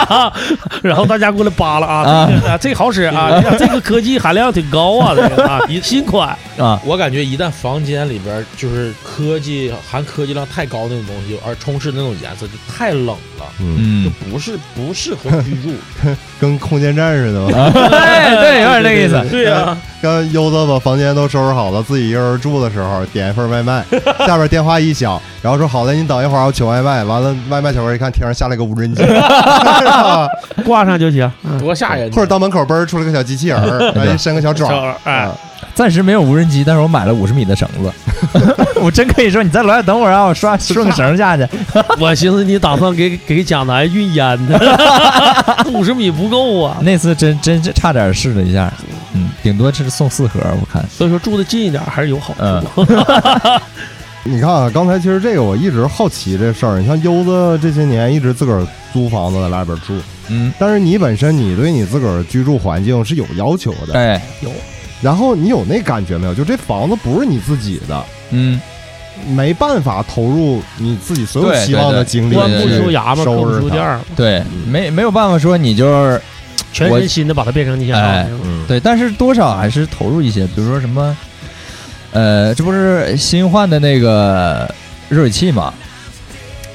Speaker 3: 然后大家过来扒拉啊，这个 啊这个好使 啊，哎呀这个科技含量挺高啊，这个啊新款，
Speaker 2: 啊，
Speaker 4: 我感觉一旦房间里边就是科技含科技量太高那种东西，而充斥那种颜色就太冷了，
Speaker 1: 嗯，
Speaker 4: 就
Speaker 2: 嗯，
Speaker 4: 不是不适合居住。
Speaker 1: 跟空间站似的吧。
Speaker 2: 哎， 对，有点那个意思。啊
Speaker 4: 对呀，
Speaker 1: 刚悠子把房间都收拾好了，自己一个人住的时候，点一份外 卖，下边电话一响，然后说好嘞，你等一会儿，我取外卖。完了，外卖小哥一看天上下来个无 人机，
Speaker 3: 挂上就行，嗯
Speaker 4: 多
Speaker 2: 哎
Speaker 4: 吓人呢！
Speaker 1: 或者到门口嘣儿出来个小机器人 儿，然后一伸个小爪，
Speaker 2: 啊
Speaker 3: 手哎。
Speaker 2: 暂时没有无人机，但是我买了五十米的绳 子，我真可以说你在楼下等我，让我刷顺个绳下去。
Speaker 3: 我寻思你打算给给贾南运烟呢， 五十米不够啊。
Speaker 2: 那次真真真差点试了一下，嗯，顶多是送四盒，我看
Speaker 3: 所以说住的近一点还是有好处。
Speaker 2: 嗯
Speaker 1: 你看啊，刚才其实这个我一直好奇这事儿。你像悠子这些年一直自个儿租房子在外边住，
Speaker 2: 嗯，
Speaker 1: 但是你本身你对你自个儿居住环境是有要求的，
Speaker 2: 哎，
Speaker 1: 然后你有那感觉没有？就这房子不是你自己的，
Speaker 2: 嗯，
Speaker 1: 没办法投入你自己所有
Speaker 2: 对
Speaker 1: 希望的
Speaker 2: 对对
Speaker 1: 精力
Speaker 3: 关不
Speaker 1: 去
Speaker 3: 出牙嘛，扣
Speaker 1: 收
Speaker 3: 不
Speaker 1: 拾
Speaker 3: 出
Speaker 1: 它
Speaker 3: 店儿嘛，
Speaker 2: 对，没没有办法说你就是
Speaker 3: 全
Speaker 2: 我
Speaker 3: 身心的把它变成你想要
Speaker 2: 哎
Speaker 3: 的那种。
Speaker 1: 嗯，
Speaker 2: 对，但是多少还是投入一些，比如说什么，呃，这不是新换的那个热水器嘛？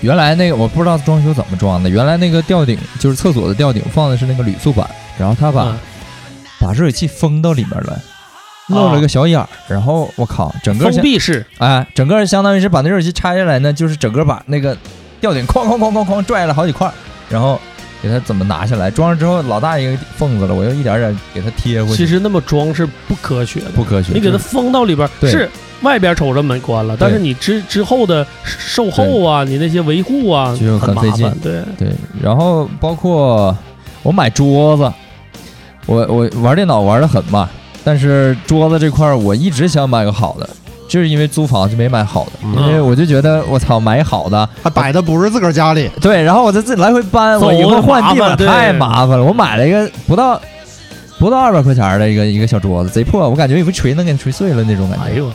Speaker 2: 原来那个我不知道装修怎么装的，原来那个吊顶就是厕所的吊顶放的是那个铝塑板，然后他把、
Speaker 3: 嗯
Speaker 2: 把热水器封到里面来，露了个小眼儿，然后我靠，整个
Speaker 3: 封
Speaker 2: 像
Speaker 3: 闭式，
Speaker 2: 哎，整个相当于是把那热水器拆下来呢，就是整个把那个吊顶哐哐哐哐哐拽了好几块儿，然后给它怎么拿下来，装上之后老大一个缝子了，我又一点点给它贴回去。
Speaker 3: 其实那么装是不科学的。
Speaker 2: 不科学。
Speaker 3: 你给它封到里边儿，
Speaker 2: 对
Speaker 3: 是外边瞅着门关了，但是你之之后的售后啊，你那些维护啊，
Speaker 2: 就很
Speaker 3: 很麻
Speaker 2: 费劲
Speaker 3: 烦。对，
Speaker 2: 对，然后包括我买桌子，我我玩电脑玩的很嘛，但是桌子这块儿我一直想买个好的，就是因为租房就没买好的，
Speaker 3: 啊嗯
Speaker 2: 因为我就觉得我操买好的，
Speaker 1: 他摆的不是自个儿家里，
Speaker 2: 对，然后我再自己来回搬，
Speaker 3: 走
Speaker 2: 我以后
Speaker 3: 了
Speaker 2: 换
Speaker 3: 麻
Speaker 2: 地方
Speaker 3: 烦对
Speaker 2: 太麻烦了。我买了一个不到不到二百块钱的一个一个小桌子，贼破，我感觉有个锤能给你锤碎了那种感
Speaker 3: 哎
Speaker 2: 觉。
Speaker 3: 呦，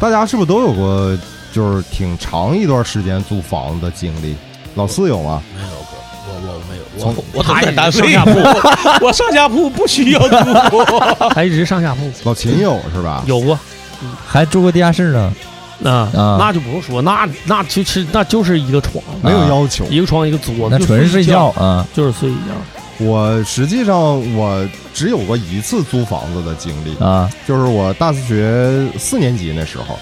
Speaker 1: 大家是不是都有过就是挺长一段时间租房的经历？老四有吗？
Speaker 4: 没有哥，我我没有，
Speaker 1: 从
Speaker 4: 我我躺在单
Speaker 3: 上
Speaker 4: 位
Speaker 3: 下，铺
Speaker 4: 我上下铺不需要租。
Speaker 3: 还一直上下铺，
Speaker 1: 老秦有是吧？
Speaker 3: 有过
Speaker 2: 还住过地下室呢，
Speaker 3: 啊，
Speaker 2: 啊
Speaker 3: 那就不用说，那那就是那就是一个床，
Speaker 1: 没有要求。
Speaker 3: 一个床一个桌子，
Speaker 2: 那
Speaker 3: 就
Speaker 2: 纯是睡
Speaker 3: 觉
Speaker 2: 觉，啊。
Speaker 3: 就是睡一觉。
Speaker 1: 我实际上我只有过一次租房子的经历，
Speaker 2: 啊，
Speaker 1: 就是我大学四年级那时候，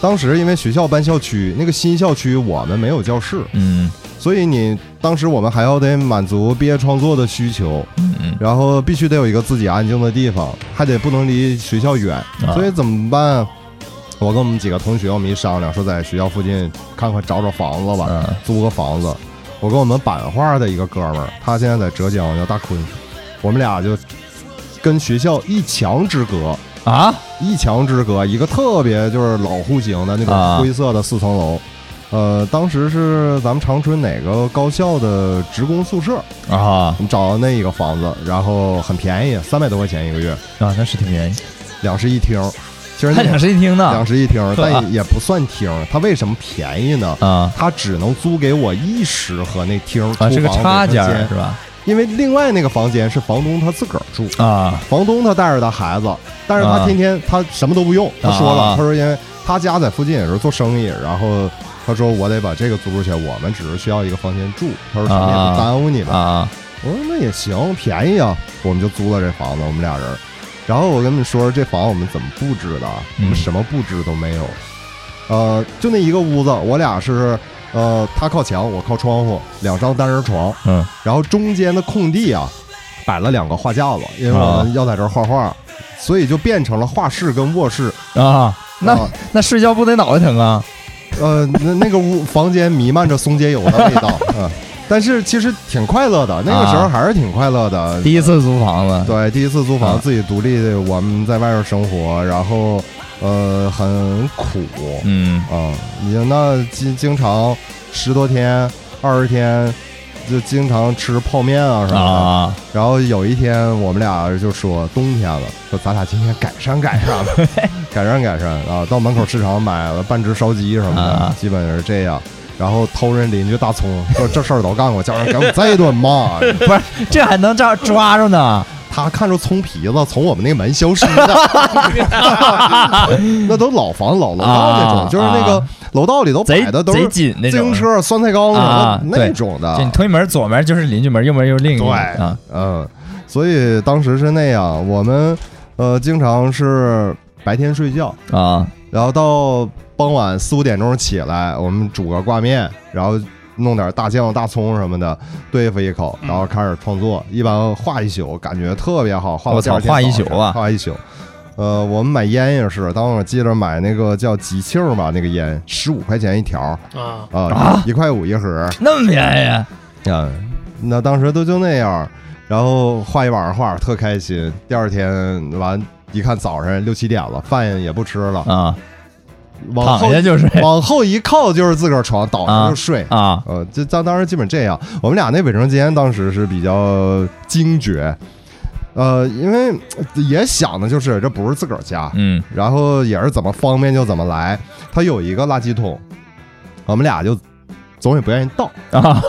Speaker 1: 当时因为学校搬校区，那个新校区我们没有教室，
Speaker 2: 嗯
Speaker 1: 所以你当时我们还要得满足毕业创作的需求，
Speaker 2: 嗯嗯，
Speaker 1: 然后必须得有一个自己安静的地方，还得不能离学校远，
Speaker 2: 啊
Speaker 1: 所以怎么办？我跟我们几个同学，我们一商量，说在学校附近看看找找房子吧，
Speaker 2: 嗯
Speaker 1: 租个房子。我跟我们版画的一个哥们儿，他现在在浙江，叫大坤，我们俩就跟学校一墙之隔，
Speaker 2: 啊。
Speaker 1: 一墙之隔，一个特别就是老户型的那
Speaker 2: 啊
Speaker 1: 种灰色的四层楼。呃，当时是咱们长春哪个高校的职工宿舍，
Speaker 2: 啊
Speaker 1: 我们找到那一个房子，然后很便宜，三百多块钱一个月，
Speaker 2: 啊，那是挺便宜，
Speaker 1: 两室一厅。其实
Speaker 2: 还
Speaker 1: 那
Speaker 2: 两室一厅
Speaker 1: 两
Speaker 2: 呢
Speaker 1: 室一厅，但也不算厅。它为什么便宜呢？
Speaker 2: 啊
Speaker 1: 它只能租给我一室和那厅
Speaker 2: 啊，是个
Speaker 1: 厨房
Speaker 2: 插
Speaker 1: 卫生
Speaker 2: 间儿
Speaker 1: 间
Speaker 2: 是吧？
Speaker 1: 因为另外那个房间是房东他自个儿住，
Speaker 2: 啊
Speaker 1: 房东他带着他孩子，但是他
Speaker 2: 啊
Speaker 1: 天天他什么都不用，他说
Speaker 2: 啊
Speaker 1: 了，他说因为他家在附近也是做生意，然后他说我得把这个租出去，我们只是需要一个房间住，他说什么也
Speaker 2: 啊
Speaker 1: 不耽误你们。
Speaker 2: 啊
Speaker 1: 我说那也行，便宜啊，我们就租了这房子，我们俩人。然后我跟你们说，这房我们怎么布置的啊？我
Speaker 2: 嗯
Speaker 1: 们什么布置都没有，呃，就那一个屋子，我俩是呃，他靠墙，我靠窗户，两张单人床，
Speaker 2: 嗯，
Speaker 1: 然后中间的空地啊，摆了两个画架子，因为我们要在这儿画画，所以就变成了画室跟卧室。
Speaker 2: 啊，那
Speaker 1: 啊
Speaker 2: 那睡觉不得脑袋疼啊？
Speaker 1: 呃，那那个屋房间弥漫着松节油的味道， 嗯，但是其实挺快乐的，那个时候
Speaker 2: 啊
Speaker 1: 还是挺快乐的，
Speaker 2: 第一次租房子，
Speaker 1: 对，第一次租
Speaker 2: 啊
Speaker 1: 房，自己独立，我们在外边生活，然后呃很苦
Speaker 2: 嗯
Speaker 1: 啊，你那经经常十多天、二十天，就经常吃泡面啊什么的。
Speaker 2: 啊
Speaker 1: 然后有一天我们俩就说冬天了，说咱俩今天改善改善 吧，改善改善啊，到门口市场买了半只烧鸡什么的
Speaker 2: 啊，
Speaker 1: 基本是这样。然后偷人邻居大葱，说这事儿都干过，叫人给我们再一顿骂。
Speaker 2: 这还能这样抓着呢？
Speaker 1: 他看着葱皮子从我们那个门消失 的，那都老房老楼道那种，
Speaker 2: 啊
Speaker 1: 就是那个
Speaker 2: 啊
Speaker 1: 楼道里头
Speaker 2: 贼
Speaker 1: 摆的都
Speaker 2: 贼
Speaker 1: 是
Speaker 2: 紧那
Speaker 1: 自
Speaker 2: 种
Speaker 1: 行，车、酸菜缸什
Speaker 2: 啊
Speaker 1: 么
Speaker 2: 对
Speaker 1: 那种的
Speaker 2: 就，你推门左门就是邻居门，右门又是另一个
Speaker 1: 对
Speaker 2: 啊，
Speaker 1: 嗯，所以当时是那样，我们呃经常是白天睡觉，
Speaker 2: 啊
Speaker 1: 然后到傍晚四五点钟起来，我们煮个挂面，然后弄点大酱、大葱什么的对付一口，
Speaker 2: 嗯
Speaker 1: 然后开始创作。一般画一宿，感觉特别好，画到
Speaker 2: 我
Speaker 1: 第
Speaker 2: 操
Speaker 1: 二天
Speaker 2: 画一
Speaker 1: 早上
Speaker 2: 宿啊
Speaker 1: 画一宿。呃，我们买烟也是，当时我记着买那个叫吉庆儿吧，那个烟十五块钱一条儿
Speaker 3: 啊，
Speaker 1: 啊，
Speaker 2: 啊
Speaker 1: 一块五一盒儿。
Speaker 2: 那么便啊
Speaker 1: 嗯，那当时都就那样，然后画一晚上画，特开心。第二天完一看早上六七点了，饭也不吃了
Speaker 2: 宜，啊，
Speaker 1: 往后
Speaker 2: 躺下就睡
Speaker 1: 往后一靠就是自个儿床，倒
Speaker 2: 啊
Speaker 1: 上就睡。
Speaker 2: 啊
Speaker 1: 呃，就当当时基本这样。我们俩那卫生间当时是比较惊觉，呃，因为也想的就是这不是自个儿家，
Speaker 2: 嗯
Speaker 1: 然后也是怎么方便就怎么来。他有一个垃圾桶，我们俩就总也不愿意倒，
Speaker 2: 啊，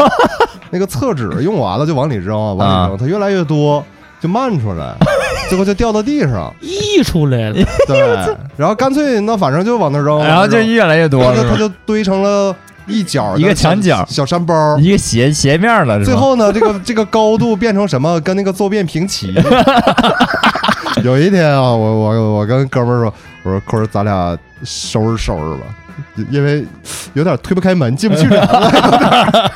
Speaker 1: 那个厕纸用完了就往里扔，往
Speaker 2: 啊
Speaker 1: 里扔，它越来越多，就漫出 来，最后就掉到地上。
Speaker 3: 溢出来了，
Speaker 2: 哎
Speaker 1: 对，然后干脆那反正就往那扔，
Speaker 2: 然后就
Speaker 1: 往
Speaker 2: 越来越
Speaker 1: 那
Speaker 2: 多
Speaker 1: 扔它
Speaker 2: 了是
Speaker 1: 就
Speaker 2: 吧
Speaker 1: 它，就堆成了一角
Speaker 2: 一个墙角
Speaker 1: 小小山包。
Speaker 2: 一个斜斜面了，是吧？
Speaker 1: 最后呢，这个 这个高度变成什么？跟那个坐便平齐。 有一天啊，我我我跟哥们儿说，我说坤儿，咱俩收拾收拾吧，因因为有点推不开门，进不去人了。 有点儿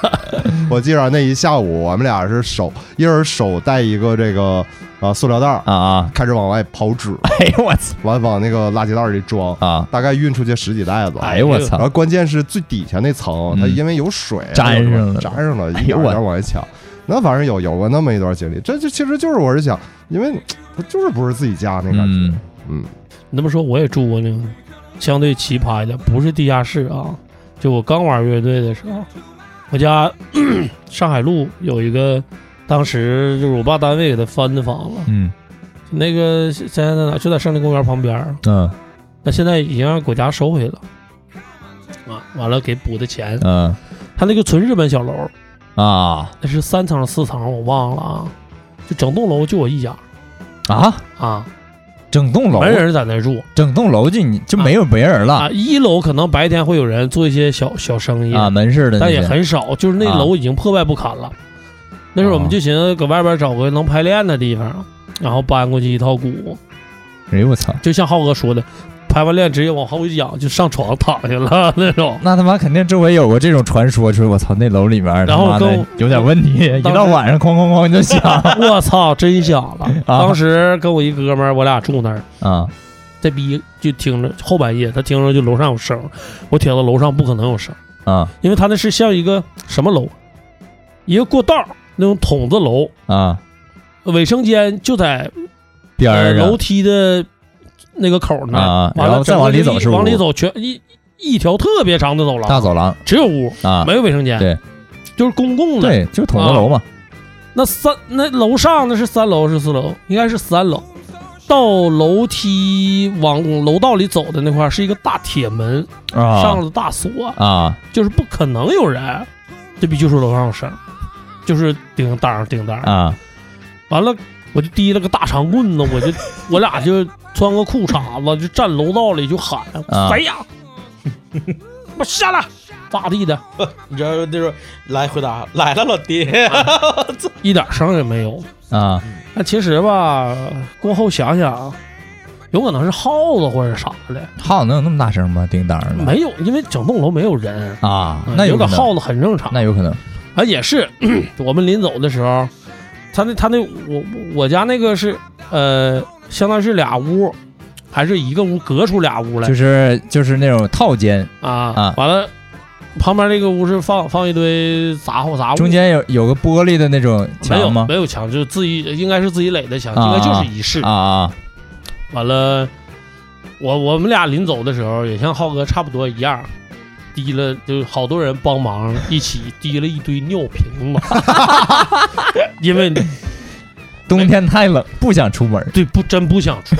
Speaker 1: 我记着那一下午，我们俩是手一人手带一个这个啊塑料袋儿，
Speaker 2: 啊啊，
Speaker 1: 开始往外刨纸，
Speaker 2: 哎呦我操
Speaker 1: 完往那个垃圾袋儿里装，
Speaker 2: 啊，
Speaker 1: 大概运出去十几袋子。
Speaker 2: 哎呦我操
Speaker 1: 然后关键是最底下那层，它
Speaker 2: 嗯
Speaker 1: 因为有水
Speaker 2: 粘
Speaker 1: 有什么
Speaker 2: 上了
Speaker 1: 粘上了，
Speaker 2: 哎
Speaker 1: 一
Speaker 2: 呦
Speaker 1: 点儿一
Speaker 2: 我
Speaker 1: 点儿往外抢。那反正有有过那么一段经历，这就其实就是我是想，因为它就是不是自己家那感觉，
Speaker 2: 嗯，
Speaker 1: 嗯
Speaker 3: 你这么说我也住过那个相对奇葩的，不是地下室啊。就我刚玩乐队的时候，我家 上海路有一个，当时就是我爸单位给他翻的房子，
Speaker 2: 嗯
Speaker 3: 那个现在在哪？就在胜利公园旁边儿。
Speaker 2: 嗯
Speaker 3: 那现在已经让国家收回了，啊，完了给补的钱。
Speaker 2: 嗯
Speaker 3: 他那个纯日本小楼，
Speaker 2: 啊
Speaker 3: 那是三层四层，我忘了啊，就整栋楼就我一家
Speaker 2: 啊，
Speaker 3: 啊，
Speaker 2: 整栋楼
Speaker 3: 没人在那住
Speaker 2: 整栋楼就你就没有别人
Speaker 3: 啊。
Speaker 2: 了
Speaker 3: 一楼可能白天会有人做一些小小生意
Speaker 2: 啊，门市的那
Speaker 3: 但也
Speaker 2: 些
Speaker 3: 很少，就是那
Speaker 2: 啊
Speaker 3: 楼已经破败不堪了。那时候我们就寻思搁外边找个能排练的地方，然后搬过去一套鼓，
Speaker 2: 哎呦我操，
Speaker 3: 就像浩哥说的，排完练直接往后一仰就上床躺下了 那种。
Speaker 2: 那他妈肯定周围有过这种传说，说我操那楼里面他
Speaker 3: 然后
Speaker 2: 妈
Speaker 3: 跟
Speaker 2: 的
Speaker 3: 我
Speaker 2: 有点问题， 一
Speaker 3: 当
Speaker 2: 到
Speaker 3: 时
Speaker 2: 晚上哐哐哐就 响
Speaker 3: 我操，真响了！当时跟我一哥们儿，我俩住那儿，
Speaker 2: 啊
Speaker 3: 这逼就听着后半夜，他听着就楼上有声儿，我铁到楼上不可能有声儿，
Speaker 2: 啊
Speaker 3: 因为他那是像一个什么楼，一个过道儿那种筒子楼，
Speaker 2: 啊
Speaker 3: 卫生间就在
Speaker 2: 边
Speaker 3: 呃
Speaker 2: 儿上
Speaker 3: 楼梯的那个口儿那儿，
Speaker 2: 啊
Speaker 3: 完了
Speaker 2: 然后再
Speaker 3: 整个
Speaker 2: 往里
Speaker 3: 就
Speaker 2: 走
Speaker 3: 一
Speaker 2: 是
Speaker 3: 往里
Speaker 2: 屋
Speaker 3: 走全一一条特别长的走
Speaker 2: 大
Speaker 3: 廊，
Speaker 2: 走廊
Speaker 3: 只有屋，
Speaker 2: 啊，
Speaker 3: 没有卫生间，
Speaker 2: 对，
Speaker 3: 就是公共的。
Speaker 2: 对，就筒子楼嘛，
Speaker 3: 那三那楼上那是三楼是四楼，应该是三楼。到楼梯往楼道里走的那块儿是一个大铁门，上
Speaker 2: 啊
Speaker 3: 了大锁，
Speaker 2: 啊
Speaker 3: 就是不可能有人。这逼就说楼上有声儿，就是叮当叮当。
Speaker 2: 啊
Speaker 3: 完了，我就提了个大 长棍子，我就我俩就穿个裤衩子就站楼道里就喊
Speaker 2: 啊
Speaker 3: 谁呀？我下来，咋地的？
Speaker 4: 你知道那时候来回答来了，老爹，
Speaker 3: 一点声儿也没有。
Speaker 2: 啊
Speaker 3: 那其实吧，过后想想，有可能是耗子或者啥的，
Speaker 2: 耗子能有那么大声吗？叮当的
Speaker 3: 没有，因为整栋楼没有人，
Speaker 2: 啊
Speaker 3: 嗯，
Speaker 2: 嗯那
Speaker 3: 有
Speaker 2: 可
Speaker 3: 点
Speaker 2: 能，
Speaker 3: 耗子很正常。
Speaker 2: 那有可能
Speaker 3: 啊，也是， 我们临走的时候，他那他那我我家那个是呃，相当于是俩屋，还是一个屋隔出俩屋来
Speaker 2: 就是就是那种套间，
Speaker 3: 啊
Speaker 2: 啊
Speaker 3: 完了，旁边那个屋是放放一堆杂货杂物，
Speaker 2: 中间有有个玻璃的那种
Speaker 3: 没有
Speaker 2: 墙吗
Speaker 3: 啊没？有墙，就是自己应该是自己垒的墙，
Speaker 2: 啊
Speaker 3: 应该就是一室。
Speaker 2: 啊啊
Speaker 3: 完了，我我们俩临走的时候也像浩哥差不多一样，提了就是好多人帮忙一起提了一堆尿 瓶子，因为
Speaker 2: 冬天太冷，不想出门。
Speaker 3: 对不真不想出。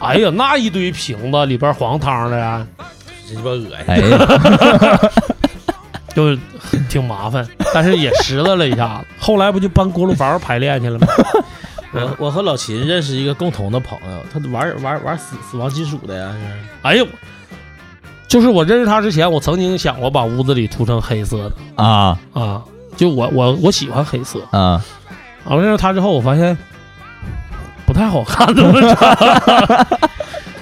Speaker 3: 哎呀，那一堆瓶子里边黄汤的呀，
Speaker 4: 真鸡巴恶心。
Speaker 2: 哎呀，
Speaker 3: 就是挺麻烦，但是也拾掇了一下子。后来不就搬锅炉房排练去了吗？
Speaker 4: 我我和老秦认识一个共同的朋友，他玩玩玩死死亡金属的呀，是
Speaker 3: 哎呦，就是我认识他之前，我曾经想过把屋子里涂成黑色的
Speaker 2: 啊
Speaker 3: 啊，就我我我喜欢黑色。
Speaker 2: 啊
Speaker 3: 啊，我认识他之后，我发现不太好看的文 章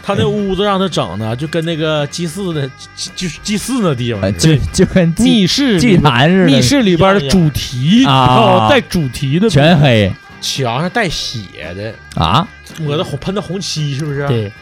Speaker 4: 他那屋子让他整的，就跟那个祭祀的祭就是祭祀那地
Speaker 2: 啊，
Speaker 4: 方似
Speaker 2: 就
Speaker 4: 的，
Speaker 2: 就跟祭
Speaker 3: 密室
Speaker 2: 祭
Speaker 3: 里边
Speaker 2: 坛似
Speaker 3: 密
Speaker 2: 的，
Speaker 3: 室里边的主题
Speaker 2: 啊
Speaker 3: 哦带主题的
Speaker 2: 全黑
Speaker 4: 墙上带血的，
Speaker 2: 啊
Speaker 4: 抹的红喷的红漆，是不是？
Speaker 3: 对，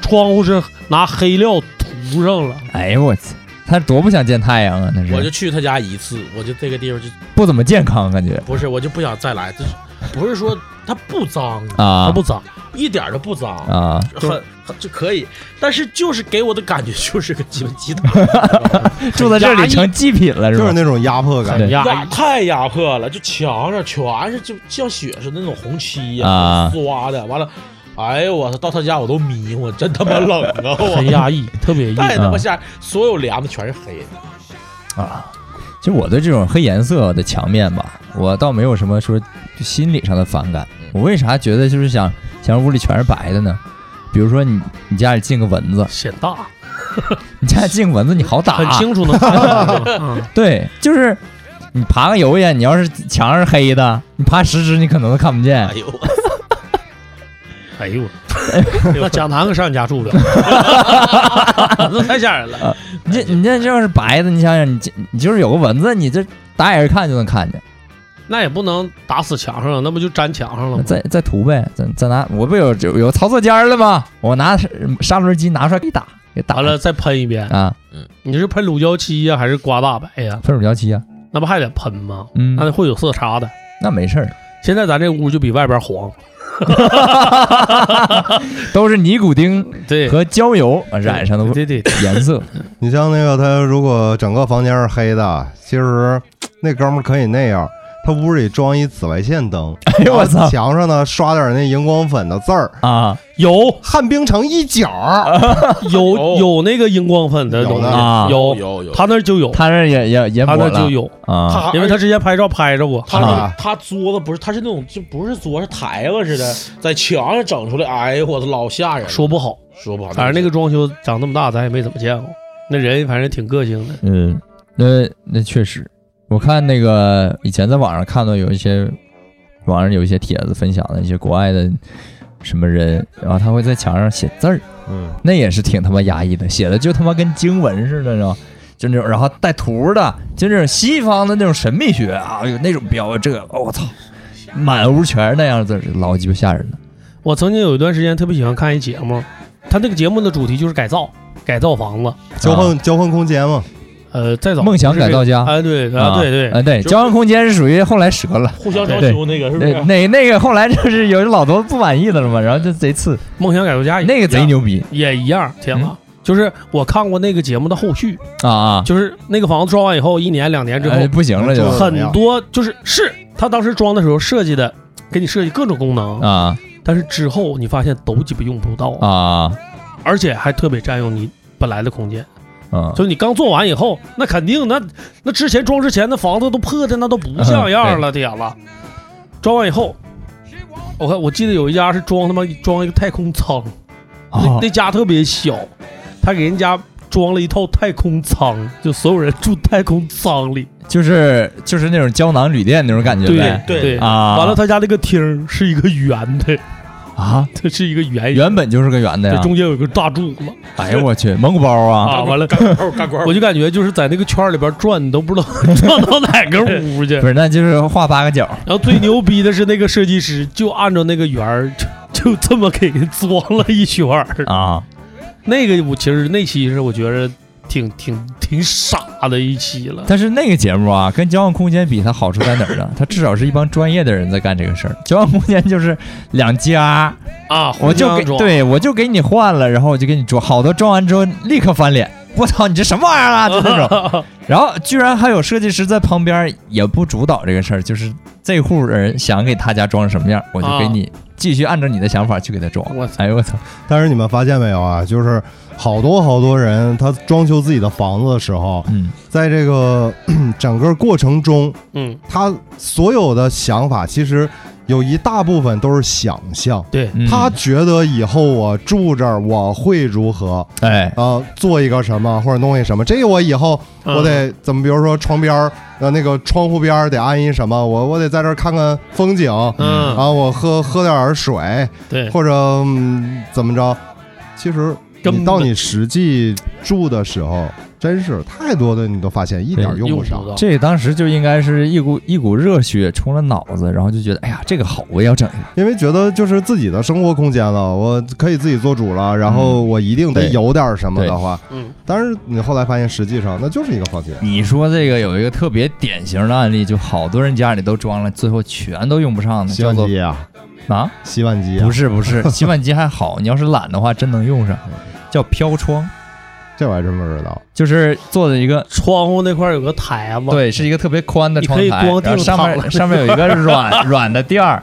Speaker 3: 窗户是拿黑料涂上了，
Speaker 2: 哎呦我操，他多不想见太阳啊！那
Speaker 4: 我就是去他家一次，我就这个地方就
Speaker 2: 不怎么健康，感觉
Speaker 4: 不是，我就不想再来。这是不是说他不脏，
Speaker 2: 啊
Speaker 3: 它不脏，
Speaker 4: 一点儿都不脏，
Speaker 2: 啊，
Speaker 4: 很很就可以，但是就是给我的感觉就是个鸡巴鸡蛋，你知道吗
Speaker 2: 住在这
Speaker 4: 压
Speaker 2: 里
Speaker 4: 抑
Speaker 2: 成祭品了是
Speaker 1: 就是
Speaker 2: 吧？
Speaker 1: 那种压迫感
Speaker 2: 对。
Speaker 3: 压
Speaker 4: 压
Speaker 3: 抑
Speaker 4: 太压迫了，就墙上全是就像血似的那种红漆
Speaker 2: 啊
Speaker 4: 刷的，完了，哎呦我操，到他家我都迷糊，真他妈冷啊
Speaker 3: 很
Speaker 4: 我。
Speaker 3: 压抑，哎特别抑啊
Speaker 4: 太他妈吓人！所有帘子全是黑的，
Speaker 2: 啊，其实我对这种黑颜色的墙面吧，我倒没有什么说心理上的反感。我为啥觉得就是想想让屋里全是白的呢？比如说你你家里进个蚊子，
Speaker 3: 显大，
Speaker 2: 你家里进个蚊子你好打，啊
Speaker 3: 很清楚能看到。 嗯
Speaker 2: 对，就是你爬个油烟，你要是墙上是黑的，你爬十只你可能都看不见
Speaker 4: 哎。呦，
Speaker 3: 哎呦我，那蒋楠可上你家住不了， 那太吓人了。
Speaker 2: 你这你这要是白的，你想想你这你就是有个蚊子，你这打眼一看就能看见。
Speaker 3: 那也不能打死墙上了，那不就粘墙上了吗？
Speaker 2: 再再涂呗，再再拿，我不有有有操作间儿了吗？我拿砂轮机拿出来给打，给打
Speaker 3: 完了再喷一遍，
Speaker 2: 啊，
Speaker 3: 你是喷乳胶漆呀、还是刮大白呀、
Speaker 2: 分手胶漆啊，
Speaker 3: 那不还得喷吗？
Speaker 2: 嗯，
Speaker 3: 那会有色差的。
Speaker 2: 那没事儿，
Speaker 3: 现在咱这屋就比外边黄，
Speaker 2: 都是尼古丁
Speaker 3: 对，
Speaker 2: 和焦油嗯染上的味
Speaker 3: 对对对，
Speaker 2: 颜色，
Speaker 1: 你像那个他如果整个房间是黑的，其实那哥们儿可以那样，他屋里装一紫外线灯，
Speaker 2: 哎呦我
Speaker 1: 然后
Speaker 2: 操
Speaker 1: 墙上呢刷点那荧光粉的字儿，
Speaker 2: 啊
Speaker 3: 有
Speaker 1: 旱冰城一角儿。
Speaker 3: 有有那个荧光粉的东
Speaker 1: 有的
Speaker 2: 啊
Speaker 3: 西，有，
Speaker 4: 有有，
Speaker 3: 他那儿就有，
Speaker 2: 他那儿也也也
Speaker 3: 他
Speaker 2: 抹
Speaker 3: 那儿就
Speaker 2: 了
Speaker 3: 有，
Speaker 2: 啊，
Speaker 4: 他哎
Speaker 3: 因为他之前拍照拍着过，
Speaker 4: 他那
Speaker 1: 啊
Speaker 4: 个他桌子不是，他是那种就不是桌，是台子似的，在墙上整出来，哎呦我操，老吓人了，
Speaker 3: 说不好，
Speaker 4: 说不好，
Speaker 3: 反正那个装修长那么大，咱也没怎么见过。那人反正挺个性的，
Speaker 2: 嗯，那那确实，我看那个以前在网上看到有一些网上有一些帖子分享的一些国外的什么人，然后他会在墙上写字儿，
Speaker 1: 嗯，
Speaker 2: 那也是挺他妈压抑的，写的就他妈跟经文似的，你知道。就那种，然后带图的，就那种西方的那种神秘学啊，有那种标，这个哦我操，满屋全是那样的字儿，老鸡巴吓人了。
Speaker 3: 我曾经有一段时间特别喜欢看一节目，他那个节目的主题就是改造，改造房子。
Speaker 1: 交换、交换空间嘛，
Speaker 3: 呃，再早
Speaker 2: 啊梦想
Speaker 3: 就是
Speaker 2: 改造家
Speaker 3: 这个哎，对啊，对对，
Speaker 2: 啊，对，
Speaker 4: 就
Speaker 2: 交换空间是属于后来折了，
Speaker 4: 互相装修那个是不
Speaker 2: 那
Speaker 4: 是？
Speaker 2: 那那个后来就是有老多不满意的了嘛，然后就贼次，
Speaker 3: 梦想改造家也
Speaker 2: 那个
Speaker 3: 一
Speaker 2: 贼
Speaker 3: 样
Speaker 2: 牛嗯逼
Speaker 3: 也一样，天哪！就是我看过那个节目的后续，
Speaker 2: 啊啊！
Speaker 3: 就是那个房子装完以后，一年两年之后
Speaker 2: 哎，，不行了就
Speaker 1: 就
Speaker 3: 很多就是是他当时装的时候设计的，给你设计各种功能，
Speaker 2: 啊
Speaker 3: 但是之后你发现都鸡巴用不到，
Speaker 2: 啊
Speaker 3: 而且还特别占用你本来的空间。
Speaker 2: 啊！
Speaker 3: 就是你刚做完以后，那肯定那那之前装之前那房子都破的那都不像样
Speaker 2: 啊
Speaker 3: 了，天了。装完以后，我看我记得有一家是装他妈装一个太空舱，那
Speaker 2: 哦
Speaker 3: 那家特别小，他给人家装了一套太空舱，就所有人住太空舱里。
Speaker 2: 就是就是那种胶囊旅店那种感觉呗
Speaker 4: 对
Speaker 3: 对
Speaker 2: 啊！
Speaker 3: 完了，他家那个厅儿是一个圆的，
Speaker 2: 啊，
Speaker 3: 这是一个圆形，
Speaker 2: 原本就是个圆的
Speaker 3: 这
Speaker 2: 呀！
Speaker 3: 中间有个大柱子
Speaker 2: 哎呦我去，蒙古包啊！
Speaker 3: 啊。完了，
Speaker 4: 干活 干活
Speaker 3: 我就感觉就是在那个圈儿里边转，你都不知道 转到哪个屋 去
Speaker 2: 不。是，那就是画八个角，
Speaker 3: 然后最牛逼的是那个设计师就按照那个圆儿就就这么给人装了一圈儿。
Speaker 2: 啊
Speaker 3: 那个我其实那期是我觉着挺挺挺傻的一期了。
Speaker 2: 但是那个节目啊，跟交换空间比，它好处在哪儿呢？它至少是一帮专业的人在干这个事儿。交换空间就是两家，
Speaker 3: 啊，
Speaker 2: 我就
Speaker 3: 互
Speaker 2: 给
Speaker 3: 相装，
Speaker 2: 对我就给你换了，然后我就给你装，好多装完之后立刻翻脸，我操，你这什么玩意儿 啊？就那种。然后居然还有设计师在旁边也不主导这个事儿，就是这户人想给他家装什么样，我就给你继续按照你的想法去给他装。
Speaker 3: 啊我操
Speaker 2: 哎呦我操！
Speaker 1: 但是你们发现没有啊？就是好多好多人，他装修自己的房子的时候，
Speaker 2: 嗯，
Speaker 1: 在这个 整个过程中，
Speaker 3: 嗯，
Speaker 1: 他所有的想法其实有一大部分都是想象。
Speaker 3: 对，
Speaker 2: 嗯
Speaker 1: 他觉得以后我住这儿我会如何？
Speaker 2: 哎
Speaker 3: 啊
Speaker 1: 呃，做一个什么或者弄一什么？这个我以后
Speaker 3: 嗯
Speaker 1: 我得怎么？比如说窗边儿，呃，那个窗户边儿得安一什么？我我得在这儿看看风景，然
Speaker 2: 啊
Speaker 3: 嗯，
Speaker 1: 后我喝喝点儿水，
Speaker 3: 对，
Speaker 1: 或者、嗯怎么着？其实
Speaker 3: 根
Speaker 1: 你
Speaker 3: 本
Speaker 1: 到你实际住的时候，真是太多的你都发现一点儿
Speaker 2: 对
Speaker 1: 用
Speaker 3: 不
Speaker 1: 不上。
Speaker 3: 到。
Speaker 2: 这当时就应该是一股一股热血冲了脑子，然后就觉得，哎呀，这个好，我也要整一个。
Speaker 1: 因为觉得就是自己的生活空间了，我可以自己做主了，然后我一定得
Speaker 2: 对
Speaker 1: 有点什么的话，
Speaker 3: 嗯，
Speaker 1: 但是你后来发现，实际上那就是一个房间。
Speaker 2: 你说这个有一个特别典型的案例，就好多人家里都装了，最后全都用不上的，
Speaker 1: 洗
Speaker 2: 叫
Speaker 1: 碗
Speaker 2: 做
Speaker 1: 机啊，
Speaker 2: 啊，
Speaker 1: 洗碗机、啊、
Speaker 2: 不是 不是，洗碗机还好，你要是懒的话，真能用上，
Speaker 1: 嗯
Speaker 2: 叫飘窗，
Speaker 1: 这我还真不知道。
Speaker 2: 就是做的一个，
Speaker 3: 窗户那块儿有个台啊子，
Speaker 2: 对，是一个特别宽的
Speaker 3: 你
Speaker 2: 窗
Speaker 3: 可以
Speaker 2: 台，
Speaker 3: 光
Speaker 2: 然后
Speaker 3: 腚
Speaker 2: 上
Speaker 3: 躺
Speaker 2: 面
Speaker 3: 着
Speaker 2: 上面有一个 软软的垫儿。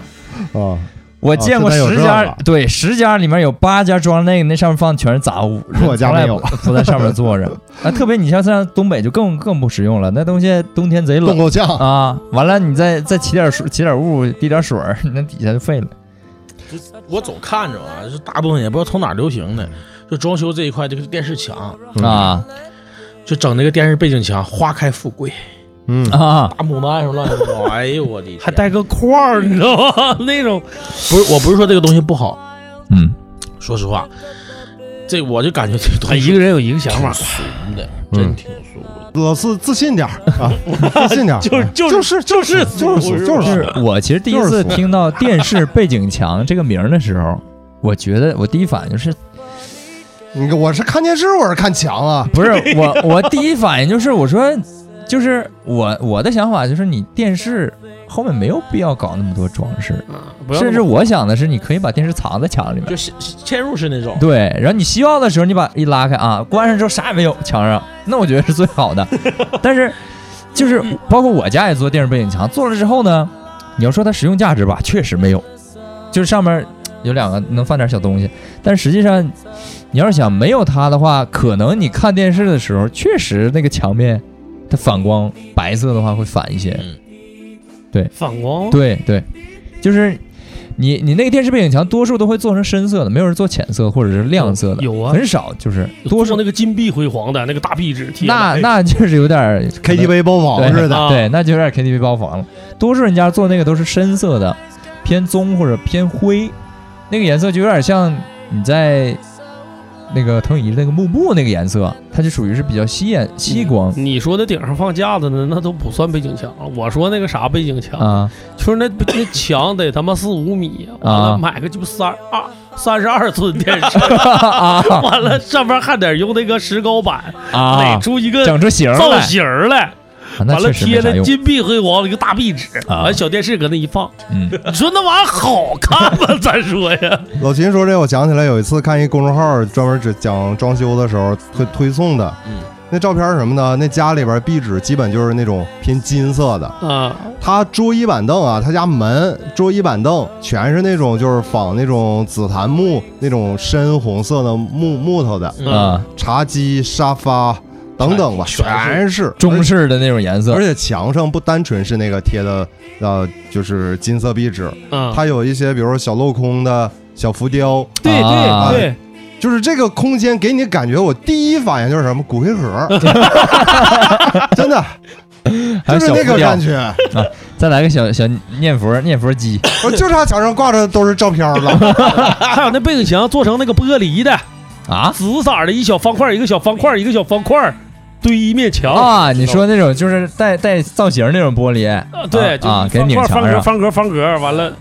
Speaker 1: 啊，
Speaker 2: 我见过
Speaker 1: 现在有
Speaker 2: 十
Speaker 1: 这
Speaker 2: 家，
Speaker 1: 个
Speaker 2: 对，十家里面有八家装那个，那上面放的全是杂物，
Speaker 1: 我家
Speaker 2: 从来
Speaker 1: 没有
Speaker 2: 不不在上面坐 着。啊，特别你像像东北就更更不实用了，那东西冬天贼
Speaker 1: 冻
Speaker 2: 冷
Speaker 1: 够呛。
Speaker 2: 啊，完了你再再起点水，起点雾，滴点水儿，那底下就废了。
Speaker 4: 我总看着啊，就是大部分也不知道从哪儿流行的，就装修这一块，这个电视墙，
Speaker 1: 嗯
Speaker 2: 啊
Speaker 4: 就整那个电视背景墙，花开富贵，
Speaker 1: 嗯，
Speaker 2: 啊！
Speaker 4: 大牡丹什么乱七八糟，哎呦我的天，
Speaker 3: 还带个框儿， 你知道吗？那 种
Speaker 4: 不是，我不是说这个东西不好，
Speaker 2: 嗯，
Speaker 4: 说实话，这我就感觉这东
Speaker 3: 哎，一
Speaker 4: 西
Speaker 3: 个人有一个想法，
Speaker 4: 俗的，
Speaker 1: 嗯
Speaker 4: 真挺俗的。
Speaker 1: 老四自信点儿啊，自信点儿，啊
Speaker 3: 就是
Speaker 1: 就
Speaker 3: 就是
Speaker 1: 就是就是就
Speaker 3: 俗
Speaker 1: 是
Speaker 2: 就是
Speaker 1: 俗
Speaker 2: 我其实第一
Speaker 1: 就是
Speaker 2: 次
Speaker 1: 俗
Speaker 2: 听到电视背景墙这个名儿的时候，我觉得我第一反应 就是
Speaker 1: 你我是看电视，我是看墙啊。
Speaker 2: 不是我，我第一反应就是我说，就是我我的想法就是你电视后面没有必要搞那么多装饰，
Speaker 3: 哎不要
Speaker 2: 甚至我想的是你可以把电视藏在墙里面
Speaker 4: 就，是嵌入式那 种，
Speaker 2: 对，然后你需要的时候你把一拉开啊，关上之后啥也没有，墙上那我觉得是最好的，但是就是包括我家也做电视背景墙，做了之后呢，你要说它实用价值吧，确实没有，就是上面有两个能放点小东西，但实际上你要是想没有它的话，可能你看电视的时候，确实那个墙面它反光白色的话会反一些。
Speaker 4: 嗯，
Speaker 3: 反光，
Speaker 2: 对对，就是你你那个电视背景墙多数都会做成深色的，没有人做浅色或者是亮色的，
Speaker 3: 有啊
Speaker 2: 很少就是哎多
Speaker 3: 做
Speaker 2: 数
Speaker 3: 那个金碧辉煌的那个大壁纸贴的，
Speaker 2: 那
Speaker 3: 哎
Speaker 2: 那就是有点儿
Speaker 1: KTV 包
Speaker 2: 对
Speaker 1: 房似的，
Speaker 3: 啊
Speaker 2: 对，那就有点 KTV 包房了。多数人家做那个都是深色的，偏棕或者偏灰，那个颜色就有点像你在那个投影仪那个幕布那个颜色，它就属于是比较吸眼吸光
Speaker 3: 你说那顶上放架子的，那都不算背景墙了。我说那个啥背景墙，
Speaker 2: 嗯啊
Speaker 3: 就是那那墙得他妈四五米，完
Speaker 2: 啊
Speaker 3: 了买个鸡巴三二三十二寸电 视，
Speaker 2: 啊
Speaker 3: 完了上面还得用那个石膏板 垒
Speaker 2: 啊！
Speaker 3: 出一个
Speaker 2: 整出型儿
Speaker 3: 造
Speaker 2: 来，
Speaker 3: 型儿来，
Speaker 2: 啊那
Speaker 3: 完了
Speaker 2: 确实
Speaker 3: 贴
Speaker 2: 没啥
Speaker 3: 的
Speaker 2: 用。
Speaker 3: 金碧辉煌的一个大壁纸，
Speaker 2: 啊
Speaker 3: 完小电视搁那 一放，
Speaker 2: 嗯，
Speaker 3: 你说那玩意儿好看吗？咱说呀，
Speaker 1: 老秦说这，我想起来有一次看一公众号专门只讲装修的时候推推送的，
Speaker 4: 嗯，
Speaker 1: 那照片是什么呢？那家里边壁纸基本就是那种偏金色的，
Speaker 3: 啊，
Speaker 2: 嗯
Speaker 1: 他桌椅板凳啊，他家门桌椅板凳全是那种就是仿那种紫檀木那种深红色的木木头的，
Speaker 4: 嗯
Speaker 2: 啊，
Speaker 1: 茶几、沙发等等吧，全
Speaker 4: 全
Speaker 1: 是
Speaker 2: 中式的那种颜色
Speaker 1: 而且墙上不单纯是那个贴的，呃，就是金色壁纸，
Speaker 3: 啊，
Speaker 1: 它有一些，比如说小镂空的小浮雕，
Speaker 3: 对
Speaker 2: 啊
Speaker 3: 对对，
Speaker 1: 就是这个空间给你的感觉，我第一反应就是什么骨灰盒， 真的
Speaker 2: 还有
Speaker 1: 就是
Speaker 2: 小
Speaker 1: 那
Speaker 2: 浮
Speaker 1: 个
Speaker 2: 雕
Speaker 1: 感，觉，
Speaker 2: 再来个小小念佛念佛机，
Speaker 1: 我就差墙上挂着都是照片 了，
Speaker 3: 还有那背景墙做成那个玻璃的，
Speaker 2: 啊
Speaker 3: 紫色儿的一小方块儿，一个小方块儿，一个小方块儿堆一面墙。
Speaker 2: 啊！你说那种就是带带造型那种玻璃
Speaker 3: 啊对，就
Speaker 2: 啊
Speaker 3: 是
Speaker 2: 给
Speaker 3: 方
Speaker 2: 拧
Speaker 3: 块、
Speaker 2: 墙
Speaker 3: 方格、
Speaker 2: 上啊
Speaker 3: 方格、方格，完了，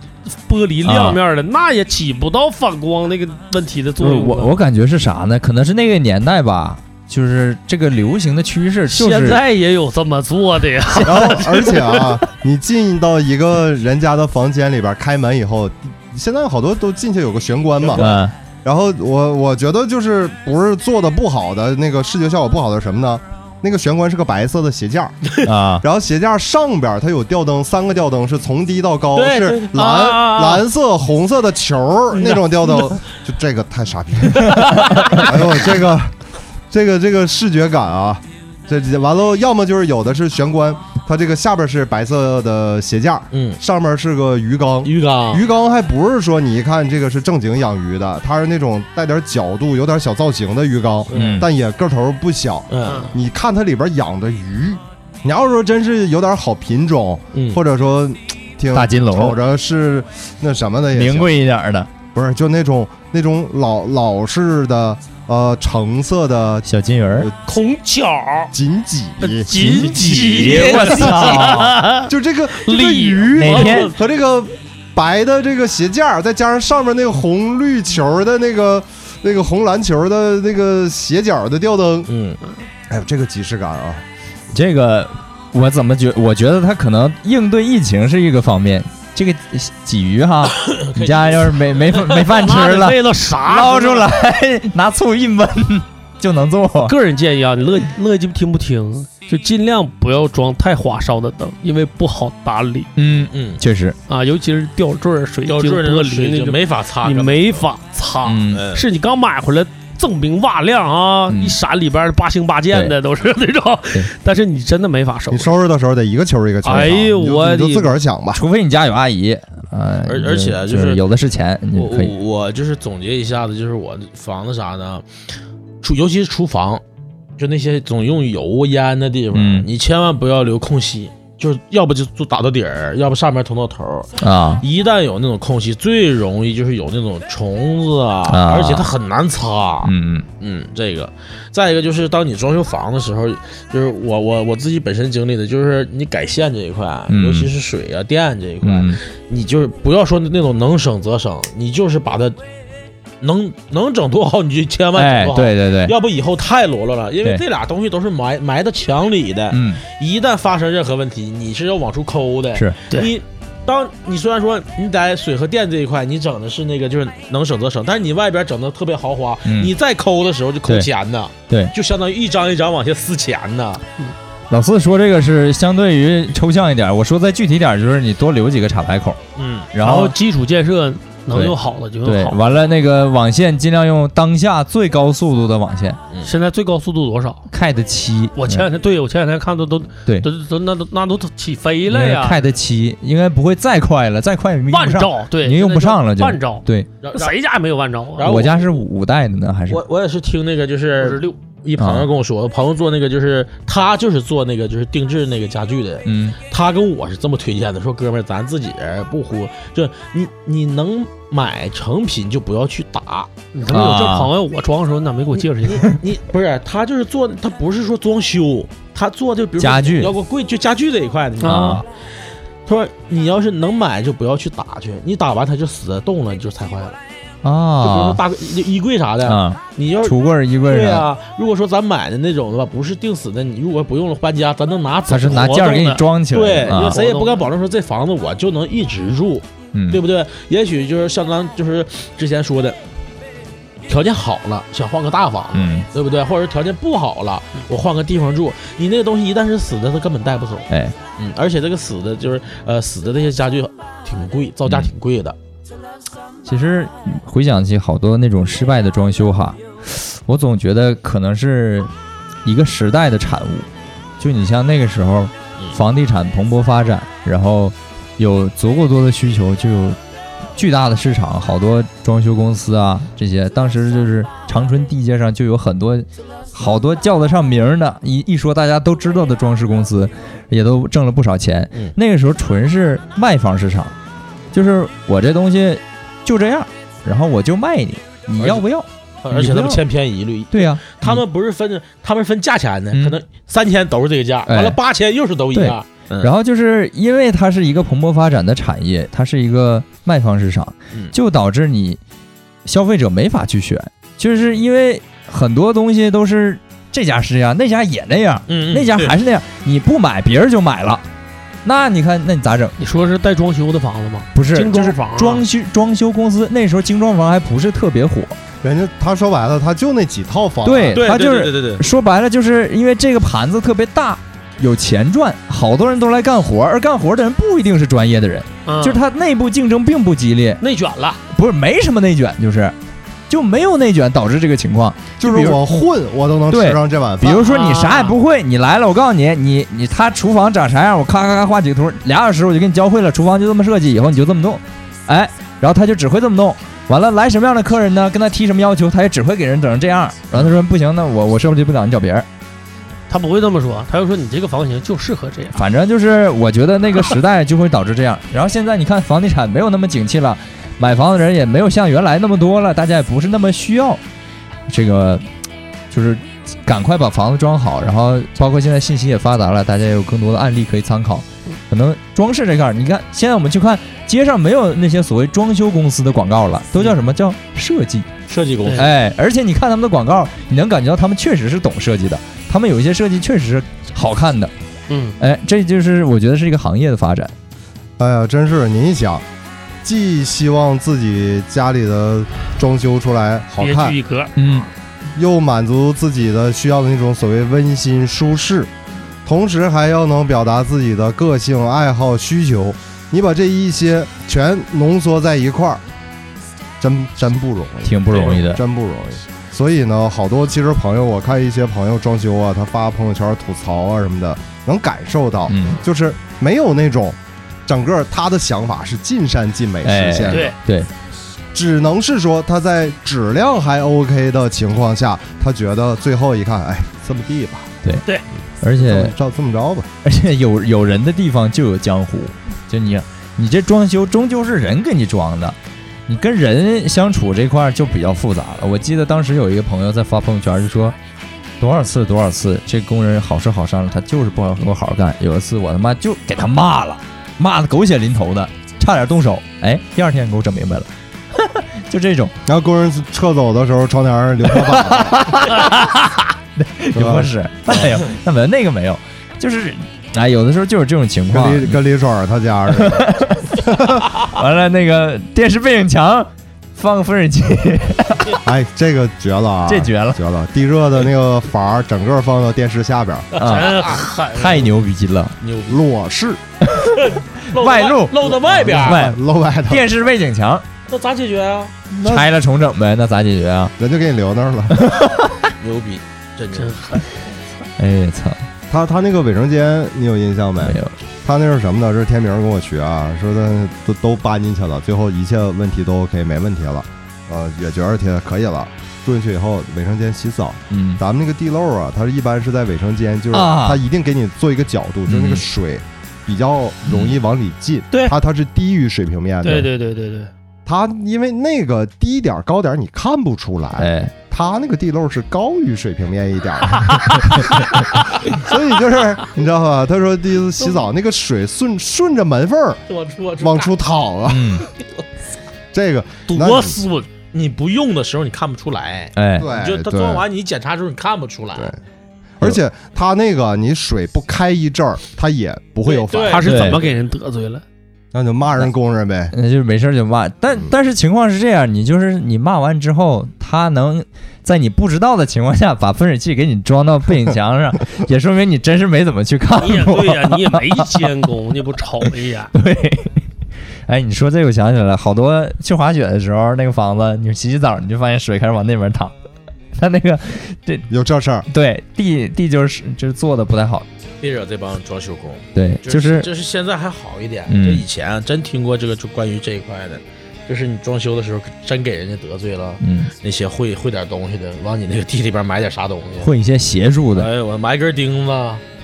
Speaker 3: 玻璃亮面的，那也起不到反光那个问题的作
Speaker 2: 嗯我
Speaker 3: 用了。
Speaker 2: 我我感觉是啥呢？可能是那个年代吧，就是这个流行的趋势就
Speaker 3: 现
Speaker 2: 是
Speaker 3: 在也有这么做的呀，
Speaker 1: 然后而且啊，你进到一个人家的房间里边，开门以后，现在好多都进去有个玄关嘛，
Speaker 2: 嗯
Speaker 1: 然后我我觉得就是不是做的不好的那个视觉效果不好的是什么呢？那个玄关是个白色的鞋架，
Speaker 2: 啊
Speaker 1: 然后鞋架上边它有吊灯，三个吊灯是从低到高，
Speaker 3: 对
Speaker 1: 是
Speaker 3: 对
Speaker 1: 蓝、
Speaker 3: 啊啊嗯啊
Speaker 1: 蓝色、红色的球儿那种吊灯，就这个太傻逼了。 哎呦，这个这个这个视觉感啊，这这完了，要么就是有的是玄关，它这个下边是白色的鞋架，
Speaker 4: 嗯，
Speaker 1: 上面是个鱼缸。
Speaker 4: 鱼缸，
Speaker 1: 鱼缸还不是说你一看这个是正经养鱼的，它是那种带点角度、有点小造型的鱼缸，
Speaker 2: 嗯
Speaker 1: 但也个头不小。
Speaker 4: 嗯
Speaker 1: 你看它里边养的鱼，你要是说真是有点好品种，
Speaker 4: 嗯，
Speaker 1: 或者说挺
Speaker 2: 大金
Speaker 1: 瞅
Speaker 2: 龙
Speaker 1: 着是那什么的也
Speaker 2: 名
Speaker 1: 行，
Speaker 2: 贵一点的
Speaker 1: 不是就那种那种老老式的呃橙色的
Speaker 2: 小金鱼儿，
Speaker 3: 孔巧、
Speaker 1: 锦鲤，
Speaker 3: 锦
Speaker 2: 鲤
Speaker 3: 鲤，
Speaker 2: 我操！
Speaker 1: 就这个这个
Speaker 3: 鲤
Speaker 1: 鱼
Speaker 2: 哪天
Speaker 1: 和这个白的这个鞋架，再加上上面那个红绿球的那个。那个红蓝球的那个斜角的吊灯，
Speaker 4: 嗯，
Speaker 1: 哎呦，这个即视感啊！
Speaker 2: 这个我怎么觉？我觉得它可能应对疫情是一个方面，这个鲫鱼 哈，你家要是没没没饭吃
Speaker 3: 妈 的
Speaker 2: 了，
Speaker 3: 为了啥
Speaker 2: 捞出？来拿醋一焖 就能做。
Speaker 3: 个人建议啊，你乐乐鸡听不听，就尽量不要装太花哨的灯，因为不好打理
Speaker 2: 嗯，
Speaker 4: 嗯，
Speaker 2: 确实，
Speaker 3: 啊，尤其是吊坠儿、水晶、
Speaker 4: 吊坠那
Speaker 3: 玻
Speaker 4: 种水
Speaker 3: 璃
Speaker 4: 就
Speaker 3: 那种，
Speaker 4: 没法
Speaker 3: 你
Speaker 4: 擦干了，
Speaker 3: 没法擦。
Speaker 2: 嗯，
Speaker 4: 嗯，
Speaker 3: 是你刚买回来锃明瓦亮啊，
Speaker 2: 嗯
Speaker 3: 一闪里边八星八箭的都是那种
Speaker 2: 对，
Speaker 3: 但是你真的没法收
Speaker 1: 你。收拾的时候得一个球儿一个球儿
Speaker 3: 哎
Speaker 1: 藏，
Speaker 3: 呦
Speaker 1: 你就
Speaker 3: 我
Speaker 1: 你就
Speaker 3: 的
Speaker 1: 自个儿想吧。
Speaker 2: 除非你家有阿姨，呃，
Speaker 4: 而而且啊
Speaker 2: 就
Speaker 4: 就是
Speaker 2: 有的是钱，你
Speaker 4: 我
Speaker 2: 嗯可
Speaker 4: 我
Speaker 2: 以。
Speaker 4: 我就是总结一下子，就是我房子啥的，厨尤其是厨房，就那些总用油烟的地方，
Speaker 2: 嗯
Speaker 4: 你千万不要留空隙，就是要不就就打到底儿，要不上面通到头儿。
Speaker 2: 啊，
Speaker 4: 一旦有那种空隙，最容易就是有那种虫子啊，
Speaker 2: 啊
Speaker 4: 而且它很难擦。
Speaker 2: 嗯嗯
Speaker 4: 嗯，这个，再一个就是当你装修房的时候，就是我我我自己本身经历的，就是你改线这一块，
Speaker 2: 嗯
Speaker 4: 尤其是水啊电这一块，
Speaker 2: 嗯，
Speaker 4: 你就是不要说那种能省则省，你就是把它能能整多好你就千万
Speaker 2: 哎
Speaker 4: 整多，好，
Speaker 2: 对对对，
Speaker 4: 要不以后太罗罗了，因为
Speaker 2: 对
Speaker 4: 这俩东西都是埋埋到墙里的，
Speaker 2: 嗯，
Speaker 4: 一旦发生任何问题，你是要往出抠的。
Speaker 2: 是
Speaker 3: 对
Speaker 4: 你当你虽然说你在水和电这一块你整的是那个就是能省则省，但是你外边整的特别豪华，
Speaker 2: 嗯
Speaker 4: 你再抠的时候就抠
Speaker 2: 对
Speaker 4: 钱呢，
Speaker 2: 对
Speaker 4: 就相当于一张一张往下撕钱呢。
Speaker 2: 老四说这个是相对于抽象一点，我说再具体点儿就是你多留几个插排口，
Speaker 4: 嗯，
Speaker 2: 然
Speaker 3: 后
Speaker 2: 后
Speaker 3: 基础建设能用好的就
Speaker 2: 对
Speaker 3: 用，好。
Speaker 2: 完了那个网线尽量用当下最高速度的网线
Speaker 3: 现在最高速度多少？
Speaker 2: ，Cat 七，
Speaker 3: 我前两天对我前两天看都都
Speaker 2: 对
Speaker 3: 都都那都那都起飞
Speaker 2: 应
Speaker 3: 了
Speaker 2: 该是
Speaker 3: 呀，
Speaker 2: Cat 七应该不会再快了，再快也用不
Speaker 3: 万
Speaker 2: 上。
Speaker 3: 兆对，
Speaker 2: 您用不上了就
Speaker 3: 万兆，
Speaker 2: 对，
Speaker 4: 然
Speaker 3: 那
Speaker 4: 后
Speaker 3: 谁家没有万兆啊？
Speaker 4: 然后我
Speaker 2: 我家是五五代的呢，还是
Speaker 4: 我我也是听那个就
Speaker 3: 二十
Speaker 4: 是
Speaker 3: 六，
Speaker 4: 一朋
Speaker 2: 啊
Speaker 4: 友跟我说，我朋友做那个就是他就是做那个就是定制那个家具的，
Speaker 2: 嗯
Speaker 4: 他跟我是这么推荐的，说哥们儿咱自己人不忽，就你你能买成品就不要去打。
Speaker 3: 你他妈有这
Speaker 2: 啊
Speaker 3: 朋友，我装的时候你咋没给我介绍一个？
Speaker 4: 你不是他就是做，他不是说装修，他做就比如说
Speaker 2: 家具
Speaker 4: 要个柜，就家具这一块的。你知道吗
Speaker 2: 啊
Speaker 3: 啊，
Speaker 4: 他说你要是能买就不要去打去，你打完它就死了动了，你就拆坏了。就比如说
Speaker 2: 啊
Speaker 4: 大柜衣柜啥的，
Speaker 2: 啊，
Speaker 4: 你要是
Speaker 2: 橱柜儿衣柜儿
Speaker 4: 对
Speaker 2: 啥的，
Speaker 4: 啊，如果说咱买的那种的吧，不是定死的，你如果不用了搬家，咱能拿走
Speaker 2: 它。是拿件儿给你装起
Speaker 4: 对，
Speaker 2: 来
Speaker 4: 因为
Speaker 2: 啊，
Speaker 4: 谁也不敢保证说这房子我就能一直住，
Speaker 2: 嗯
Speaker 4: 对不对？也许就是像咱就是之前说的，条件好了想换个大房子，
Speaker 2: 嗯，
Speaker 4: 对不对？或者条件不好了，我换个地方住，你那个东西一旦是死的，它根本带不走。
Speaker 2: 哎，
Speaker 4: 嗯，而且这个死的，就是呃死的这些家具挺贵，造
Speaker 2: 嗯
Speaker 4: 价挺贵的。
Speaker 2: 其实回想起好多那种失败的装修哈，我总觉得可能是一个时代的产物。就你像那个时候，房地产蓬勃发展，然后有足够多的需求，就有巨大的市场，好多装修公司啊这些，当时就是长春地界上就有很多好多叫得上名儿的，一一说大家都知道的装饰公司，也都挣了不少钱。
Speaker 4: 嗯
Speaker 2: 那个时候纯是卖方市场，就是我这东西就这样，然后我就卖你，你要不要？
Speaker 4: 而
Speaker 2: 你
Speaker 4: 且他
Speaker 2: 不要
Speaker 4: 们千篇一律，
Speaker 2: 对呀、
Speaker 4: 他们不是分，他们分价钱的，
Speaker 2: 嗯
Speaker 4: 可能三千都是这个价，
Speaker 2: 哎
Speaker 4: 完了八千又是都一样。
Speaker 2: 然后就是因为它是一个蓬勃发展的产业，它是一个卖方市场
Speaker 4: 嗯，
Speaker 2: 就导致你消费者没法去选，就是因为很多东西都是这家是这样，那家也那样，
Speaker 4: 嗯，嗯
Speaker 2: 那家
Speaker 4: 对
Speaker 2: 还是那样，你不买别人就买了，那你看那你咋整？
Speaker 3: 你说是带装修的房子吗？
Speaker 2: 不是
Speaker 3: 精
Speaker 2: 就
Speaker 3: 装
Speaker 2: 是
Speaker 3: 房啊
Speaker 2: 装修装修公司那时候精装房还不是特别火，
Speaker 1: 人家他说白了，他就那几套房，
Speaker 2: 对
Speaker 4: 对，
Speaker 2: 他
Speaker 4: 对
Speaker 2: 就
Speaker 4: 对
Speaker 2: 是
Speaker 4: 对对对，
Speaker 2: 说白了就是因为这个盘子特别大。有钱赚，好多人都来干活，而干活的人不一定是专业的人，
Speaker 3: 嗯
Speaker 2: 就是它内部竞争并不激烈，
Speaker 3: 内卷了，
Speaker 2: 不是没什么内卷，就是就没有内卷导致这个情况。
Speaker 1: 就
Speaker 2: 就比
Speaker 1: 是
Speaker 2: 如
Speaker 1: 我混我都能吃
Speaker 2: 对
Speaker 1: 上这碗
Speaker 2: 比
Speaker 1: 饭。
Speaker 2: 如说你啥也不会，你来了，我告诉你，你你他厨房长啥样，我咔咔咔画几个图，俩小时我就给你教会了，厨房就这么设计，以后你就这么弄，哎，然后他就只会这么弄。完了，来什么样的客人呢？跟他提什么要求，他也只会给人整成这样。然后他说不行，那我我设计不了，你找别人。
Speaker 3: 他不会这么说，他就说你这个房型就适合这样。
Speaker 2: 反正就是我觉得那个时代就会导致这样。然后现在你看房地产没有那么景气了，买房的人也没有像原来那么多了，大家也不是那么需要这个，就是赶快把房子装好。然后包括现在信息也发达了，大家也有更多的案例可以参考。可能装饰这块儿，你看现在我们去看街上没有那些所谓装修公司的广告了，都叫什么叫设计？
Speaker 4: 设计公司
Speaker 3: 对
Speaker 2: 哎，而且你看他们的广告，你能感觉到他们确实是懂设计的，他们有一些设计确实是好看的。
Speaker 3: 嗯，
Speaker 2: 哎，这就是我觉得是一个行业的发展。
Speaker 1: 哎呀，真是您一想，既希望自己家里的装修出来好
Speaker 3: 别
Speaker 1: 看
Speaker 3: 具，一格，
Speaker 2: 嗯，
Speaker 1: 又满足自己的需要的那种所谓温馨舒适，同时还要能表达自己的个性、爱好、需求。你把这一些全浓缩在一块儿，真真不容易，
Speaker 2: 挺不容易的。
Speaker 1: 真不容易。所以呢，好多其实朋友，我看一些朋友装修啊，他发朋友圈吐槽啊什么的，能感受到，
Speaker 2: 嗯，
Speaker 1: 就是没有那种整个他的想法是尽善尽美
Speaker 2: 哎
Speaker 1: 实现的。
Speaker 3: 对，
Speaker 1: 只能是说他在质量还 OK 的情况下，他觉得最后一看，哎，这么地吧，
Speaker 2: 而
Speaker 1: 这么
Speaker 2: 且
Speaker 1: 照这么着吧，
Speaker 2: 而且有有人的地方就有江湖，就你你这装修终究是人给你装的，你跟人相处这块儿就比较复杂了。我记得当时有一个朋友在发朋友圈就说。多少次多少次，这工人好是好商量，他就是不好跟我好好干。有一次我他妈就给他骂了，骂的狗血淋头的，差点动手。哎，第二天给我整明白了，就这种
Speaker 1: 然后工人撤走的时候，窗台上留下把 子，
Speaker 2: 有不是？那没有，那没有那个没有，就是哎，有的时候就是这种情况。
Speaker 1: 跟李跟李爽他家似 的，
Speaker 2: 完了，那个电视背景墙放个缝纫机，
Speaker 1: 哎，这个绝了啊！
Speaker 2: 这绝了
Speaker 1: 绝了！地热的那个阀儿整个放到电视下边儿，
Speaker 2: 啊！
Speaker 3: 真狠，
Speaker 2: 太牛逼了！
Speaker 4: 牛逼！
Speaker 1: 裸视
Speaker 3: 露
Speaker 2: 外露嗯
Speaker 3: 露在外边儿，
Speaker 2: 外
Speaker 1: 露外头，
Speaker 2: 电视背景墙
Speaker 3: 那咋解决啊？
Speaker 1: 那
Speaker 2: 拆了重整呗，那咋解决啊？
Speaker 1: 人就给你留那儿了。
Speaker 4: 牛逼，真牛
Speaker 3: 真
Speaker 4: 逼！
Speaker 3: 狠，
Speaker 2: 哎操，
Speaker 1: 他他那个卫生间你有印象没？
Speaker 2: 没有，
Speaker 1: 他那是什么呢？这是天明跟我学啊，说的都都搬进去了，最后一切问题都 OK，没问题了，呃，也觉得挺可以了。住进去以后，卫生间洗澡，
Speaker 2: 嗯，
Speaker 1: 咱们那个地漏啊，它是一般是在卫生间，就是
Speaker 2: 啊
Speaker 1: 它一定给你做一个角度，就是那个
Speaker 2: 嗯
Speaker 1: 水比较容易往里进，
Speaker 3: 对
Speaker 1: 它它是低于水平
Speaker 2: 啊
Speaker 1: 面的，
Speaker 3: 对对对对对，
Speaker 1: 它因为那个低点儿高点儿你看不出来，
Speaker 2: 哎，
Speaker 1: 它那个地漏是高于水平面一点 儿所以就是你知道吧？他说第一次洗澡那个水顺顺着门缝儿
Speaker 3: 我出我
Speaker 1: 往出淌 啊，
Speaker 2: 嗯，
Speaker 1: 这个那
Speaker 3: 多
Speaker 1: 你
Speaker 3: 损，
Speaker 4: 你不用的时候你看不出来，
Speaker 2: 哎，
Speaker 4: 你就
Speaker 1: 对
Speaker 4: 他
Speaker 1: 对
Speaker 4: 装完你检查的时候你看不出来
Speaker 1: 对，，而且它那个你水不开一阵儿，它也不会有反应，
Speaker 4: 对
Speaker 3: 他是怎么给人 得罪了？
Speaker 1: 那就骂人工人呗。
Speaker 2: 那就是没事儿就骂，但但是情况是这样，你就是你骂完之后，他能在你不知道的情况下把分水器给你装到背景墙上，也说明你真是没怎么去看
Speaker 3: 你也
Speaker 2: 过
Speaker 3: 对。呀、你也没监工，你不瞅一眼？
Speaker 2: 对， 哎，你说这个我想起来了，好多去滑雪的时候，那个房子，你洗洗澡，你就发现水开始往那边淌。他那个
Speaker 1: 有这事儿，
Speaker 2: 对地地就是就是做的不太好，
Speaker 4: 别惹这帮装修工。
Speaker 2: 对，就
Speaker 4: 就是
Speaker 2: 是
Speaker 4: 就是现在还好一点，
Speaker 2: 嗯
Speaker 4: 这以前啊真听过这个就关于这一块的，就是你装修的时候真给人家得罪了，
Speaker 2: 嗯，
Speaker 4: 那些会会点东西的，往你那个地里边买点啥东西。
Speaker 2: 混一些邪术的，
Speaker 4: 哎，我买根钉子，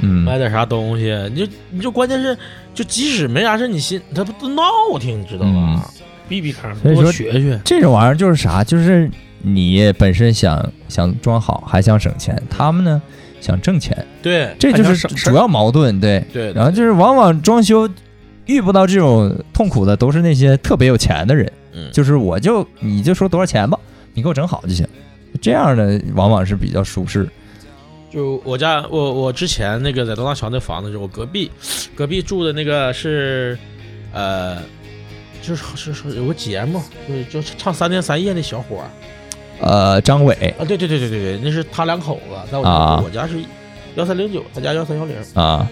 Speaker 2: 嗯，
Speaker 4: 买点啥东西，你就你就关键是，就即使没啥事，你心他不都闹挺，你知道吗？
Speaker 3: 避避坑，
Speaker 2: 嗯所以说
Speaker 3: 多学学。
Speaker 2: 这种玩意儿就是啥，就是你本身想想装好，还想省钱，他们呢想挣钱，
Speaker 4: 对
Speaker 2: 这就
Speaker 3: 还
Speaker 2: 是
Speaker 3: 想省事儿
Speaker 2: 主要矛盾，对。
Speaker 4: 对，
Speaker 2: 然后就是往往装修遇不到这种痛苦的，都是那些特别有钱的人。
Speaker 4: 嗯，
Speaker 2: 就是我就你就说多少钱吧，你给我整好就行。这样的往往是比较舒适。
Speaker 4: 就我家我我之前那个在东大桥那房子，就我隔壁隔壁住的那个是，呃，就是是是有个节目，就是就唱三天三夜那小伙儿
Speaker 2: 呃，张伟
Speaker 4: 啊，对对对对对对，那是他两口子，在我家、
Speaker 2: 啊
Speaker 4: 我家是幺三零九，他家幺三幺零，
Speaker 2: 啊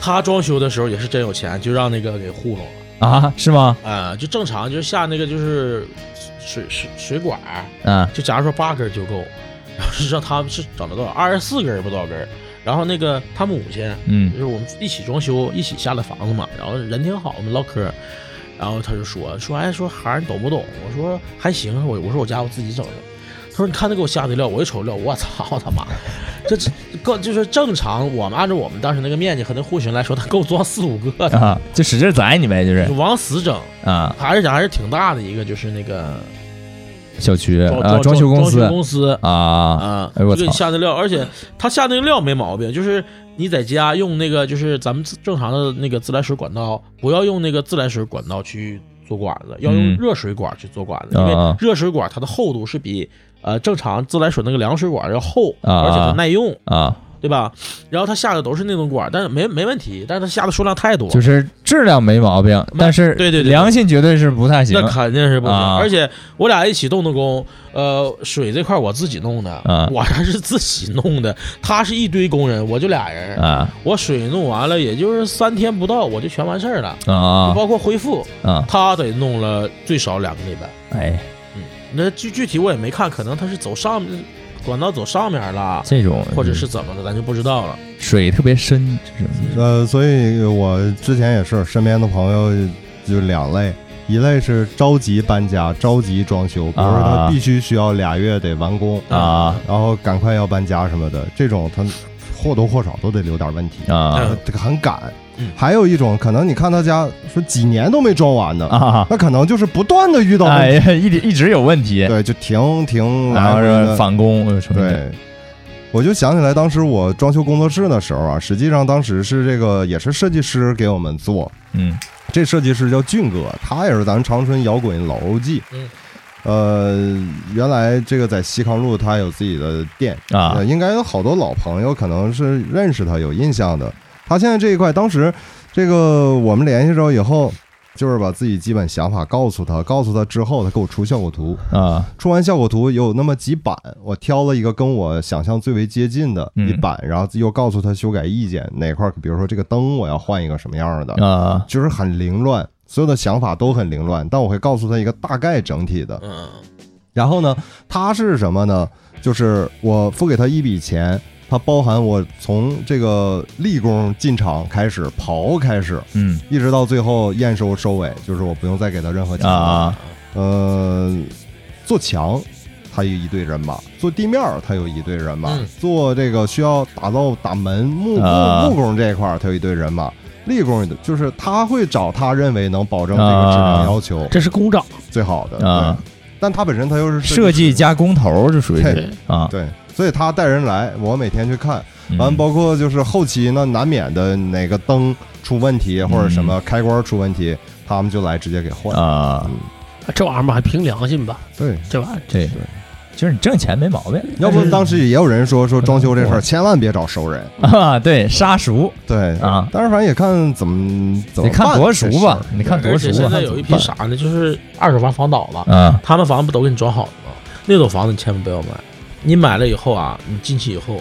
Speaker 4: 他装修的时候也是真有钱，就让那个给糊弄了。
Speaker 2: 啊，是吗？
Speaker 4: 啊、就正常，就是下那个就是水水水管儿，
Speaker 2: 啊
Speaker 4: 就假如说八根儿就够，然后是让他们是整了多少，二十四根儿不多少根儿，然后那个他母亲
Speaker 2: 嗯
Speaker 4: 就是我们一起装修，一起下的房子嘛，然后人挺好，我们唠嗑儿，然后他就说说哎说孩儿你懂不懂？我说还行，我我说我家我自己整的。他说：“你看他给我下的料，我一瞅料，我操我他妈！这这够就是正常，我们按照我们当时那个面积和那户型来说，他够装四五个的，
Speaker 2: 啊，就使劲宰你呗，就是
Speaker 4: 就往死整。
Speaker 2: 啊，
Speaker 4: 还是讲还是挺大的一个，就是那个
Speaker 2: 小区
Speaker 4: 装
Speaker 2: 啊，
Speaker 4: 装
Speaker 2: 修公
Speaker 4: 公
Speaker 2: 司
Speaker 4: 公司
Speaker 2: 啊，
Speaker 4: 啊，
Speaker 2: 哎我
Speaker 4: 就给你
Speaker 2: 操
Speaker 4: 下那料，而且他下那个料没毛病，就是你在家用那个就是咱们自正常的那个自来水管道，不要用那个自来水管道去做管子，要用
Speaker 2: 嗯
Speaker 4: 热水管去做管子，
Speaker 2: 啊
Speaker 4: 因为
Speaker 2: 啊
Speaker 4: 热水管它的厚度是比呃正常自来水那个凉水管要厚，
Speaker 2: 啊
Speaker 4: 而且
Speaker 2: 啊
Speaker 4: 它耐用。
Speaker 2: 啊，
Speaker 4: 对吧？然后他下的都是内东管，但是没没问题，但是他下的数量太多，
Speaker 2: 就是质量没毛病，但是
Speaker 4: 对对对
Speaker 2: 良心绝对是不太行
Speaker 4: 那肯定是不行。
Speaker 2: 啊
Speaker 4: 而且我俩一起动的工，呃，水这块我自己弄的，
Speaker 2: 啊
Speaker 4: 我还是自己弄的。他是一堆工人，我就俩人，
Speaker 2: 啊
Speaker 4: 我水弄完了，也就是三天不到，我就全完事儿了。
Speaker 2: 啊啊
Speaker 4: 包括恢复，
Speaker 2: 啊！
Speaker 4: 他得弄了最少两个礼拜。嗯
Speaker 2: 哎，
Speaker 4: 那具具体我也没看，可能他是走上面管道走上面了，
Speaker 2: 这种
Speaker 4: 或者是怎么的，咱就不知道了。
Speaker 2: 水特别深，就是
Speaker 1: 呃，所以我之前也是身边的朋友就两类，一类是着急搬家、着急装修，比如说
Speaker 2: 啊
Speaker 1: 他必须需要俩月得完工，
Speaker 2: 啊
Speaker 1: 然后赶快要搬家什么的，这种他或多或少都得留点问题，
Speaker 2: 啊
Speaker 1: 他他很赶
Speaker 4: 嗯。
Speaker 1: 还有一种可能，你看他家说几年都没装完呢，
Speaker 2: 啊！
Speaker 1: 那可能就是不断的遇到问
Speaker 2: 哎
Speaker 1: 题，
Speaker 2: 呀，一直一直有问题，
Speaker 1: 对，就停停，
Speaker 2: 然后
Speaker 1: 来回
Speaker 2: 是
Speaker 1: 的
Speaker 2: 返工呃什么的，
Speaker 1: 对，我就想起来当时我装修工作室的时候啊，实际上当时是这个也是设计师给我们做，
Speaker 2: 嗯
Speaker 1: 这设计师叫俊哥，他也是咱们长春摇滚老 OG。
Speaker 4: 嗯。
Speaker 1: 呃，原来这个在西康路他有自己的店
Speaker 2: 啊
Speaker 1: 呃应该有好多老朋友可能是认识他有印象的。他现在这一块，当时这个我们联系着以后，就是把自己基本想法告诉他，告诉他之后，他给我出效果图。
Speaker 2: 啊
Speaker 1: 出完效果图有那么几版，我挑了一个跟我想象最为接近的
Speaker 2: 嗯
Speaker 1: 一版，然后又告诉他修改意见哪块儿，比如说这个灯我要换一个什么样的，
Speaker 2: 啊
Speaker 1: 就是很凌乱，所有的想法都很凌乱，但我会告诉他一个大概整体的。
Speaker 4: 嗯，
Speaker 1: 然后呢，他是什么呢？就是我付给他一笔钱，它包含我从这个立工进场开始刨开始，
Speaker 2: 嗯
Speaker 1: 一直到最后验收收尾，就是我不用再给他任何钱
Speaker 2: 啊
Speaker 1: 了。
Speaker 2: 啊
Speaker 1: 呃，做墙，他有一队人马；做地面，儿，他有一队人马；
Speaker 4: 嗯
Speaker 1: 做这个需要打造打门木
Speaker 2: 啊
Speaker 1: 木木工这一块，儿，他有一队人马；力工也就是他会找他认为能保证这个质量要求
Speaker 3: 这是工长，
Speaker 1: 最好的
Speaker 2: 啊，
Speaker 1: 对但他本身他又是
Speaker 2: 设计
Speaker 1: 师
Speaker 2: 加工头儿就属于
Speaker 1: 对
Speaker 2: 是啊，
Speaker 1: 对，所以他带人来，我每天去看，
Speaker 2: 嗯
Speaker 1: 完包括就是后期呢，难免的哪个灯出问题或者什么开关出问题，他们就来直接给换。
Speaker 2: 嗯啊，
Speaker 3: 这玩意儿吧还凭良心吧，
Speaker 1: 对，
Speaker 3: 对吧？
Speaker 2: 对，就是你挣钱没毛病
Speaker 1: 要不当时也有人说说装修这事
Speaker 2: 哇
Speaker 1: 儿千万别找熟人，
Speaker 2: 啊，对，杀熟
Speaker 1: 对
Speaker 2: 啊
Speaker 1: 当然反正也看怎么怎么
Speaker 2: 得看
Speaker 1: 办
Speaker 2: 多熟
Speaker 1: 这事儿
Speaker 2: 吧，你看多
Speaker 4: 而且
Speaker 2: 熟啊
Speaker 4: 现
Speaker 2: 吧
Speaker 4: 在有一批啥呢？就是二手房房倒了，
Speaker 2: 啊
Speaker 4: 他们房子不都给你装好了吗？那种房子你千万不要买，你买了以后啊，你进去以后，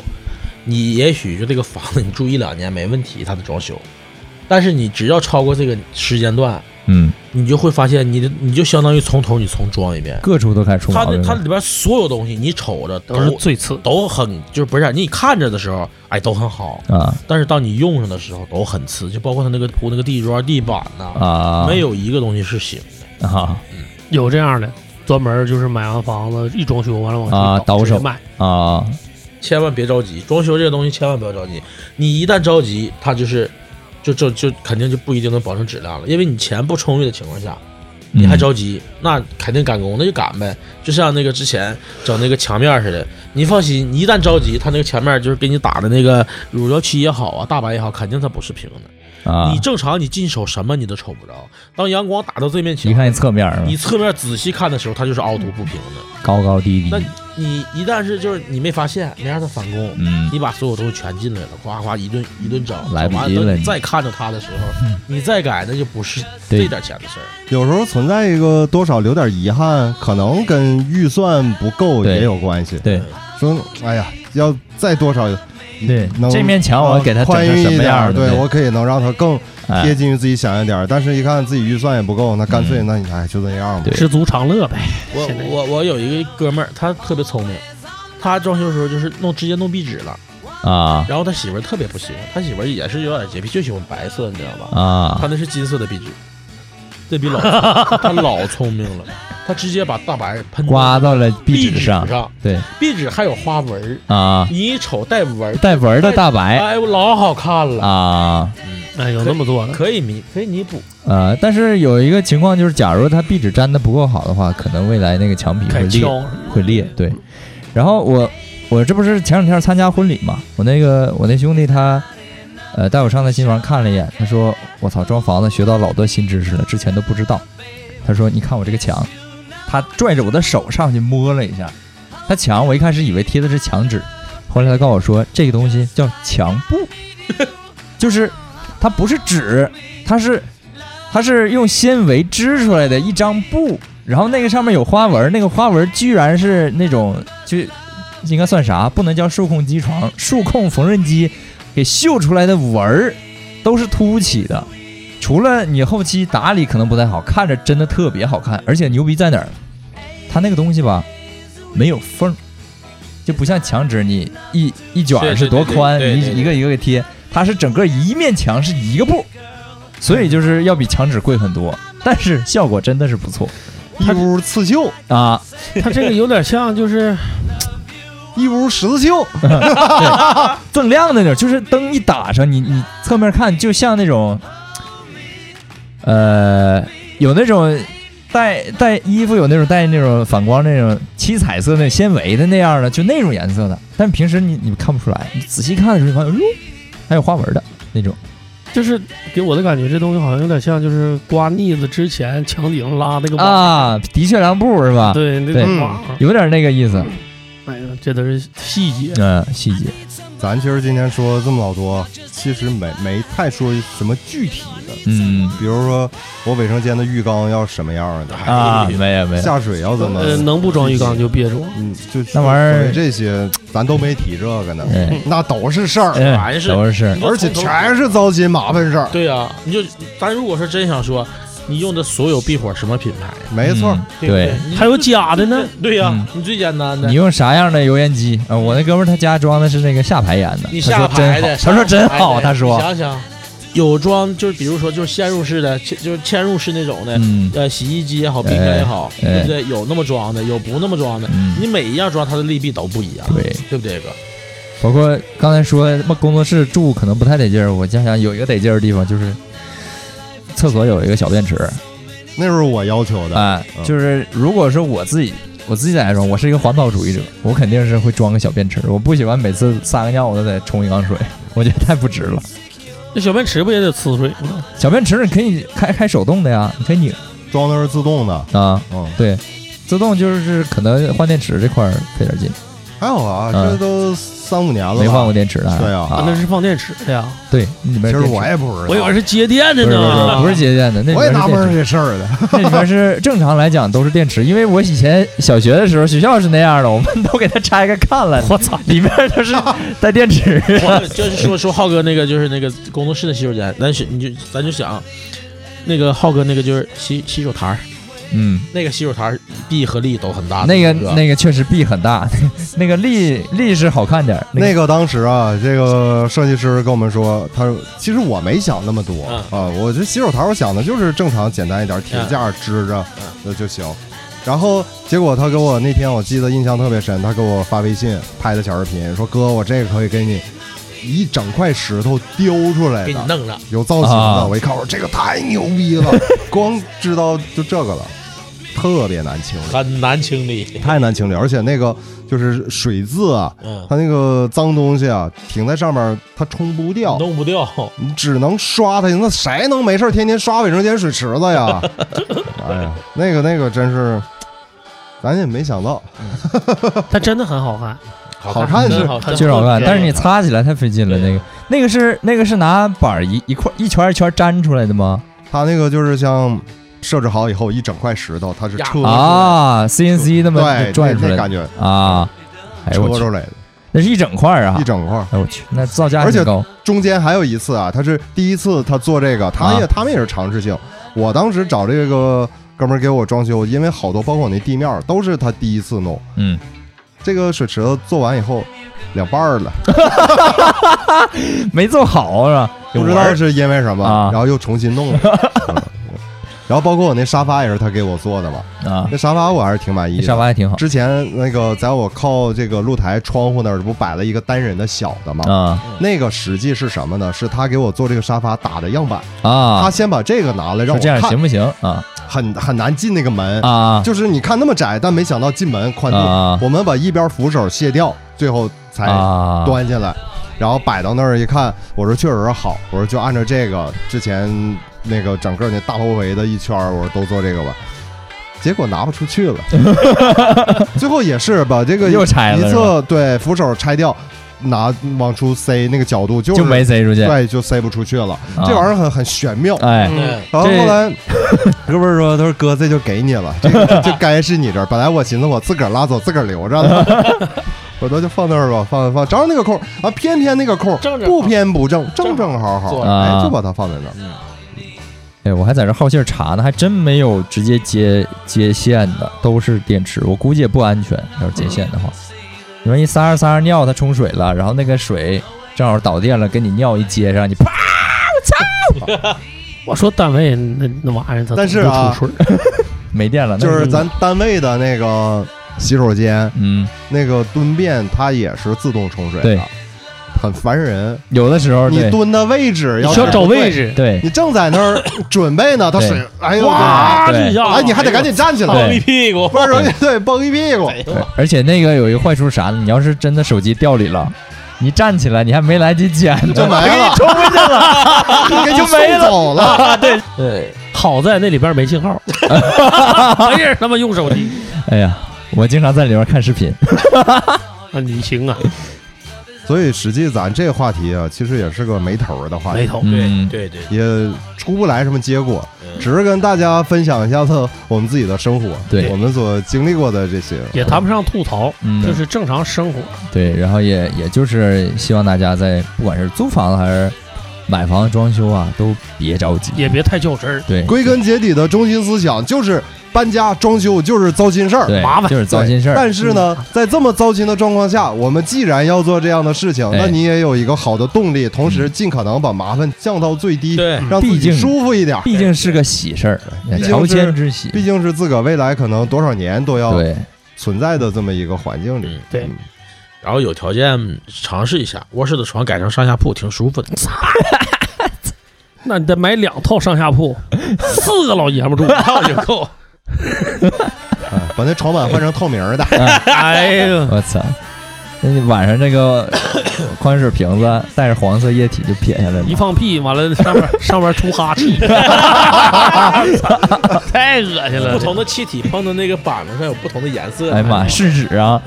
Speaker 4: 你也许就这个房子你住一两年没问题，它的装修，但是你只要超过这个时间段，
Speaker 2: 嗯，
Speaker 4: 你就会发现你的你就相当于从头你重装一遍。
Speaker 2: 各处都开始出
Speaker 4: 它
Speaker 2: 毛病
Speaker 4: 的它
Speaker 2: 了
Speaker 4: 里边所有东西你瞅着
Speaker 3: 都是
Speaker 4: 都
Speaker 3: 最次，
Speaker 4: 都很就是不是你看着的时候哎都很好，
Speaker 2: 啊
Speaker 4: 但是当你用上的时候都很次，就包括它那个铺那个地砖地板呐、
Speaker 2: 啊，
Speaker 4: 没有一个东西是行。
Speaker 2: 啊
Speaker 3: 有这样的。专门就是买完房子一装修完了往出
Speaker 2: 啊
Speaker 3: 倒
Speaker 2: 倒手
Speaker 3: 卖，
Speaker 2: 啊
Speaker 4: 千万别着急，装修这个东西千万不要着急。你一旦着急，它就是，就就就肯定就不一定能保证质量了，因为你钱不充裕的情况下，
Speaker 2: 嗯
Speaker 4: 你还着急，那肯定赶工，那就赶呗。就像那个之前整那个墙面似的，你放心，你一旦着急，它那个墙面就是给你打的那个乳胶漆也好啊，大白也好，肯定它不是平的。
Speaker 2: 啊，
Speaker 4: 你正常你进手什么你都瞅不着，当阳光打到对面
Speaker 2: 一
Speaker 4: 墙，
Speaker 2: 看侧面儿
Speaker 4: 你侧面仔细看的时候，它就是凹凸不平的。
Speaker 2: 高高低
Speaker 4: 那
Speaker 2: 低，
Speaker 4: 你一旦是就是你没发现，没让它返工，
Speaker 2: 嗯
Speaker 4: 你把所有东西全进来了，呱呱一顿一顿整，
Speaker 2: 来
Speaker 4: 整
Speaker 2: 不
Speaker 4: 完
Speaker 2: 及了
Speaker 4: 等
Speaker 2: 你嗯
Speaker 4: 你再看着它的时候，你再改那就不是
Speaker 2: 对
Speaker 4: 这点钱的事儿。
Speaker 1: 有时候存在一个多少留点遗憾，可能跟预算不够
Speaker 2: 对
Speaker 1: 也有关系。
Speaker 2: 对
Speaker 1: 说哎呀，要再多少
Speaker 2: 对
Speaker 1: 能，啊
Speaker 2: 这面墙我给它整
Speaker 1: 宽
Speaker 2: 成
Speaker 1: 裕
Speaker 2: 什
Speaker 1: 一
Speaker 2: 么
Speaker 1: 点
Speaker 2: 样儿
Speaker 1: 儿，
Speaker 2: 的？
Speaker 1: 对我可以能让它更
Speaker 2: 哎
Speaker 1: 贴近于自己想象点儿。但是一看自己预算也不够，那干脆
Speaker 2: 嗯
Speaker 1: 那你哎就那样吧
Speaker 2: 对。
Speaker 3: 知足常乐 呗。
Speaker 4: 我
Speaker 3: 现在
Speaker 4: 我我有一个哥们儿，他特别聪明，他装修的时候就是弄直接弄壁纸了，
Speaker 2: 啊
Speaker 4: 然后他媳妇儿特别不喜欢，他媳妇儿也是有点洁癖，就喜欢白色，你知道吧？他
Speaker 2: 啊
Speaker 4: 那是金色的壁纸，这 比老聪他老聪明了，他直接把大白喷
Speaker 2: 刮
Speaker 4: 到
Speaker 2: 到了
Speaker 4: 壁
Speaker 2: 壁纸上，
Speaker 4: 上，
Speaker 2: 对
Speaker 4: 壁纸还有花纹儿，
Speaker 2: 啊，
Speaker 4: 你一瞅带纹儿，
Speaker 2: 带纹儿的大白
Speaker 4: 哎，我老好看了。
Speaker 2: 啊。
Speaker 3: 哎，有那么做的，
Speaker 4: 可以弥可以弥补，
Speaker 2: 呃，但是有一个情况就是，假如它壁纸粘的不够好的话，可能未来那个墙皮会
Speaker 3: 开
Speaker 2: 裂，
Speaker 3: 敲
Speaker 2: 会裂。对，然后我我这不是前两天参加婚礼嘛，我那个我那兄弟他，呃，带我上他新房看了一眼，他说我操，装房子学到老多新知识了，之前都不知道。他说你看我这个墙，他拽着我的手上去摸了一下，他墙我一开始以为贴的是墙纸，后来他告诉我说，这个东西叫墙布， 就是它不是纸，它是它是用纤维织出来的一张布，然后那个上面有花纹，那个花纹居然是那种就应该算啥？不能叫数控机床，数控缝纫机给绣出来的纹儿都是凸起的。除了你后期打理可能不太好，看着真的特别好看，而且牛逼在哪儿？它那个东西吧，没有缝儿，就不像墙纸，你一一卷儿
Speaker 4: 是
Speaker 2: 是多
Speaker 4: 对对
Speaker 2: 宽，
Speaker 4: 对
Speaker 2: 你
Speaker 4: 对
Speaker 2: 一个一个给贴，它是整个一面墙是一个布，所以就是要比墙纸贵很多，但是效果真的是不错
Speaker 1: 一屋刺绣，
Speaker 2: 啊！
Speaker 3: 它这个有点像就是
Speaker 1: 一屋十字绣，
Speaker 2: 锃亮的那种，就是灯一打上，你你侧面看就像那种，呃，有那种带带衣服有那种带那种反光那种七彩色那纤维的那样的，就那种颜色的。但平时你你看不出来，你仔细看的时候你发现，哟，还有花纹的那种。
Speaker 3: 就是给我的感觉，这东西好像有点像就是刮腻子之前墙顶上拉那个网，
Speaker 2: 啊，的确良布是吧？
Speaker 3: 对，那
Speaker 2: 对
Speaker 3: 个网，
Speaker 2: 有点那个意思，
Speaker 3: 哎呀，这都是细节。
Speaker 2: 嗯，细节
Speaker 1: 咱其实今天说了这么老多，其实没没太说什么具体的，
Speaker 2: 嗯
Speaker 1: 比如说我卫生间的浴缸要什么样的，
Speaker 2: 啊，没有没有，
Speaker 1: 下水要怎么，
Speaker 3: 呃，能不装浴缸就别装。
Speaker 1: 嗯，就
Speaker 2: 那玩意儿
Speaker 1: 所以这些咱都没提这个呢，
Speaker 2: 哎，
Speaker 1: 那都是事儿，
Speaker 2: 哎
Speaker 4: 全是
Speaker 2: 都是
Speaker 1: 而且全是糟心麻烦事儿，
Speaker 4: 对啊，你就咱如果说真想说，你用的所有避火什么品牌？
Speaker 1: 没错儿，
Speaker 2: 嗯
Speaker 4: 不
Speaker 2: 对。，
Speaker 4: 你
Speaker 3: 还有假的呢，
Speaker 4: 对呀、
Speaker 2: 嗯
Speaker 4: 你最简单的，嗯
Speaker 2: 你用啥样的油烟机啊、我那哥们儿他家装的是那个下排烟的，
Speaker 4: 你
Speaker 2: 他
Speaker 4: 下
Speaker 2: 说真
Speaker 4: 牌
Speaker 2: 好
Speaker 4: 的，
Speaker 2: 他说真好，他
Speaker 4: 你
Speaker 2: 说，
Speaker 4: 想想，有装就是比如说就是嵌入式的，嵌就是嵌入式那种的，
Speaker 2: 嗯
Speaker 4: 呃，洗衣机也好，冰箱也好，
Speaker 2: 哎
Speaker 4: 对不对？有那么装的，有不那么装的，
Speaker 2: 嗯，
Speaker 4: 你每一样装它的利弊都不一样，
Speaker 2: 对，
Speaker 4: 对不对？哥，
Speaker 2: 包括刚才说那工作室住可能不太得劲儿，我家想有一个得劲儿的地方就是。厕所有一个小便池，
Speaker 1: 那是我要求的，
Speaker 2: 哎、
Speaker 1: 嗯
Speaker 2: 就是如果是我自己，我自己在家装，我是一个环保主义者，我肯定是会装个小便池，我不喜欢每次撒个尿我都得冲一缸水， 我觉得太不值了。
Speaker 3: 这小便池不也得呲水吗？
Speaker 2: 小便池你可以开开手动的呀，你可以拧
Speaker 1: 装的是自动的，
Speaker 2: 啊，
Speaker 1: 嗯，
Speaker 2: 对，自动就是可能换电池这块儿费点劲，
Speaker 1: 还好啊，
Speaker 2: 嗯
Speaker 1: 这都三五年了吧，
Speaker 2: 没换过电池的。
Speaker 1: 对啊
Speaker 3: 啊，那是放电池的呀，
Speaker 2: 对，里
Speaker 1: 其
Speaker 2: 面
Speaker 1: 实
Speaker 2: 电池
Speaker 1: 我也不知道，
Speaker 3: 我以为是接电的
Speaker 2: 不是不是
Speaker 3: 呢。
Speaker 2: 不是节电的，那里
Speaker 1: 我也
Speaker 2: 面
Speaker 1: 纳
Speaker 2: 是
Speaker 1: 闷儿
Speaker 2: 电池，
Speaker 1: 这事儿呢。
Speaker 2: 那里面是正常来讲都是电池，因为我以 前小学的时候学校是那样的，我们都给它拆开看了，
Speaker 3: 我操！
Speaker 2: 里面都是带电池。
Speaker 4: 我就是说说浩哥那个就是那个工作室的洗手间，咱是你就咱就想，那个浩哥那个就是洗洗手台儿，
Speaker 2: 嗯，
Speaker 4: 那个洗手台儿弊和利都很
Speaker 1: 啊
Speaker 4: 大，
Speaker 2: 那个
Speaker 4: 哥
Speaker 2: 那个确实弊很大， 那个力力是好看点儿，
Speaker 1: 那
Speaker 2: 个
Speaker 1: 个当时啊，这个设计师跟我们说，他说其实我没想那么多
Speaker 4: 嗯
Speaker 1: 啊，我这洗手台我想的就是正常简单一点，铁架支着
Speaker 4: 嗯
Speaker 1: 那就行。然后结果他给我那天我记得印象特别深，他给我发微信拍的小视频，说哥，我这个可以给你一整块石头雕出来
Speaker 4: 给你
Speaker 1: 的，
Speaker 4: 弄了，
Speaker 1: 有造型
Speaker 2: 啊
Speaker 1: 的。我一看，我说这个太牛逼 了，光知道就这个了，特别难清理，
Speaker 4: 很难清理。
Speaker 1: 太难清理，而且那个就是水渍啊，
Speaker 4: 嗯，
Speaker 1: 它那个脏东西啊，停在上面，它冲不
Speaker 2: 哦
Speaker 1: 掉，
Speaker 4: 弄不掉，
Speaker 1: 你只能刷它。那谁能没事儿天天刷卫生间水池子呀？ 哎呀，那个那个真是，咱也没想到，
Speaker 3: 它真的很好看，
Speaker 1: 好看是
Speaker 4: 真好看
Speaker 2: 就是好看，
Speaker 3: 对
Speaker 2: 但是你擦起来太费劲了。那
Speaker 4: 对
Speaker 2: 个那个是那个是拿板儿一一块一圈儿一圈儿粘出来的吗？
Speaker 1: 它那个就是像设置好以后一整块石头，它是
Speaker 4: 呀
Speaker 1: 车
Speaker 2: 啊，CNC 那么
Speaker 1: 对，
Speaker 2: 拽出
Speaker 1: 那那
Speaker 2: 来的
Speaker 1: 感觉
Speaker 2: 啊，哎呦
Speaker 1: 车
Speaker 2: 我去，
Speaker 1: 出来的，
Speaker 2: 那是一整块儿啊
Speaker 1: 一，整块儿。
Speaker 2: 哎我去，那造价
Speaker 1: 而且
Speaker 2: 挺高，
Speaker 1: 中间还有一次啊，他是第一次他做这个，他也、
Speaker 2: 啊
Speaker 1: 他们也是尝试性。我当时找这个哥们儿给我装修，因为好多包括我那地面儿都是他第一次弄。
Speaker 2: 嗯，
Speaker 1: 这个水池子做完以后，两半儿了，
Speaker 2: 没做好是吧？有
Speaker 1: 不知
Speaker 2: 纹儿
Speaker 1: 道是因为什么，
Speaker 2: 啊
Speaker 1: 然后又重新 弄了。嗯然后包括我那沙发也是他给我做的嘛，
Speaker 2: 啊，
Speaker 1: 那沙发我还是挺满意
Speaker 2: 这
Speaker 1: 的。
Speaker 2: 沙发还挺好
Speaker 1: 之前那个在我靠这个露台窗户那儿不摆了一个单人的小的嘛，
Speaker 2: 啊
Speaker 1: 那个实际是什么呢？是他给我做这个沙发打的样板，他
Speaker 2: 啊，
Speaker 1: 先把这个拿来让
Speaker 2: 说
Speaker 1: 我
Speaker 2: 这样
Speaker 1: 看
Speaker 2: 行，不行啊
Speaker 1: 很很难进那个门，
Speaker 2: 啊
Speaker 1: 就是你看那么窄，但没想到进门宽度。
Speaker 2: 啊
Speaker 1: 我们把一边扶手卸掉，最后才
Speaker 2: 啊，
Speaker 1: 端下来，然后摆到那儿一看，我说确实好，我说就按照这个之前那个整个那大包围的一圈儿，我说都做这个吧。结果拿不出 去了，最后也是把这个
Speaker 2: 又拆
Speaker 1: 一
Speaker 2: 了是吧
Speaker 1: 侧对扶手拆掉，拿往出塞那个角度就是
Speaker 2: 就没塞出去。
Speaker 1: 对，就塞不出去了。
Speaker 2: 啊
Speaker 1: 这玩意儿很很玄妙。
Speaker 2: 哎，
Speaker 3: 嗯
Speaker 1: 然后
Speaker 2: 这
Speaker 1: 后来， 哥们儿说：“他说哥，这就给你了，这个就该是你这儿。本来我寻思我自个儿拉走，自个儿留着 呢，我都就放那儿吧，放放，正好那个空儿啊，偏偏那个空儿啊
Speaker 3: 正正好
Speaker 1: 不偏不正，正正好好，
Speaker 3: 坐
Speaker 2: 着
Speaker 1: 哎，
Speaker 2: 啊
Speaker 1: 就把它放在那儿。
Speaker 2: 哎，我还在这好信儿查呢，还真没有直接接接线的，都是电池。我估计也不安全，要是接线的话，你万一撒着撒着尿它冲水了，然后那个水正好导电了，跟你尿一接上，你啪，
Speaker 3: 我说单位那那玩意儿，它
Speaker 1: 但是
Speaker 3: 不
Speaker 1: 啊
Speaker 3: 出水
Speaker 2: 没电了，那
Speaker 1: 就是咱单位的那个洗手间，
Speaker 2: 嗯，
Speaker 1: 那个蹲便它也是自动冲水
Speaker 2: 对
Speaker 1: 的，很烦人。
Speaker 2: 有的时候
Speaker 1: 你
Speaker 2: 对
Speaker 1: 蹲的位置
Speaker 3: 哦你
Speaker 1: 要
Speaker 3: 需要
Speaker 1: 是
Speaker 3: 找
Speaker 1: 不对
Speaker 3: 位，置，
Speaker 2: 对
Speaker 1: 你正在那儿准备呢，它
Speaker 2: 对
Speaker 1: 水，哎呦，
Speaker 3: 哇，
Speaker 2: 对
Speaker 3: 这一下，哎
Speaker 1: 哎，你还得赶紧站起来，
Speaker 3: 一屁 股，
Speaker 1: 不然容易对崩一屁股。
Speaker 4: 哎呦
Speaker 2: 对，而且那个有一个坏处是啥呢？你要是真的手机掉里了，你站起来你还没来得及捡 呢，
Speaker 1: 就没了，冲回去了， 给你送走了。
Speaker 4: 对，
Speaker 3: 好在那里边没信号，还是哎他妈用手机
Speaker 2: 哎呀，我经常在里面看视频，
Speaker 3: 啊，你行啊，
Speaker 1: 所以实际咱这话题啊，其实也是个没头儿的话
Speaker 3: 没
Speaker 1: 题，
Speaker 3: 头，
Speaker 2: 嗯，
Speaker 4: 哎对对，
Speaker 1: 也出不来什么结果，
Speaker 4: 嗯
Speaker 1: 只是跟大家分享一下子我们自己的生活，
Speaker 2: 对
Speaker 1: 我们所经历过的这些。
Speaker 3: 也谈不上吐槽，
Speaker 2: 嗯，
Speaker 3: 就是正常生活。
Speaker 2: 对，然后也也就是希望大家在不管是租房子还是买房装修啊，都别着急。
Speaker 3: 也别太较真儿，
Speaker 2: 对，
Speaker 1: 归根结底的中心思想就是搬家装修就是糟心事儿，
Speaker 2: 对
Speaker 3: 麻烦
Speaker 2: 就是糟心事儿。嗯
Speaker 1: 但是呢，在这么糟心的状况下，我们既然要做这样的事情，
Speaker 2: 哎
Speaker 1: 那你也有一个好的动力，同时尽可能把麻烦降到最低，
Speaker 4: 对
Speaker 1: 让自
Speaker 2: 毕
Speaker 1: 己
Speaker 2: 竟
Speaker 1: 舒服一点。
Speaker 2: 毕竟是个喜事儿，
Speaker 1: 毕竟
Speaker 2: 乔
Speaker 1: 是
Speaker 2: 迁之喜。
Speaker 1: 毕竟是自个儿未来可能多少年都要
Speaker 2: 对，
Speaker 1: 存在的这么一个环境里
Speaker 4: 嗯。
Speaker 3: 对
Speaker 4: 然后有条件尝试一下，卧室的床改成上下铺，挺舒服的。
Speaker 3: 那你得买两套上下铺，四个老爷们儿住，一套就够。
Speaker 1: 哎把那床板换成透明儿的，
Speaker 3: 哎呀，
Speaker 2: 我操！那你晚上这 个矿泉水瓶子带着黄色液体就撇下来了
Speaker 3: 一，放屁，完了上面上面出哈气，太恶心了。
Speaker 4: 不同的气体碰到那个板子上有不同的颜色。
Speaker 2: 哎呀妈，试纸啊！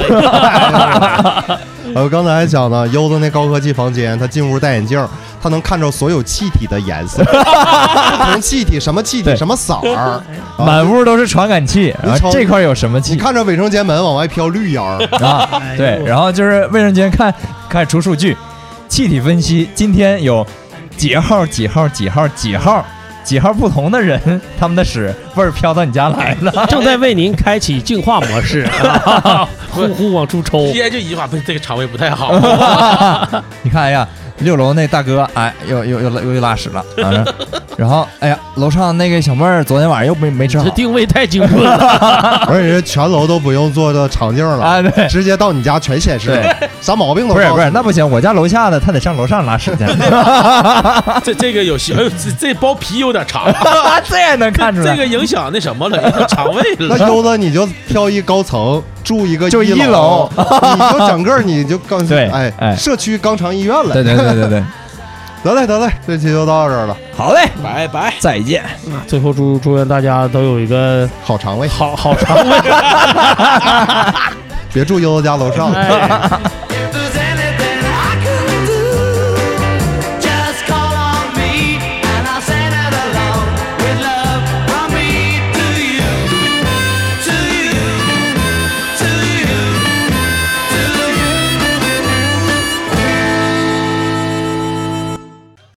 Speaker 1: 呃，刚才还讲呢，优子那高科技房间，他进屋戴眼镜儿，他能看着所有气体的颜色，不同气体什么气体
Speaker 2: 对
Speaker 1: 什么色儿，啊
Speaker 2: 满屋都是传感器，
Speaker 1: 你
Speaker 2: 然后
Speaker 1: 瞅
Speaker 2: 这块儿有什么
Speaker 1: 你
Speaker 2: 气
Speaker 1: 看着卫生间门往外飘绿烟儿，
Speaker 2: 啊？
Speaker 3: 哎呦
Speaker 2: 对，然后就是卫生间看看出数据，气体分析，今天有几号几号几号几号几号不同的人，他们的屎味儿飘到你家来 了。
Speaker 3: 正在为您开启净化 模式，啊呼呼往出抽
Speaker 4: 直。接就一句话，不，这个肠胃不太好。
Speaker 2: 你看，哎呀，六楼那大哥，哎，又又又又又拉屎了，啊、然后哎呀，楼上那个小妹儿昨天晚上又没没吃好
Speaker 3: 这，定位太精准了，
Speaker 1: 而且这全楼都不用做的长镜了，
Speaker 2: 啊，对
Speaker 1: 直接到你家全显示
Speaker 2: 对，，
Speaker 1: 啥毛病都
Speaker 2: 不是
Speaker 1: 告诉
Speaker 2: 不是，
Speaker 1: 你
Speaker 2: 那不行，我家楼下的她得上楼上拉 屎去，
Speaker 4: 这这个有些，哎呦，这这包皮有点长，
Speaker 2: 这也能 看出来哎
Speaker 4: 这。个影响那什么了，影响肠胃了。
Speaker 1: 那优子你就挑一高层住一个
Speaker 2: 就
Speaker 1: 一
Speaker 2: 一楼
Speaker 1: 你就整个儿你就刚
Speaker 2: 对
Speaker 1: 哎
Speaker 2: 哎
Speaker 1: 社区肛肠医院了。
Speaker 2: 对对对对对，
Speaker 1: 得嘞得嘞，这期就到这儿了，
Speaker 2: 好嘞，
Speaker 4: 拜拜。
Speaker 2: 再见。
Speaker 3: 最后祝祝愿大家都有一个
Speaker 1: 好肠胃，
Speaker 3: 好好肠胃。
Speaker 1: 别住优子家楼上。
Speaker 3: 哎